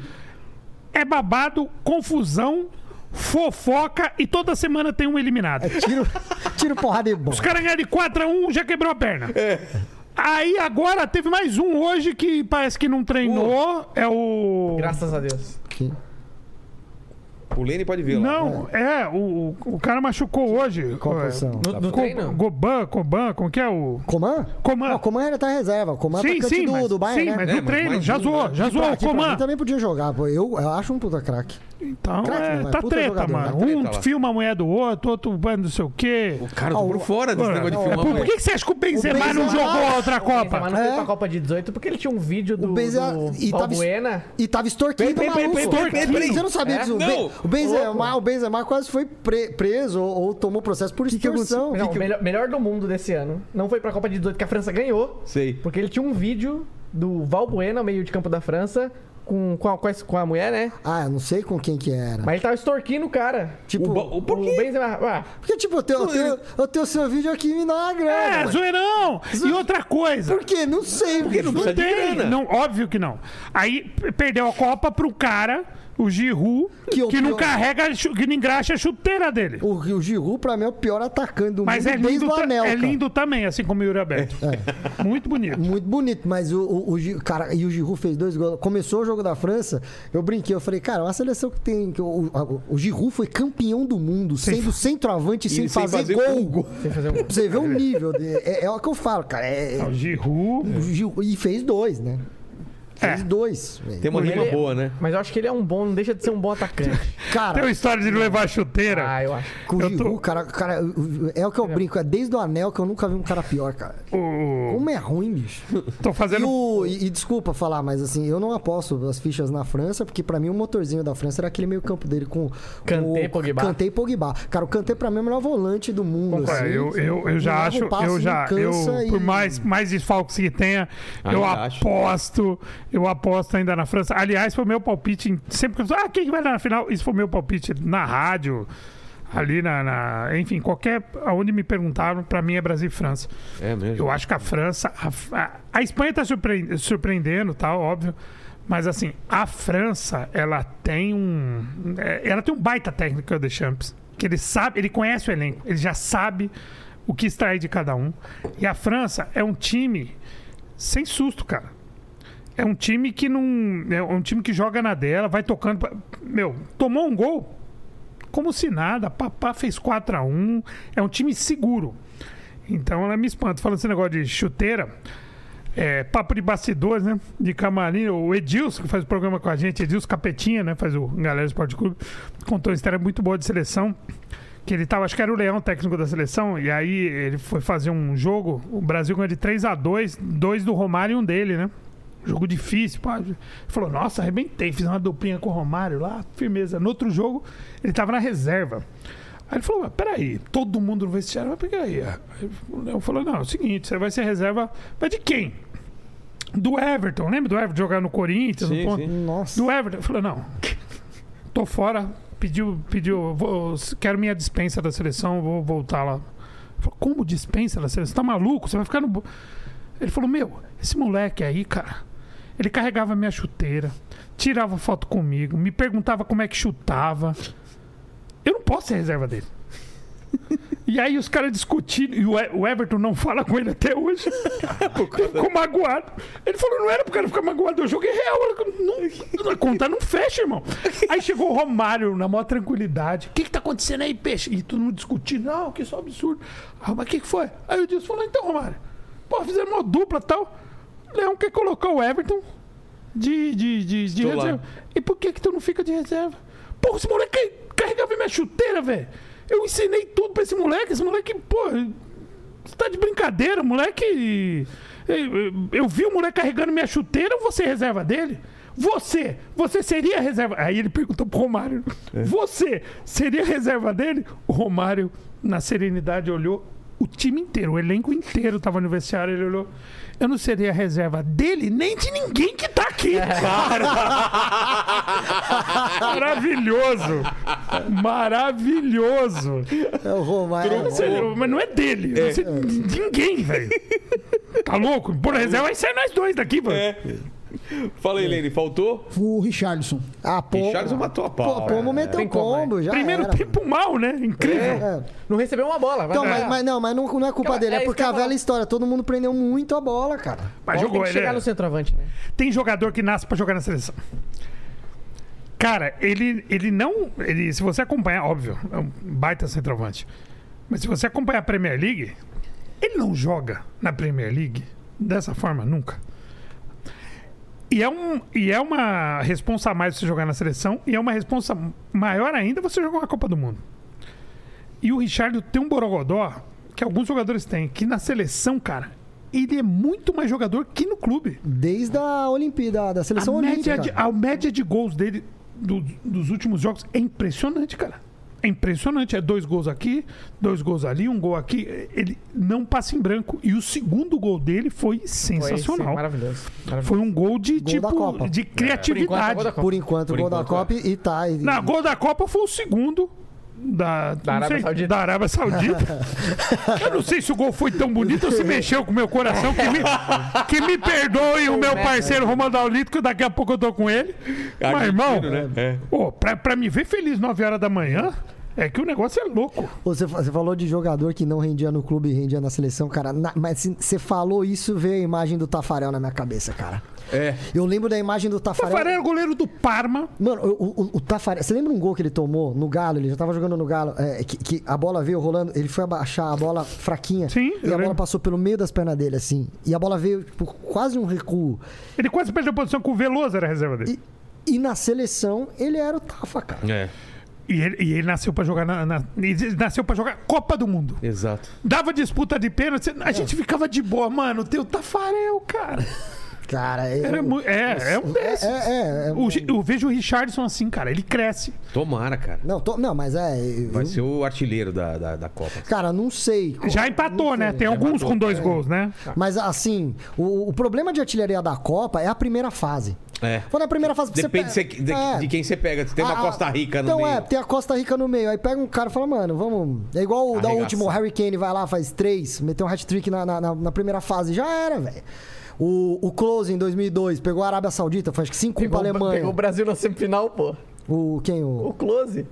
É babado, confusão, fofoca e toda semana tem um eliminado.
tiro, tiro porrada e bom.
Os caras ganharam de 4 a 1 já quebrou a perna. Aí agora teve mais um hoje que parece que não treinou. É o.
Graças a Deus.
Que-
O Lene pode ver lá.
Não, é, o, o cara machucou hoje.
Qual a
É,
posição?
No, no
Co-
treino?
Goban, Coban, como que é o.
Coman?
Coman.
Não, o Coman ainda tá em reserva. O Coman é
sim,
atacante
sim,
do,
mas,
do Bayern,
sim,
né?
mas
É,
no
mas
treino,
mais
já
um,
zoou,
né?
já zoou o
Aqui pra mim
Coman.
também podia jogar, pô. Eu, eu acho um puta craque.
Então,
Craque,
é,
não, mas
tá
puta
treta,
jogador,
mano.
né?
Um
Treta lá.
filma a mulher do outro, outro vai não sei o quê.
O cara eu tô
Ah,
por
o-
fora desse
Mano,
negócio de
é,
filmar.
por
moleque.
que que você acha que o Benzema, não
Benzema-
jogou a outra
Mas
Copa?
não foi
É.
pra Copa de 18 porque ele tinha um vídeo do,
O Benzema-
do
e tava-
Balbuena.
E tava extorquindo
Peraí,
o
peraí,
tá maluco.
peraí, peraí, peraí, peraí.
Você não sabia
É?
disso? O,
Não.
Ben- o Benzema, o Benzema quase foi pre- preso ou, ou tomou processo por extorsão.
Não, o melhor, melhor do mundo desse ano. Não foi pra Copa de 18 que a França ganhou.
Sei.
Porque ele tinha um vídeo do Valbuena, meio de campo da França, com, com, a, com a- com a mulher, né?
Ah, eu não sei com quem que era.
Mas ele tava extorquindo o cara.
tipo,
O ba- o- por
o
quê?
Benzema. Ah,
porque tipo, eu tenho, eu tenho, eu tenho seu vídeo aqui me dá uma grana.
É,
mano.
zoeirão! E outra coisa.
Por quê? Não sei. Por
não precisa de
tem,
grana.
não, óbvio que não. Aí p- perdeu a Copa pro cara, o Giroud,
Que é
que,
o
não
pior.
carrega, a chu- que não engraxa a chuteira dele.
O, o Giroud, pra mim, é o pior atacante do
Mas
mundo
é
desde
lindo,
o
ta-
Anel,
é
cara.
lindo também, assim como o Yuri Alberto.
É.
Muito bonito.
Muito bonito, mas o, o, o Gi- cara, e o Giroud fez dois gols. Começou o jogo da França, eu brinquei, eu falei, cara, uma seleção que tem. que o, o, o Giroud foi campeão do mundo, sendo centroavante sem,
sem
fazer,
fazer
gol.
um gol.
Sem fazer um gol.
Pra você ver o nível. de- é, é o que eu falo, cara. é-
O
é-
Giroud.
o Giroud- e fez dois, né? Fez
É.
dois. velho.
Tem uma rima
Ele-
boa, né?
Mas eu acho que ele é um bom, não deixa de ser um bom atacante.
Tem uma
Cara,
história de levar a chuteira.
ah, eu acho.
com o
eu tô-
Giroud, cara, cara, é o que eu brinco. É desde o anel que eu nunca vi um cara pior, cara.
O-
Como é ruim, bicho.
Tô
E,
fazendo.
o- e- e desculpa falar, mas assim, eu não aposto as fichas na França, porque pra mim o motorzinho da França era aquele meio campo dele com.
Kanté,
com o-
Pogba.
Kanté e Pogba. Cara, o Kanté pra mim é o melhor volante do mundo.
Cara,
assim.
eu, eu, eu já
Não erra
acho,
o passe,
eu
não
já, eu,
cansa e-
por
(laughs)
mais, mais desfalques que tenha, eu
Ainda acho.
aposto, eu aposto ainda na França. Aliás, foi meu palpite, em- sempre que eu ah, quem que vai dar na final? Isso foi meu palpite na rádio, ali na, na- enfim, qualquer, aonde me perguntaram, pra mim é Brasil e França.
É mesmo.
Eu acho que a França, a, a- a Espanha tá surpreendendo, surpreendendo, tá, óbvio, mas assim, a França, ela tem um, é, ela tem um baita técnico que é o Deschamps, que ele sabe, ele conhece o elenco, ele já sabe o que extrair de cada um. E a França é um time sem susto, cara. É um time que não. É um time que joga na dela, vai tocando. pra- Meu, tomou um gol como se nada. Papá fez 4 a 1 É um time seguro. Então eu me espanto. Falando esse negócio de chuteira. é, papo de bastidores, né? De camarim. O Edilson, que faz o programa com a gente, Edilson Capetinha, né? Faz o Galera do Esporte Clube. Contou uma história muito boa de seleção. Que ele tava, acho que era o Leão, técnico da seleção, e aí ele foi fazer um jogo. O Brasil ganhou de 3 a 2 dois do Romário e um dele, né? Jogo difícil, pá. Ele Falou, nossa, arrebentei, fiz uma duplinha com o Romário lá, firmeza. No outro jogo, ele tava na reserva. Aí ele falou, mas peraí, todo mundo no vestiário, mas peraí. Aí o Léo falou, não, é o seguinte, você vai ser reserva, mas de quem? Do Everton, lembra do Everton jogar no Corinthians?
Sim,
no ponto?
sim.
Nossa.
Do Everton. Eu falei, não. Tô fora. Pediu, pediu. vou- quero minha dispensa da seleção, vou voltar lá. Eu falei, como dispensa da seleção? Tá maluco? Você vai ficar no. bo-" Ele falou, meu, esse moleque aí, cara, ele carregava minha chuteira, tirava foto comigo, me perguntava como é que chutava. Eu não posso ser reserva dele. E aí os caras discutindo, e o E- o Everton não fala com ele até hoje. ele ficou magoado. Ele falou, não era pro cara ficar magoado, eu joguei real. Eu- Não, a conta não fecha, irmão. Aí chegou o Romário na maior tranquilidade. O que que tá acontecendo aí, peixe? E todo mundo discutindo, não, que isso é um absurdo. Ah, mas o que que foi? Aí o Dias falou, então, Romário, pô, fizeram uma dupla e tal. Leão quer colocar o Everton de, de, de, de
Titular.
reserva. E por que que tu não fica de reserva? Pô, esse moleque carregava minha chuteira, velho. Eu ensinei tudo pra esse moleque. Esse moleque, pô, você tá de brincadeira, moleque. Eu, eu vi o moleque carregando minha chuteira, você reserva dele? Você, você seria reserva. Aí ele perguntou pro Romário: Você seria reserva dele? O Romário, na serenidade, olhou o time inteiro, o elenco inteiro tava no vestiário. Ele olhou: Eu não seria reserva dele, nem de ninguém que tá aqui. Maravilhoso! Maravilhoso!
É o Romário.
Não sei, mas não é dele, não sei de de ninguém, velho. Tá louco? Por reserva vai sair nós dois daqui, mano.
É. Fala aí, Lene, faltou?
O Richarlison.
Ah, pô.
Richarlison matou a pau.
Pô, Pomo meteu
Tem
o
como,
combo, já
Primeiro
era.
tempo mal, né? Incrível.
É.
Não recebeu uma bola. Vai
Então,
lá.
mas, mas não, mas não, não é culpa
Então,
dele.
é
É
isso que
porque
eu
a
ia
velha
falar.
história, todo mundo prendeu muito a bola, cara.
Mas
Bola tem
jogou,
que
ele
chegar
é-
no centroavante, né?
Tem jogador que nasce pra jogar na seleção. Cara, ele, ele não. Ele, se você acompanhar, óbvio, é um baita centroavante. Mas se você acompanhar a Premier League, ele não joga na Premier League dessa forma nunca. E é, um, e é uma responsa a mais você jogar na seleção, e é uma responsa maior ainda você jogar uma Copa do Mundo. E o Richard tem um borogodó que alguns jogadores têm, que na seleção, cara, ele é muito mais jogador que no clube.
Desde a Olimpíada, da seleção
A
olímpica.
média, de, a média de gols dele do- dos últimos jogos é impressionante, cara. É impressionante. É dois gols aqui, dois gols ali, um gol aqui. Ele não passa em branco. E o segundo gol dele foi
Foi esse,
sensacional. Foi,
maravilhoso.
um gol de
da
tipo
Copa.
de
enquanto, é
criatividade.
gol da Copa.
Por enquanto,
Por
gol da
enquanto, é.
Copa e tá. E,
Na gol da Copa foi o segundo. Da, não
Arábia
sei,
Saudita.
da Arábia Saudita. Eu não sei se o gol foi tão bonito ou se mexeu com o meu coração. Que me, que me perdoe o meu parceiro Romando Aulito, que daqui a pouco eu tô com ele. Mas, irmão,
Argentino, né?
Ô, pra, pra me ver feliz 9 horas da manhã, é que o negócio é louco.
Você, você falou de jogador que não rendia no clube e rendia na seleção, cara. Na- mas se- você falou isso, veio a imagem do Tafarel na minha cabeça, cara.
É.
Eu lembro da imagem do Tafarel.
Tafarel era é goleiro do Parma.
Mano, o, o- o Tafarel. Você lembra um gol que ele tomou no Galo? Ele já tava jogando no Galo, é, que, que a bola veio rolando, ele foi abaixar a bola fraquinha.
Sim, eu
E a bola
lembro.
passou pelo meio das pernas dele, assim. E a bola veio, tipo, quase um recuo.
Ele quase perdeu a posição com o Veloso, era a reserva dele.
E, e na seleção, ele era o Tafa, cara.
É,
E ele, e ele nasceu pra jogar na, na- ele nasceu para jogar Copa do Mundo.
exato.
Dava disputa de pênalti, a gente ficava de boa, mano. Tem o Tafarel, cara.
Cara, eu-
Era mu- é, é um desses.
É, é, é.
O Gi- eu vejo o Richardson assim, cara. Ele cresce.
Tomara, cara.
Não, tô- não, mas é. eu-
Vai ser o artilheiro da, da, da Copa.
Cara, não sei.
Já empatou, né? Tem alguns com dois gols, né?
Mas assim, o, o problema de artilharia da Copa é a primeira fase.
É.
Quando é a primeira fase
Depende de,
você
cê-
pega-
de-
É.
de quem você pega. Tem uma
Ah,
Costa Rica no
então,
meio.
é, tem a Costa Rica no meio. Aí pega um cara e fala, mano, vamos. É igual o da
Arregaçar.
última, o Harry Kane vai lá, faz três, meteu um hat-trick na, na, na- na primeira fase. Já era, velho. O, o Close em 2002 pegou a Arábia Saudita, foi acho que 5 pra
Pegou,
Alemanha.
pegou o Brasil na semifinal, pô.
O quem? O...
O Close.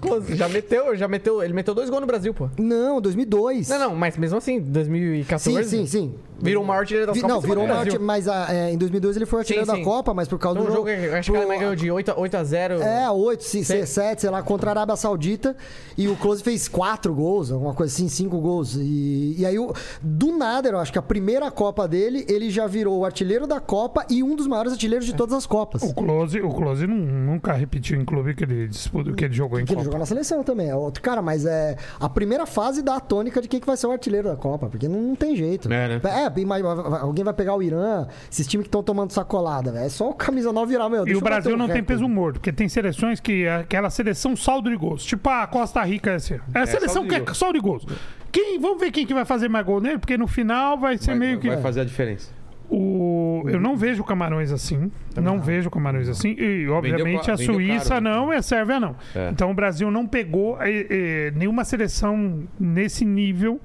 Close. Já meteu, já meteu. Ele meteu dois gols no Brasil, pô.
Não, 2002.
Não, não, mas mesmo assim,
Sim,
2014.
sim, sim.
Virou o maior artilheiro da
Vi-
Copa
não,
em cima
virou
do
uma
Brasil.
arti- mas ah, é, em 2002 ele foi artilheiro
Sim,
da
sim.
Copa, mas por causa
Num
do
jogo, que- acho que a
pro-
Alemanha ganhou de 8 a, 8 a 0.
É, 8,
Sei.
7, sei lá, contra a Arábia Saudita. E o Close fez 4 gols, alguma coisa assim, 5 gols. E, e aí, o- do nada, eu acho que a primeira Copa dele, ele já virou o artilheiro da Copa e um dos maiores artilheiros de todas as Copas.
O Close, o Close nu- nunca repetiu em clube que ele disputa, que ele jogou em
Que ele jogou
Copa.
na seleção também, é outro cara, mas é a primeira fase dá a tônica de quem que vai ser o artilheiro da Copa, porque não, não tem jeito.
É, né?
É, bem mais. Alguém vai pegar o Irã, esses times que estão tomando sacolada, velho. É só o camisa 9 virar, meu.
E
deixa
o
eu bater
Brasil
um
não tem
recorde.
peso morto, porque tem seleções que aquela seleção saldo de gols. Tipo a Costa Rica, essa. É a seleção
saldo de
que é
gols.
saldo de gols. Quem, vamos ver quem que vai fazer mais gol nele, porque no final vai ser
Vai,
meio que.
vai fazer a diferença.
O... Eu não vejo Camarões assim. não, vejo Camarões assim. E, obviamente,
ca-
a
vendeu
Suíça
caro, né?
não e a Sérvia não.
É.
Então, o Brasil não pegou eh, eh, nenhuma seleção nesse nível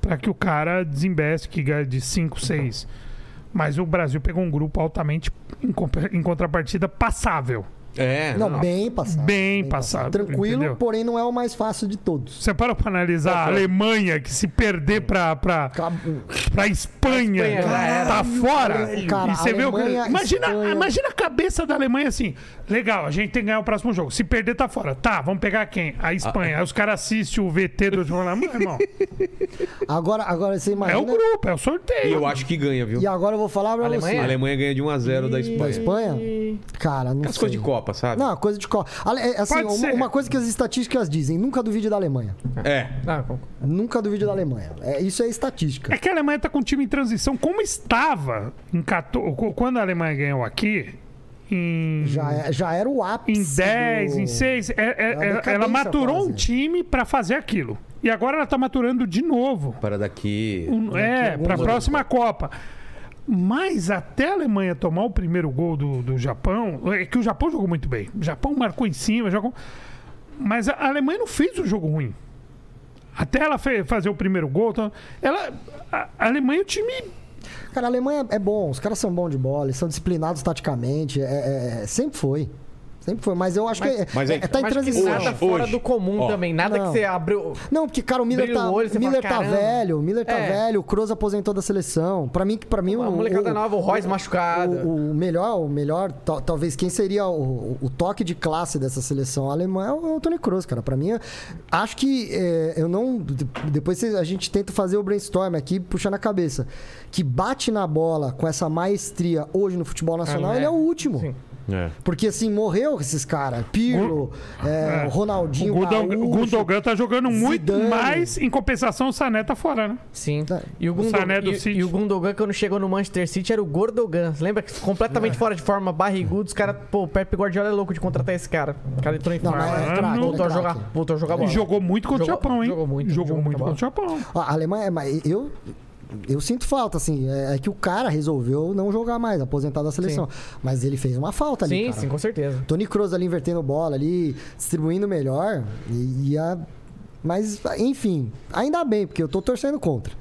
para que o cara desembeste, que ganha de 5, 6. Mas o Brasil pegou um grupo altamente, em, comp- em contrapartida, passável.
É.
Não, bem passado.
Bem passado,
Tranquilo,
entendeu?
porém não é o mais fácil de todos.
Você parou para analisar a Alemanha, que se perder para pra,
Cabo-
pra Espanha,
Espanha, já
tá fora.
Cara,
e você vê o que-
Alemanha,
imagina,
Espanha.
imagina a cabeça da Alemanha assim. Legal, a gente tem que ganhar o próximo jogo. Se perder, tá fora. Tá, vamos pegar quem? A
Ah, é.
Espanha. Aí os caras assistem o VT do jornal. Mano, irmão,
Agora, agora você
é
imagina.
o grupo, é o
E
sorteio.
eu acho que ganha, viu?
E agora eu vou falar pra
Alemanha?
A
você.
Alemanha ganha de 1 a 0 da Espanha.
Da Espanha? Cara, não
As
sei.
coisas de Copa, sabe?
Não, coisa de Copa. Ale- é, Assim,
Pode
uma,
ser.
uma coisa que as estatísticas dizem, nunca duvide da Alemanha.
É.
Ah, com-
Nunca duvide da Alemanha. É, isso é estatística.
É que a Alemanha tá com um time em transição, como estava em 14, quando a Alemanha ganhou aqui, em
Já, é- já era o ápice.
em 10,
do-
em 6.
uma
é, ela
decadência
maturou
quase.
um time para fazer aquilo. E agora ela tá maturando de novo.
Para daqui.
Um- é, para a próxima Copa. Mas até a Alemanha tomar o primeiro gol do, do Japão, é que o Japão jogou muito bem. O Japão marcou em cima, jogou. Mas a Alemanha não fez um jogo ruim. Até ela fe- fazer o primeiro gol, então, ela, a a Alemanha é o time
Cara, a Alemanha é bom, os caras são bons de bola, eles são disciplinados taticamente. é- é- é- sempre foi. Sempre foi, mas eu acho que é,
mas
é-
aí-
tá em
Mas que
transição.
nada fora
hoje.
do comum
Ó.
também. Nada
Não.
que você abriu.
Não, porque, cara, o Miller,
Brilha
tá,
o olho, você fala,
Miller tá
"Caramba".
velho, o Miller tá
É.
velho, o Kroos aposentou da seleção. Pra mim, pra mim
A
o.
molecada
o-
nova, o Royce machucado.
O, o melhor, o melhor, tal- talvez quem seria o, o toque de classe dessa seleção alemã é o, é o Tony Kroos, cara. Pra mim, é- acho que é, eu não. de- Depois cê- a gente tenta fazer o brainstorm aqui, puxando a cabeça. Que bate na bola com essa maestria hoje no futebol nacional,
Ah, é.
ele é o último.
Sim.
É.
Porque assim, morreu esses caras. Pirlo, é, Ronaldinho,
O Gundogan, o
Gaúcho.
Gundogan tá jogando muito
Zidane.
mais, em compensação o Sané tá fora, né?
Sim.
Tá.
E o, Gundo-
Sané do
e-
City.
e o Gundogan, quando chegou no Manchester City, era o Gordogan. Você Lembra que
É.
completamente fora de forma, barrigudo, os caras. Pô, o Pepe Guardiola é louco de contratar esse cara. O cara entrou em
Não,
forma.
mas é craque,
Voltou
ele é
voltou, a
craque.
jogar, voltou a jogar
E
bola.
jogou muito contra
Tá Jogou-
o Japão, hein?
jogou muito,
jogou
jogou
muito
muita
contra o Japão.
Ó, A Alemanha, é, mas eu, eu sinto falta, assim. É, é que o cara resolveu não jogar mais, aposentar da seleção. Mas ele fez uma falta ali.
Sim,
cara.
sim, com certeza.
Tony Kroos ali invertendo bola, ali, distribuindo melhor. E, e a... Mas, enfim, ainda bem, porque eu tô torcendo contra.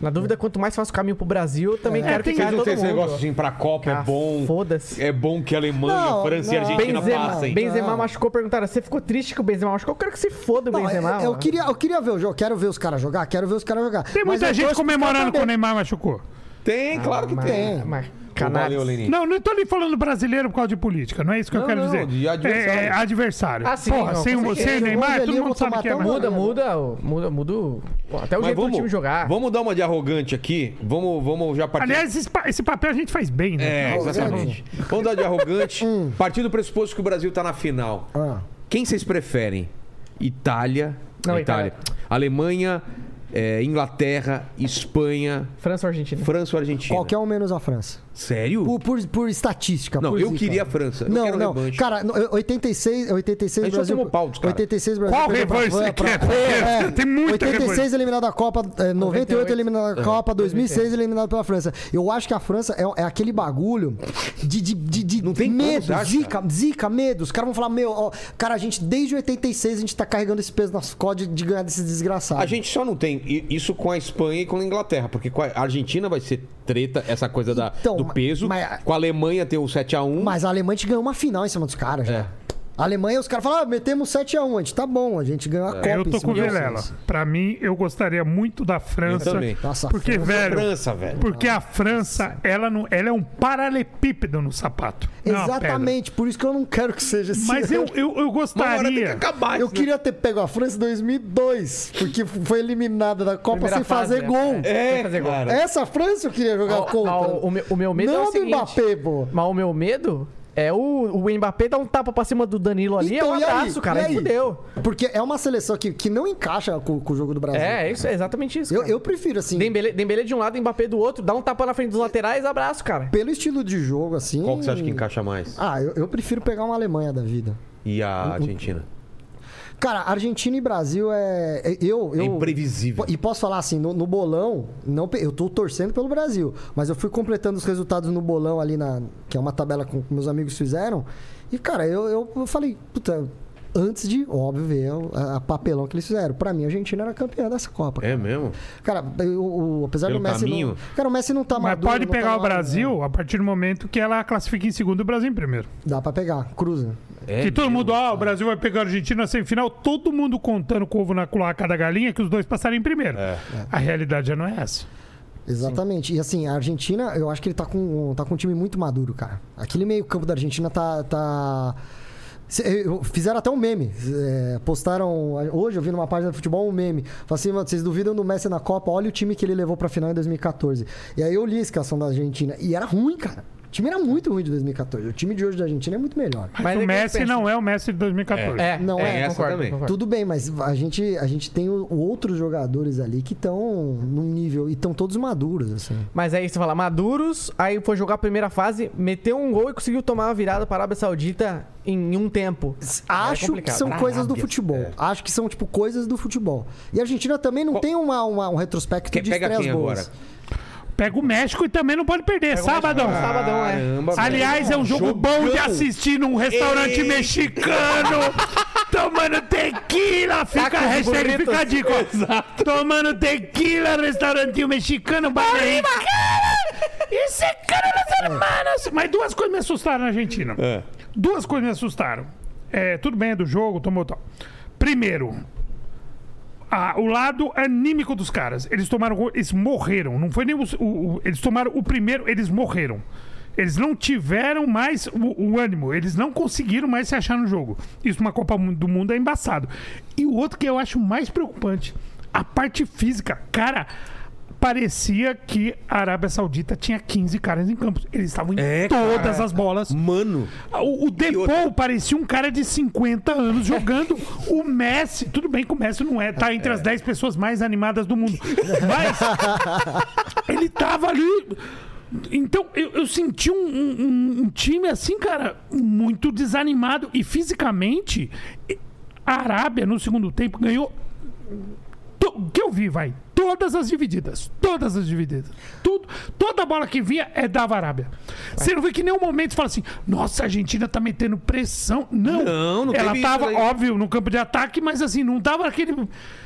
Na dúvida, quanto mais fácil o caminho pro Brasil, eu também
É,
quero que
tem-
Vocês
caia
não
todo
tem esse
mundo.
negócio assim pra Copa, é
Ah,
bom.
Foda-se.
É bom que Alemanha,
Não,
França e
não.
Argentina
Benzema,
passem.
Benzema
Não.
machucou, perguntaram: você ficou triste que o Benzema machucou? Eu quero que se foda o
Não, é,
Benzema.
eu, eu
mano.
queria, eu queria ver o jogo, quero ver os caras jogar, quero ver os caras jogar.
né? Tem
Mas
muita
eu
gente
torço pros caras
comemorando
também.
que o Neymar machucou.
Tem,
é
claro que
Mas-
tem.
mas- Então
Ô, Valeu,
canalhas.
Lenin.
Não, não tô nem falando brasileiro por causa de política, não é isso que eu
Não,
quero
não,
dizer.
de adversário.
É, é, adversário.
Ah, sim,
Porra,
não,
sem,
com
o-
certeza.
sem o
Jogou
Neymar,
ali,
todo
eu
mundo
vou
sabe que é
tomar
mais.
tão
Muda, muda, o- muda, muda. o- pô, Até o
Mas
jeito do
vamos,
time jogar.
vamos dar uma de arrogante aqui. Vamos, vamos já partir.
Aliás, esse, pa- esse papel a gente faz bem, né?
é, exatamente. Vamos dar de arrogante.
Hum.
Partir do pressuposto que o Brasil tá na final.
Ah.
Quem vocês preferem? Itália.
Não,
Itália.
Itália.
Alemanha, é, Inglaterra, Espanha,
França ou Argentina?
França ou Argentina?
Qualquer um menos a França.
Sério?
Por, por, por estatística.
Não,
por
eu
zica.
queria a França. Eu
Não,
quero
não.
revanche.
Cara, no- 86, 86
A gente já
Brasil.
tomou um pau dos caras.
86 Brasil.
Qual
perdeu pra
revanche você
Fran- pra- é,
quer? Porque Tem muita
86
revanche.
eliminado da Copa, é, 98
98
É,
eliminado da Copa, 2006 eliminado pela França. Eu acho que a França é, é aquele bagulho de, de, de, de
Não tem como,
medo,
você acha,
zica, zica, medo. Os caras vão falar, meu, ó, cara, a gente desde 86 a gente tá carregando esse peso nas costas de, de ganhar desses desgraçados.
A gente só não tem i- isso com a Espanha e com a Inglaterra, porque com a Argentina vai ser treta, essa coisa da,
Então,
do
ma-
peso.
mas-
com a Alemanha tem o 7x1.
Mas a Alemanha a gente ganhou uma final em cima dos caras já.
É.
A Alemanha, os caras falaram, ah, metemos 7x1, a gente tá bom, a gente
É,
ganhou a Copa.
Eu
em
tô
cima
com
deles.
Vilela. Pra mim, eu gostaria muito da França.
Eu também.
Nossa,
Porque,
França-
velho.
França, velho.
Porque a França, ela, não, ela é um paralelepípedo no sapato. não é uma pedra.
Exatamente, por isso que eu não quero que seja assim. (laughs)
Mas eu, eu,
Uma hora
eu
Então tem que
gostaria.
acabar
Eu
isso,
queria ter pego a França em 2002, porque foi eliminada da Copa
Primeira
sem
fase,
fazer
né?
gol.
né? É,
fazer gol.
cara.
Essa França eu queria jogar
Ó,
contra.
ó, o, meu, o meu medo
não
é o
do
seguinte.
Mbappé, pô.
Mas o meu medo É, o, o Mbappé dá um tapa pra cima do Danilo ali,
Então,
é um
e aí?
abraço, cara.
E
Aí
aí?
fudeu.
Porque é uma seleção que, que não encaixa com, com o jogo do Brasil.
É, é isso, é exatamente isso.
Eu,
cara.
eu prefiro, assim,
Dembele, Dembele de um lado, Mbappé do outro, dá um tapa na frente dos laterais, abraço, cara.
pelo estilo de jogo, assim.
Qual que você acha que encaixa mais?
Ah, eu, eu prefiro pegar uma Alemanha da vida.
E a Argentina?
Cara, Argentina e Brasil é. é- Eu, eu,
É imprevisível.
E posso falar assim, no, no bolão, não, pe- eu tô torcendo pelo Brasil, mas eu fui completando os resultados no bolão ali, na, que é uma tabela com- que meus amigos fizeram. E, cara, eu, eu, eu falei, puta, antes de, óbvio, ver o- a, a papelão que eles fizeram. Pra mim, a Argentina era campeã dessa Copa.
É mesmo?
Cara, eu- o- apesar
Pelo
do Messi.
caminho.
Não, cara, o Messi não tá
Mas
maduro,
pode
não tá
pegar o
maduro,
Brasil a partir do momento que ela classifica em segundo e o Brasil em primeiro.
né? Dá pra pegar, cruza.
É
que todo
mesmo.
mundo, ó, o Brasil vai pegar a Argentina na semifinal, todo mundo contando com o ovo na cloaca da galinha que os dois passarem em primeiro.
É.
A realidade já não é essa.
Exatamente. E assim, a Argentina, eu acho que ele tá com, tá com um time muito maduro, cara. Aquele meio-campo da Argentina tá. tá... Se- eu- Fizeram até um meme. é, postaram. Hoje eu vi numa página de futebol um meme. Falei assim, "Mano, vocês duvidam do Messi na Copa? Olha o time que ele levou pra final em 2014. E aí eu li a escalação da Argentina. E era ruim, cara. O time era muito ruim de 2014. O time de hoje da Argentina é muito melhor.
Mas,
Mas é
o
que
Messi
eu penso.
não é o Messi de 2014.
É,
Não, é
essa também.
Tudo bem, mas a gente, a gente tem o- outros jogadores ali que estão num nível. E estão todos maduros, assim.
Mas aí você fala, maduros, aí foi jogar a primeira fase, meteu um gol e conseguiu tomar a virada para a Arábia Saudita em um tempo.
É
Acho que
complicado.
são
Na
coisas do
Arábia,
futebol.
é.
Acho que são, tipo, coisas do futebol. E a Argentina também não tem uma, uma- um retrospecto
Que-
de
pega
estreias
quem
boas.
agora?
Pega o México e também não pode perder. Sabadão.
Sabadão, é.
Caramba, velho.
Aliás, é um jogo bom de assistir num restaurante
Ei.
mexicano.
(laughs)
Tomando tequila,
Tá
fica a
Tacos
hashtag,
burritos.
fica a dica. ó. Tomando tequila, restaurantinho mexicano, barulho. E secando as hermanas. é Mas duas coisas me assustaram na Argentina.
É.
Duas coisas me assustaram. É, tudo bem, é do jogo, tomou tal. Primeiro, a- o lado anímico dos caras. Eles tomaram. gol, Eles morreram. Não foi nem os- o, o- Eles tomaram o primeiro, eles morreram. Eles não tiveram mais o, o ânimo. Eles não conseguiram mais se achar no jogo. Isso numa Copa Mu- do Mundo é embaçado. E o outro que eu acho mais preocupante, a parte física. Cara, parecia que a Arábia Saudita tinha 15 caras em campo. Eles estavam em
É,
todas as bolas.
Mano,
Ah, O, o Depou parecia um cara de 50 anos jogando. o Messi, tudo bem que o Messi não é, tá entre as 10 pessoas mais animadas do mundo. Mas ele tava ali. Então, eu, eu senti um, um- um- um time assim, cara, muito desanimado. E fisicamente, a Arábia, no segundo tempo, ganhou. to- O que eu vi, vai? Todas as divididas. Todas as divididas. Tudo, toda bola que vinha é da Arábia. Você não vê que em nenhum momento você fala assim: nossa, a Argentina tá metendo pressão. Não.
Não, não
Ela
teve isso
tava,
daí.
óbvio, no campo de ataque, mas assim, não tava aquele.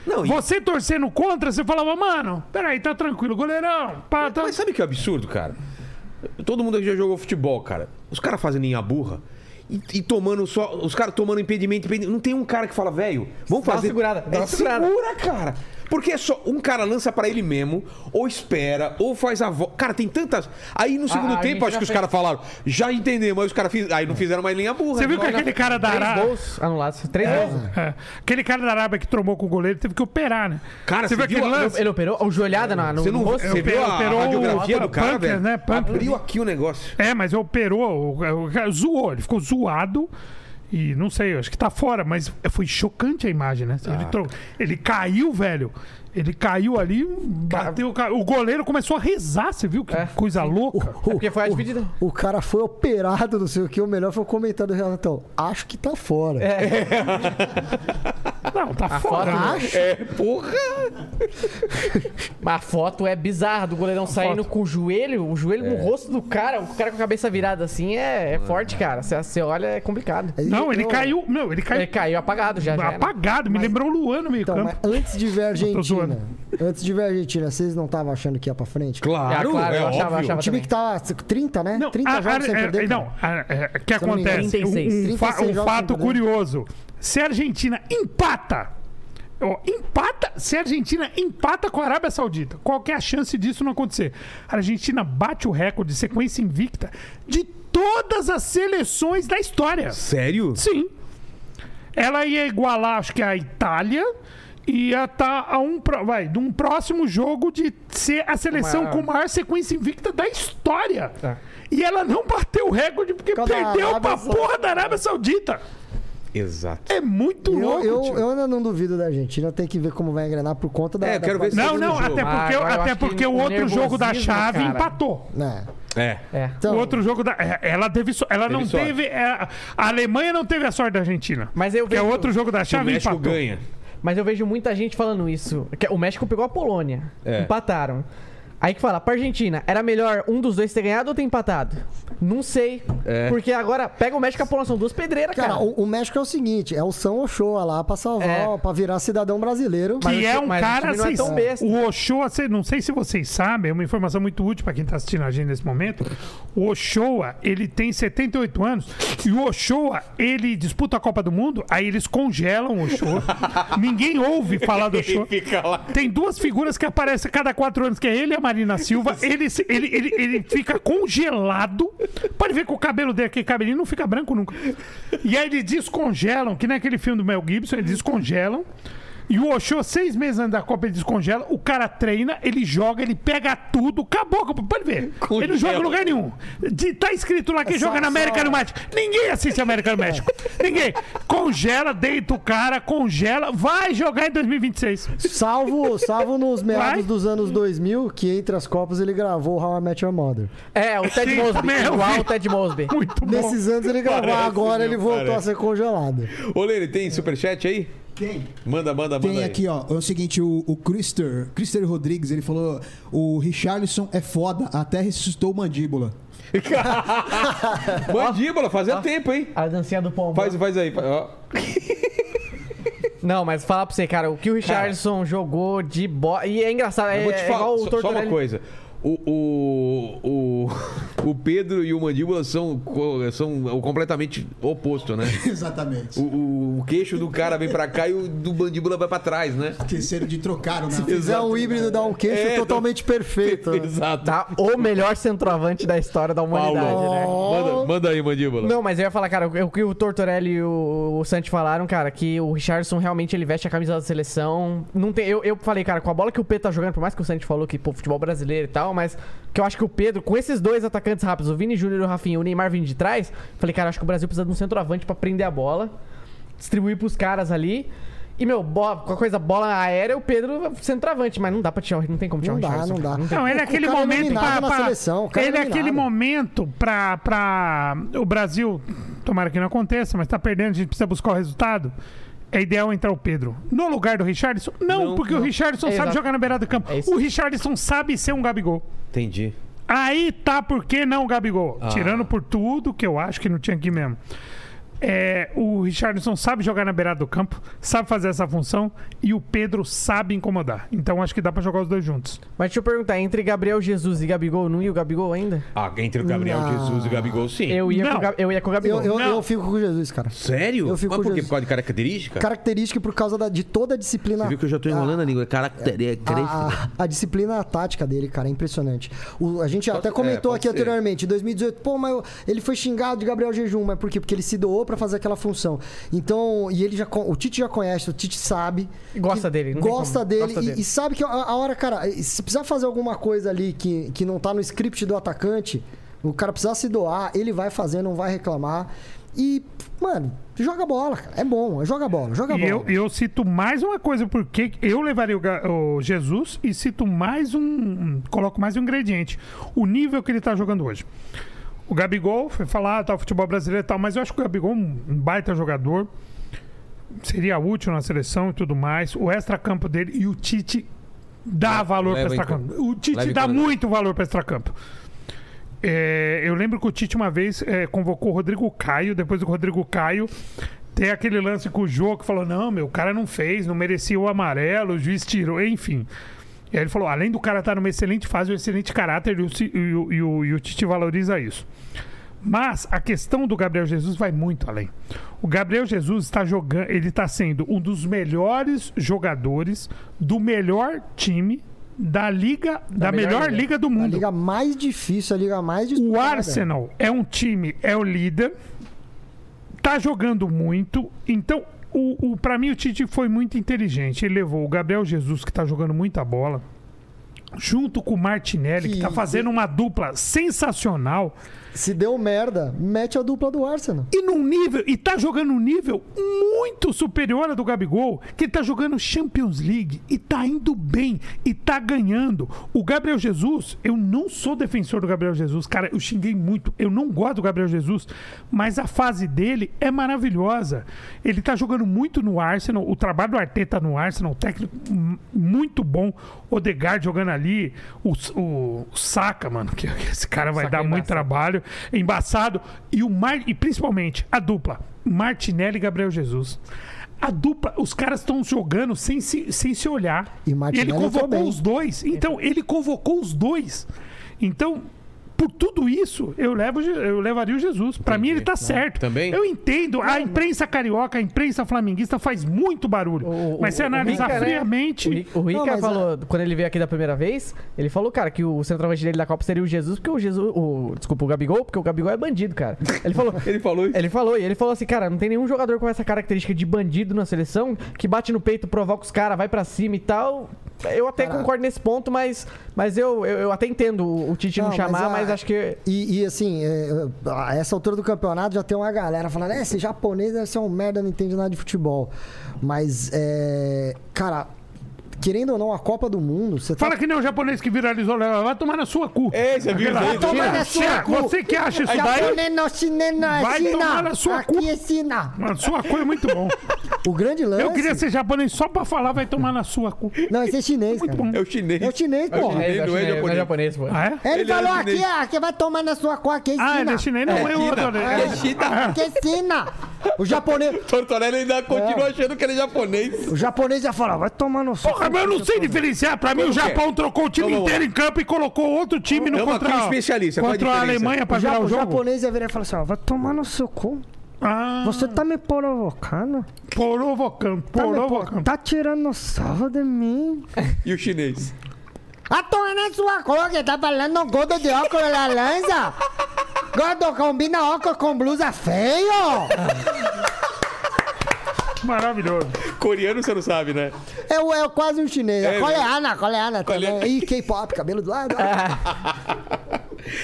Não, e-
você torcendo contra, você falava, mano, peraí, tá tranquilo, goleirão. Pá, tá...
mas sabe que é absurdo, cara? Todo mundo aqui já jogou futebol, cara. Os caras fazem linha burra e, e tomando só. Os caras tomando impedimento, impedimento. Não tem um cara que fala, velho, vamos
Dá uma
fazer.
segurada, dá
É,
uma segurada.
Segura, cara. Porque é só. Um cara lança pra ele mesmo, ou espera, ou faz a volta. Cara, tem tantas. Aí no segundo
a
tempo, acho
Argentina
que os
fez-
caras falaram, já entendemos. Aí os caras fiz... aí não fizeram mais linha burra.
Você viu que
Agora-
aquele cara da
Três
Arábia.
gols anulados, três gols.
É, Aquele cara da Arábia que trombou com o goleiro teve que operar, né?
Cara, você viu a-
Ele operou, o joelhada na, no,
Você não
no rosto.
você viu a
Operou o-
radiografia do cara,
pâncreas,
velho?
né? Pâncreas.
Abriu aqui o negócio.
É, mas operou, o- o cara zoou, ele ficou zoado. E não sei, eu acho que tá fora, mas foi chocante a imagem, né? Ele, tro- ele caiu, velho. Ele caiu ali, bateu. ca- O goleiro começou a rezar, você viu? Que
É.
coisa
(laughs)
louca.
É porque foi a dividida.
O cara foi operado, não sei o que. O melhor foi o comentário do Renatão. Acho que tá fora.
É,
Não, tá
foto,
fora.
né?
Acho.
É, porra!
Mas a foto é bizarra do goleirão saindo com o joelho, o joelho
É.
no rosto do cara, o cara com a cabeça virada assim é, é forte, cara. Você, você olha, é complicado.
Não, ele caiu. Não, ele caiu
Ele caiu apagado É já. né? já era.
apagado. Me lembrou o Luan no meio
Então, mas
campo.
antes de
(laughs)
ver a
Tô zoando.
Argentina. antes de ver a Argentina, vocês não estavam achando que ia pra frente?
Claro,
É, claro,
é
eu achava-
óbvio.
O
achava-
time que tá 30, né? 30
a-
jogos sem
a- é,
perder.
Não, a- é, que
Se eu não me engano.
acontece? Um-
36.
Um, fa-
36 jogos sem
um fato
perder.
curioso. Se a Argentina empata, ó, empata, se a Argentina empata com a Arábia Saudita, qual que é a chance disso não acontecer? A Argentina bate o recorde de sequência invicta de todas as seleções da história.
Sério?
Sim. Ela ia igualar, acho que a Itália. Ia estar a um, pró- vai, de um próximo jogo de ser a seleção
Maior.
com maior sequência invicta da história.
Tá.
E ela não bateu o recorde porque
Por causa da
perdeu
Arábia
pra
Saudita.
porra da Arábia Saudita.
Exato.
É muito
Eu,
louco,
eu,
tio.
eu ainda não duvido da Argentina, tem que ver como vai engrenar por conta da.
É, eu
da
quero ver se-
Não,
Segundo
não,
jogo.
até
Ah, agora
porque,
eu
até
acho que
porque o
o
outro jogo da
nervosismo,
chave
cara.
empatou.
É.
É.
É.
Então,
o outro jogo da. é, Ela teve. so- Ela não
sorte.
teve. é, A Alemanha não teve a sorte da Argentina.
Mas eu
Que é
vejo-
outro jogo da
o
chave
México
empatou.
ganha.
Mas eu vejo muita gente falando isso. Que é, O México pegou a Polônia.
É.
Empataram. Aí que fala, pra Argentina, era melhor um dos dois ter ganhado ou ter empatado? Não sei.
É.
Porque agora, pega o México e a Polônia, são duas pedreiras, cara.
cara, o, o México é o seguinte: é o São Ochoa lá pra salvar,
É.
pra virar cidadão brasileiro.
Que
Mas o
é
ti-
um
mas o
cara.
time não é
vocês-
tão besta.
O Ochoa, cê- não sei se vocês sabem, é uma informação muito útil para quem tá assistindo a gente nesse momento. O Ochoa, ele tem 78 anos. E o Ochoa, ele disputa a Copa do Mundo, aí eles congelam o
(laughs)
Ochoa. Ninguém ouve falar do Ochoa.
Fica lá.
Tem duas figuras que aparecem a cada quatro anos, que é ele e a Marina Silva. Ele, se- ele, ele, ele fica congelado. Pode ver que o cabelo dele, aquele cabelinho, não fica branco nunca. E aí eles descongelam, que nem aquele filme do Mel Gibson, eles descongelam. E o Oxô, seis meses antes da Copa, ele descongela, o cara treina, ele joga, ele pega tudo, acabou. a Copa. Pode ver. Ele não joga em lugar nenhum. De, tá escrito lá que joga na América do México. Ninguém assiste América do México. Ninguém. Congela, deita o cara, congela, vai jogar em 2026.
Salvo, salvo nos
Vai.
meados dos anos 2000, que entre as Copas ele gravou How I Met Your Mother.
É, o Ted
Sim,
Mosby.
também eu
Igual
vi.
o Ted Mosby.
Muito bom.
Nesses anos ele gravou,
Parece,
agora
meu,
ele voltou
parece.
a ser congelado.
Ô, Lele, tem superchat aí?
Tem.
Manda, manda, manda.
Tem
aí.
aqui, ó. É o seguinte, o, o Christer, Christer Rodrigues, ele falou: o Richarlison é foda, até ressuscitou mandíbula. (laughs)
Mandíbula, fazia tempo, hein?
A dancinha do pombo.
Faz, faz aí. fa- ó.
Não, mas fala pra você, cara, o que o Richardson jogou de bola. E é engraçado, é,
Eu vou te
é
falar
igual o
só- só, uma
Tortorelli.
coisa. O, o, o, o Pedro e o Mandíbula são, co- são o completamente oposto, né?
Exatamente.
O, o, o queixo do cara vem pra cá e o do Mandíbula vai pra trás, né?
Esqueceram de trocar né? o nome.
Fizer um híbrido, dá um queixo
então.
É,
totalmente perfeito.
Exato.
Tá? O melhor centroavante da história da humanidade, né?
Manda, manda aí, Mandíbula.
Não, mas eu ia falar, cara, o o que o Tortorelli e o, o Santi falaram, cara, que o Richardson realmente ele veste a camisa da seleção. Não tem, eu, eu falei, cara, com a bola que o Pedro tá jogando, por mais que o Santi falou que, pô, futebol brasileiro e tal, mas que eu acho que o Pedro, com esses dois atacantes rápidos, o Vini Júnior e o Rafinha, o Neymar vindo de trás, falei, cara, acho que o Brasil precisa de um centroavante pra prender a bola, distribuir pros caras ali. E, meu, bola, com a coisa bola aérea, o Pedro é centroavante, mas não dá pra tirar, o- não tem como tirar
Não
o
dá,
Richardson.
não dá.
cara.
Não, ele é
O
aquele
cara é
momento
nominado
pra,
na
pra-
seleção, o cara é
ele é aquele
nominado.
momento pra, pra o Brasil, tomara que não aconteça, mas tá perdendo, a gente precisa buscar o resultado. É ideal entrar o Pedro. No lugar do Richardson? Não, porque o Richardson
É,
sabe
exato.
jogar na beirada do campo.
É isso.
o Richardson sabe ser um Gabigol.
Entendi.
Aí tá por que não, Gabigol?
Ah.
Tirando por tudo, que eu acho que não tinha aqui mesmo. É, o Richardson sabe jogar na beirada do campo, sabe fazer essa função e o Pedro sabe incomodar. Então acho que dá pra jogar os dois juntos.
Mas deixa eu perguntar, entre Gabriel Jesus e Gabigol, não ia o Gabigol ainda?
Ah, entre o Gabriel
Não.
Jesus e o Gabigol, sim.
Eu ia,
Não.
com, o Gab- eu ia com o Gabigol.
Eu, eu,
Não.
eu fico com Jesus, cara.
Sério?
Eu fico
Mas por
com
quê?
Jesus.
Por causa de característica?
Característica por causa da- de toda a disciplina.
Você viu que eu já tô enrolando a
é,
língua. Característica.
A, a- a disciplina tática dele, cara, é impressionante. O- a gente até comentou
é, pode
aqui
ser.
anteriormente, em 2018, pô, mas eu- ele foi xingado de Gabriel Jejum, mas por quê? Porque ele se doou pra fazer aquela função. Então, e ele já con- o Tite já conhece, o Tite sabe.
Gosta
que-
dele, não tem
gosta
como,
dele,
gosta
e,
dele.
e sabe que a, a hora, cara, se precisar fazer alguma coisa ali que, que não tá no script do atacante, o cara precisar se doar, ele vai fazer, não vai reclamar. E, mano, joga bola, cara. É bom, joga bola, joga
E
bola.
eu, eu cito mais uma coisa, porque eu levaria o, Ga- o Jesus e cito mais um. um- Coloco mais um ingrediente. O nível que ele tá jogando hoje. O Gabigol foi falar, tá, futebol brasileiro e tal, mas eu acho que o Gabigol é um um baita jogador. Seria útil na seleção e tudo mais. O extracampo dele e o Tite dá valor para
leva em
extracampo.
conta.
O
Leva
Tite
em
dá
conta.
muito valor para extracampo. É, eu lembro que o Tite uma vez é, convocou o Rodrigo Caio, depois do Rodrigo Caio. Tem aquele lance com o Jô que falou: não, meu, o cara não fez, não merecia o amarelo, o juiz tirou, enfim. E aí ele falou: além do cara estar numa excelente fase, um excelente caráter, e o, Ci- e o- e o- e o Tite valoriza isso. Mas a questão do Gabriel Jesus vai muito além. O Gabriel Jesus está jogando, ele está sendo um dos melhores jogadores do melhor time da liga, da, melhor,
melhor
liga.
liga.
do
A
mundo.
liga mais difícil, a liga mais
O
disputada.
Arsenal é um time, é o líder, tá jogando muito, então o, o para mim o Tite foi muito inteligente. Ele levou o Gabriel Jesus que tá jogando muita bola, junto com o Martinelli, que,
Que
tá fazendo uma dupla sensacional
Se deu merda, mete a dupla do Arsenal.
e num nível e tá jogando um nível muito superior a do Gabigol, que tá jogando Champions League e tá indo bem e tá ganhando. O Gabriel Jesus, eu não sou defensor do Gabriel Jesus, cara, eu xinguei muito. Eu não gosto do Gabriel Jesus, mas a fase dele é maravilhosa. Ele tá jogando muito no Arsenal, o trabalho do Arteta no Arsenal, o técnico hum, muito bom, Odegaard jogando ali, o, o, o Saka, mano, que (laughs) que esse cara vai
Saka
dar
é
muito
embaçado.
trabalho, embaçado. E, o Mar... e principalmente a dupla, Martinelli e Gabriel Jesus. A dupla, os caras estão jogando sem se, sem se olhar.
E
ele
Martinelli entrou
convocou
bem.
os dois. Então, ele convocou os dois. Então, por tudo isso, eu, levo, Je- eu levaria o Jesus. Pra mim, ele tá certo.
Também.
Eu entendo. A imprensa carioca, a imprensa flamenguista faz muito barulho.
O- o-
mas se
o- o
analisar
Rica, né?
friamente.
O Rick- O
Não,
Rica
mas
falou, quando ele veio aqui da primeira vez, ele falou, cara, que o centroavante dele da Copa seria o Jesus, porque o Jesus. O, desculpa, o Gabigol, porque o Gabigol é bandido, cara. Ele falou. (laughs)
Ele falou isso.
Ele falou, e ele falou assim, cara, não tem nenhum jogador com essa característica de bandido na seleção que bate no peito, provoca os caras, vai pra cima e tal. Eu até concordo nesse ponto, mas, mas eu, eu, eu até entendo o, o Tite não,
Não, mas
chamar,
a-
mas, acho que.
E, e, assim, é, a essa altura do campeonato já tem uma galera falando: "É, esse japonês deve ser um merda, não entende nada de futebol. Mas, é, cara, querendo ou não, a Copa do Mundo, você tá
Fala que nem o japonês que viralizou, leva, vai tomar na sua cu.
É, você viu isso aí?
Vai tomar
Tira.
na sua cu. Você que acha isso daí?
Japonês não, chinês não, é
Vai
China.
tomar na sua
Aqui
cu.
é China.
Mano, sua cu é muito bom.
O grande lance.
Eu queria ser japonês só pra falar, vai tomar na sua cu.
É Não, esse é chinês.
Muito
cara.
bom.
É o chinês.
É o chinês,
É o
pô.
chinês. Ele não é japonês.
pô.
Ah, é?
Ele,
Ele é
falou
chinês.
aqui, ó, que vai tomar na sua cu, aqui é
Ah, ele
China.
é chinês? Não, eu
China.
adorei.
É China.
Aqui é China. O japonês,
Tortorella ainda continua achando que ele é japonês.
o japonês já fala, vai tomar no seu.
Porra, mas eu não sei diferenciar. Pra mim, o Japão trocou o time
Vamos lá.
inteiro em campo e colocou outro time no
Vamos aqui,
contra,
especialista, qual a
contra a
diferença?
Alemanha pra
O, ja-
virar
o
o jogo.
japonês ia virar e falar assim, ó, vai tomar no seu cu.
Ah,
Você tá me provocando?
Porovocando,
Tá, me provo-
porovocando.
tá tirando sarro de (laughs) mim?
E o chinês?
A torna é sua cor, que tá falando gordo de óculos (laughs) laranja? Gordo combina óculos com blusa feio? tá-
Maravilhoso.
Coreano você não sabe, né?
É, o- é quase um chinês.
É, né?
É, coreana, coreana
Coreana.
também. Ah. Ih, K-pop, cabelo do (laughs) lado.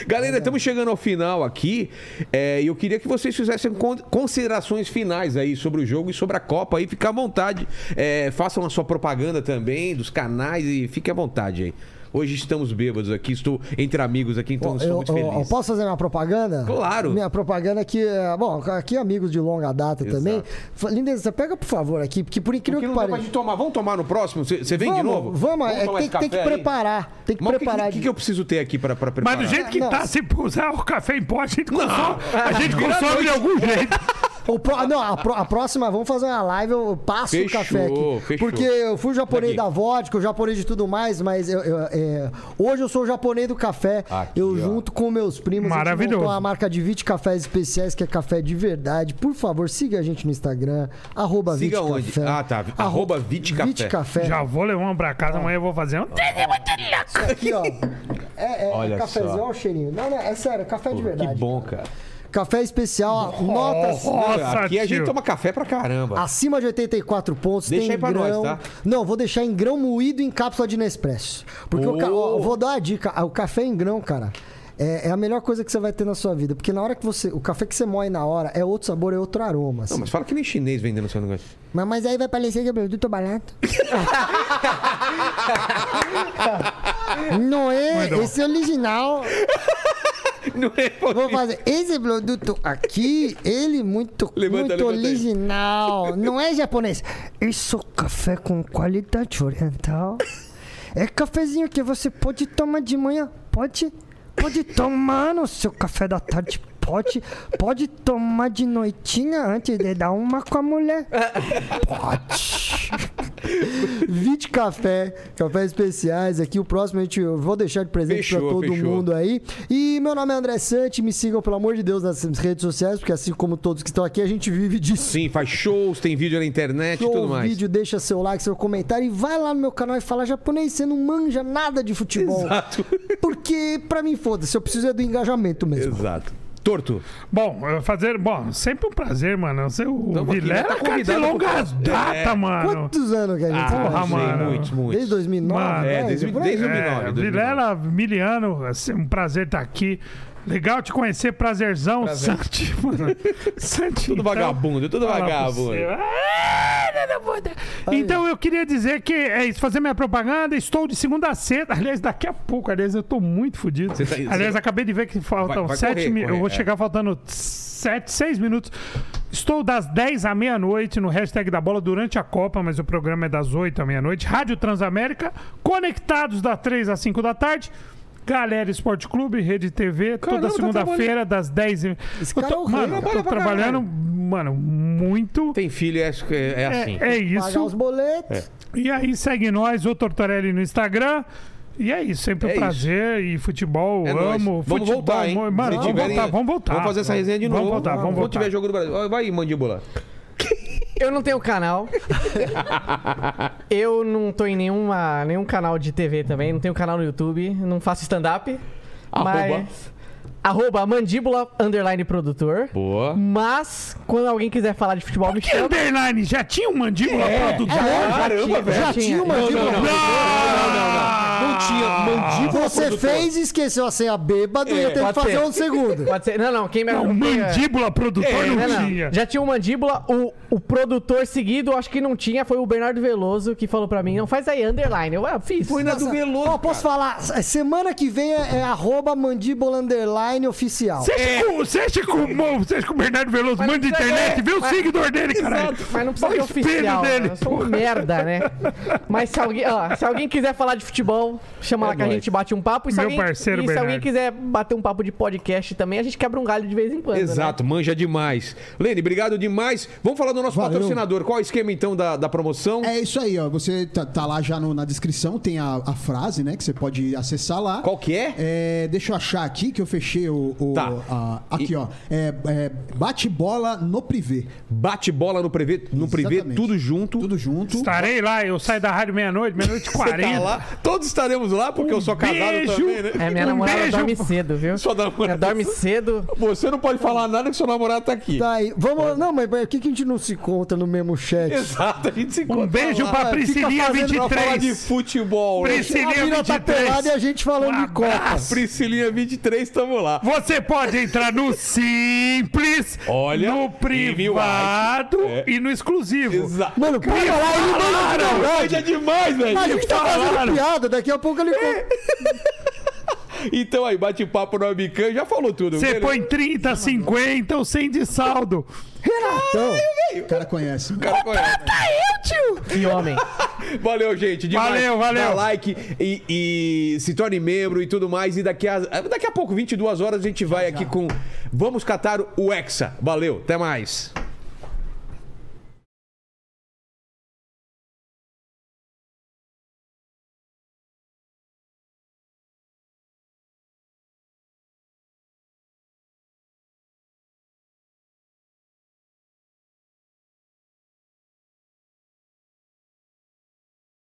Galera, estamos chegando ao final aqui é, e eu queria que vocês fizessem con- considerações finais aí sobre o jogo e sobre a Copa aí. Fica à vontade. É, façam a sua propaganda também dos canais e fique à vontade aí. Hoje estamos bêbados aqui, estou entre amigos aqui, então
Bom,
estou
eu,
muito
eu-
feliz.
eu posso fazer minha propaganda?
Claro.
Minha propaganda que, é, bom, aqui amigos de longa data
Exato.
também. Fa- Linda, você pega por favor aqui, porque por incrível
Porque não
que
dá pra
pareça.
gente tomar. Vamos tomar no próximo? Você você vem
vamos,
de novo?
Vamos, é,
tomar
tem,
esse
tem que
café aí?
preparar. Tem que
Mas o que-
preparar.
O que,
de-
que eu preciso ter aqui pra, pra
Mas
preparar?
do jeito que
Ah, Não.
tá, se usar o café em pó, a gente consome, a gente
Ah, Vira
consome de
noite. (laughs)
algum jeito.
O pro- não, a, pro- a próxima, vamos fazer uma live, eu passo o
Fechou,
café aqui.
fechou.
Porque eu fui o
Daqui.
japonês da vodka, o japonês de tudo mais, mas eu- eu, é, hoje eu sou o japonês do café.
Aqui,
eu
ó.
junto com meus primos,
Maravilhoso.
a gente montou uma marca de 20 cafés especiais, que é café de verdade. Por favor, siga a gente no Instagram, arroba
Siga
20
onde?
Café.
Ah, tá, arroba 20 Café.
20 Café.
Já vou levar um pra casa, amanhã eu vou fazer um.
Aqui, ó. É, é,
Olha
cafezinho,
só.
olha o cheirinho. Não, não, é sério, café de
Que
verdade.
bom, cara.
Café especial, ó, notas...
Nossa,
aqui a gente
tio.
toma café pra caramba.
Acima de 84 pontos,
Tá. Deixa
tem
aí pra nós,
grão.
tá?
Não, vou deixar em grão moído em cápsula de Nespresso. Porque o ca-
Oh.
ó, eu vou dar uma dica. Ah, O café em grão, cara, é, é a melhor coisa que você vai ter na sua vida. Porque na hora que você. O café que você moe na hora é outro sabor, é outro aroma. assim.
Não, mas fala que nem chinês vendendo seu negócio.
mas, mas aí vai parecer que é
(laughs)
produto (laughs) barato. Não é? Esse é original.
Não é
Vou fazer esse produto aqui, ele muito,
(laughs) Levanta,
muito
levanta aí.
original. Não é japonês. Isso é café com qualidade oriental. É cafezinho que você pode tomar de manhã, pode, pode tomar no seu café da tarde, pode, pode tomar de noitinha antes de dar uma com a mulher. Pode. 20 café, cafés especiais aqui. O próximo a gente, eu vou deixar de presente
Fechou,
pra todo
fechou.
mundo aí. E meu nome é André Sante, me sigam, pelo amor de Deus, nas redes sociais, porque assim como todos que estão aqui, a gente vive disso.
Sim, faz shows, tem vídeo na internet e tudo
Show o
mais.
vídeo, deixa seu like, seu comentário e vai lá no meu canal e fala japonês, você não manja nada de futebol.
Exato.
Porque pra mim, foda-se, eu preciso é do engajamento
(laughs)
mesmo.
Exato. Torto.
Bom, eu fazer. Bom, sempre um prazer, mano. Você, o
Tamo aqui,
Vilela
né? Tá
é cara de
convidado
longas
pro-
data,
É.
mano.
Quantos anos que a gente
porra,
tá?
sei,
mano.
Muitos, muitos.
Desde 2009?
Mano,
Ah, É,
né?
desde,
Por aí.
desde 2009.
É,
2009.
Vilela, Miliano, é sempre um prazer estar aqui. Legal te conhecer, prazerzão,
Prazer.
Santi, mano.
(laughs)
Santi. então,
Tudo vagabundo, tudo
Fala pra
vagabundo.
você. né? Ah, filha da puta. Então eu queria dizer que é isso, fazer minha propaganda, estou de segunda a sexta, aliás, daqui a pouco, aliás, eu tô muito fodido.
Você tá-
aliás,
você-
acabei de ver que
Vai-
faltam
vai
sete
correr,
minutos. Eu
correr,
vou
é.
chegar faltando sete, seis minutos. Estou das 10 à meia-noite no hashtag da bola durante a Copa, mas o programa é das 8 à meia-noite. Rádio Transamérica, conectados das 3 às 5 da tarde. Galera Esporte Clube, Rede TV,
Caramba,
toda
tá
segunda-feira, das 10 e...
Esse
Eu
cara é
tô,
o rei,
mano, eu
trabalha
tô
pra
trabalhando, mano, muito.
Tem filho, é, é, é assim.
É, é
Pagar os
isso.
boletos.
É.
E aí, segue nós, o Tortorelli no Instagram. E é isso,
É
sempre um
isso.
prazer. E futebol,
É nóis.
amo.
Vamos
futebol,
voltar, hein?
mo- Mano,
Se
vamos
tiverem-
voltar, vamos voltar.
Vamos fazer essa resenha de novo.
Vamos voltar, vamos
Quando tiver
voltar.
jogo do Brasil. Ó, Vai aí, mandíbula.
Eu não tenho canal. (laughs) eu não tô em nenhuma, nenhum canal de TV também. Não tenho canal no YouTube. Não faço stand-up.
Arroba.
Mas. Arroba mandíbula underline produtor.
Boa.
Mas, quando alguém quiser falar de futebol, me
Que
chama.
underline, já tinha um mandíbula
É.
produtor?
Caramba, velho.
Já tinha uma
Não, não, não. Não, não,
mandíbula.
não. Não tinha mandíbula.
Tipo, Você
produtor.
fez e esqueceu a senha bêbado e
É,
ia ter que
pode
fazer
ser.
um segundo.
(laughs) Pode ser. Não, não. Quem me
Não, mandíbula produtor
É,
Não,
não,
não.
tinha.
Já tinha o Mandíbula, o, o produtor seguido, acho que não tinha, foi o Bernardo Veloso que falou pra mim, não faz aí, underline. Eu ah, fiz.
Foi na do Veloso.
Ó, posso falar? S- Semana que vem é, é arroba mandíbula underline oficial.
Você
É.
acha que o- Você acha que o Mo- você acha que o Bernardo Veloso
Mas
manda de
não precisa-
internet? Vê o
mas-
seguidor dele, caralho.
Mas não precisa ser
Olha o espelho
oficial. né?
dele,
Eu sou um
porra.
merda, né? Mas se alguém, ó, se alguém quiser falar de futebol, chama lá que a
É nóis.
gente bate um papo. E se,
Meu
alguém,
parceiro
e se alguém
Bernardo.
quiser bater um papo de podcast também, a gente quebra um galho de vez em quando. né?
Exato, manja demais. Lene, obrigado demais. Vamos falar do nosso
Valeu.
patrocinador. Qual é o esquema então da, da promoção?
É isso aí, ó. Você tá, tá lá já no- na descrição, tem a, a frase, né? Que você pode acessar lá.
Qual que é?
É, deixa eu achar aqui que eu fechei o. o-
Tá.
a- aqui,
E-
ó. É, é, bate bola no privê.
Bate bola no privê, no privê
Exatamente.
tudo junto.
Tudo junto.
Estarei lá, eu saio da rádio meia-noite, meia-noite e
Você tá
40.
lá, todos estaremos lá, porque eu sou casado
beijo.
também, né?
É, minha
Um
namorada
beijo.
dorme cedo,
(laughs)
viu?
Sua
Ela
namorada.
dorme cedo.
Você não pode falar nada que seu namorado tá aqui.
Tá aí. Vamos. Não, mas por que, que a gente não se encontra no mesmo chat?
Exato, a gente se
Um
encontra
beijo
tá lá. Tá
pra Priscilinha
fazendo
Pra falar de
23.
futebol. né?
A
Priscilinha
mina tá
23.
pelada e a gente falando
Um
de Copa.
abraço.
Priscilinha 23, tamo lá.
Você pode entrar no Simples,
Olha,
no privado
e
e no exclusivo.
Exato.
Mano, para lá, ele manda
é
de
Cara,
verdade.
manja demais, velho.
A gente tá fazendo
Falaram.
piada, daqui a pouco ele.
Então aí, bate-papo no Webcam, já falou tudo.
Você
velho.
põe 30, 50 ou 100 de saldo.
Renatão.
O cara conhece.
O cara conhece.
Que homem.
(laughs) Valeu, gente. Demais.
Valeu, valeu.
Dá like e, e se torne membro e tudo mais. E daqui a, daqui a pouco, 22 horas, a gente vai aqui com... Vamos catar o Hexa. Valeu, até mais.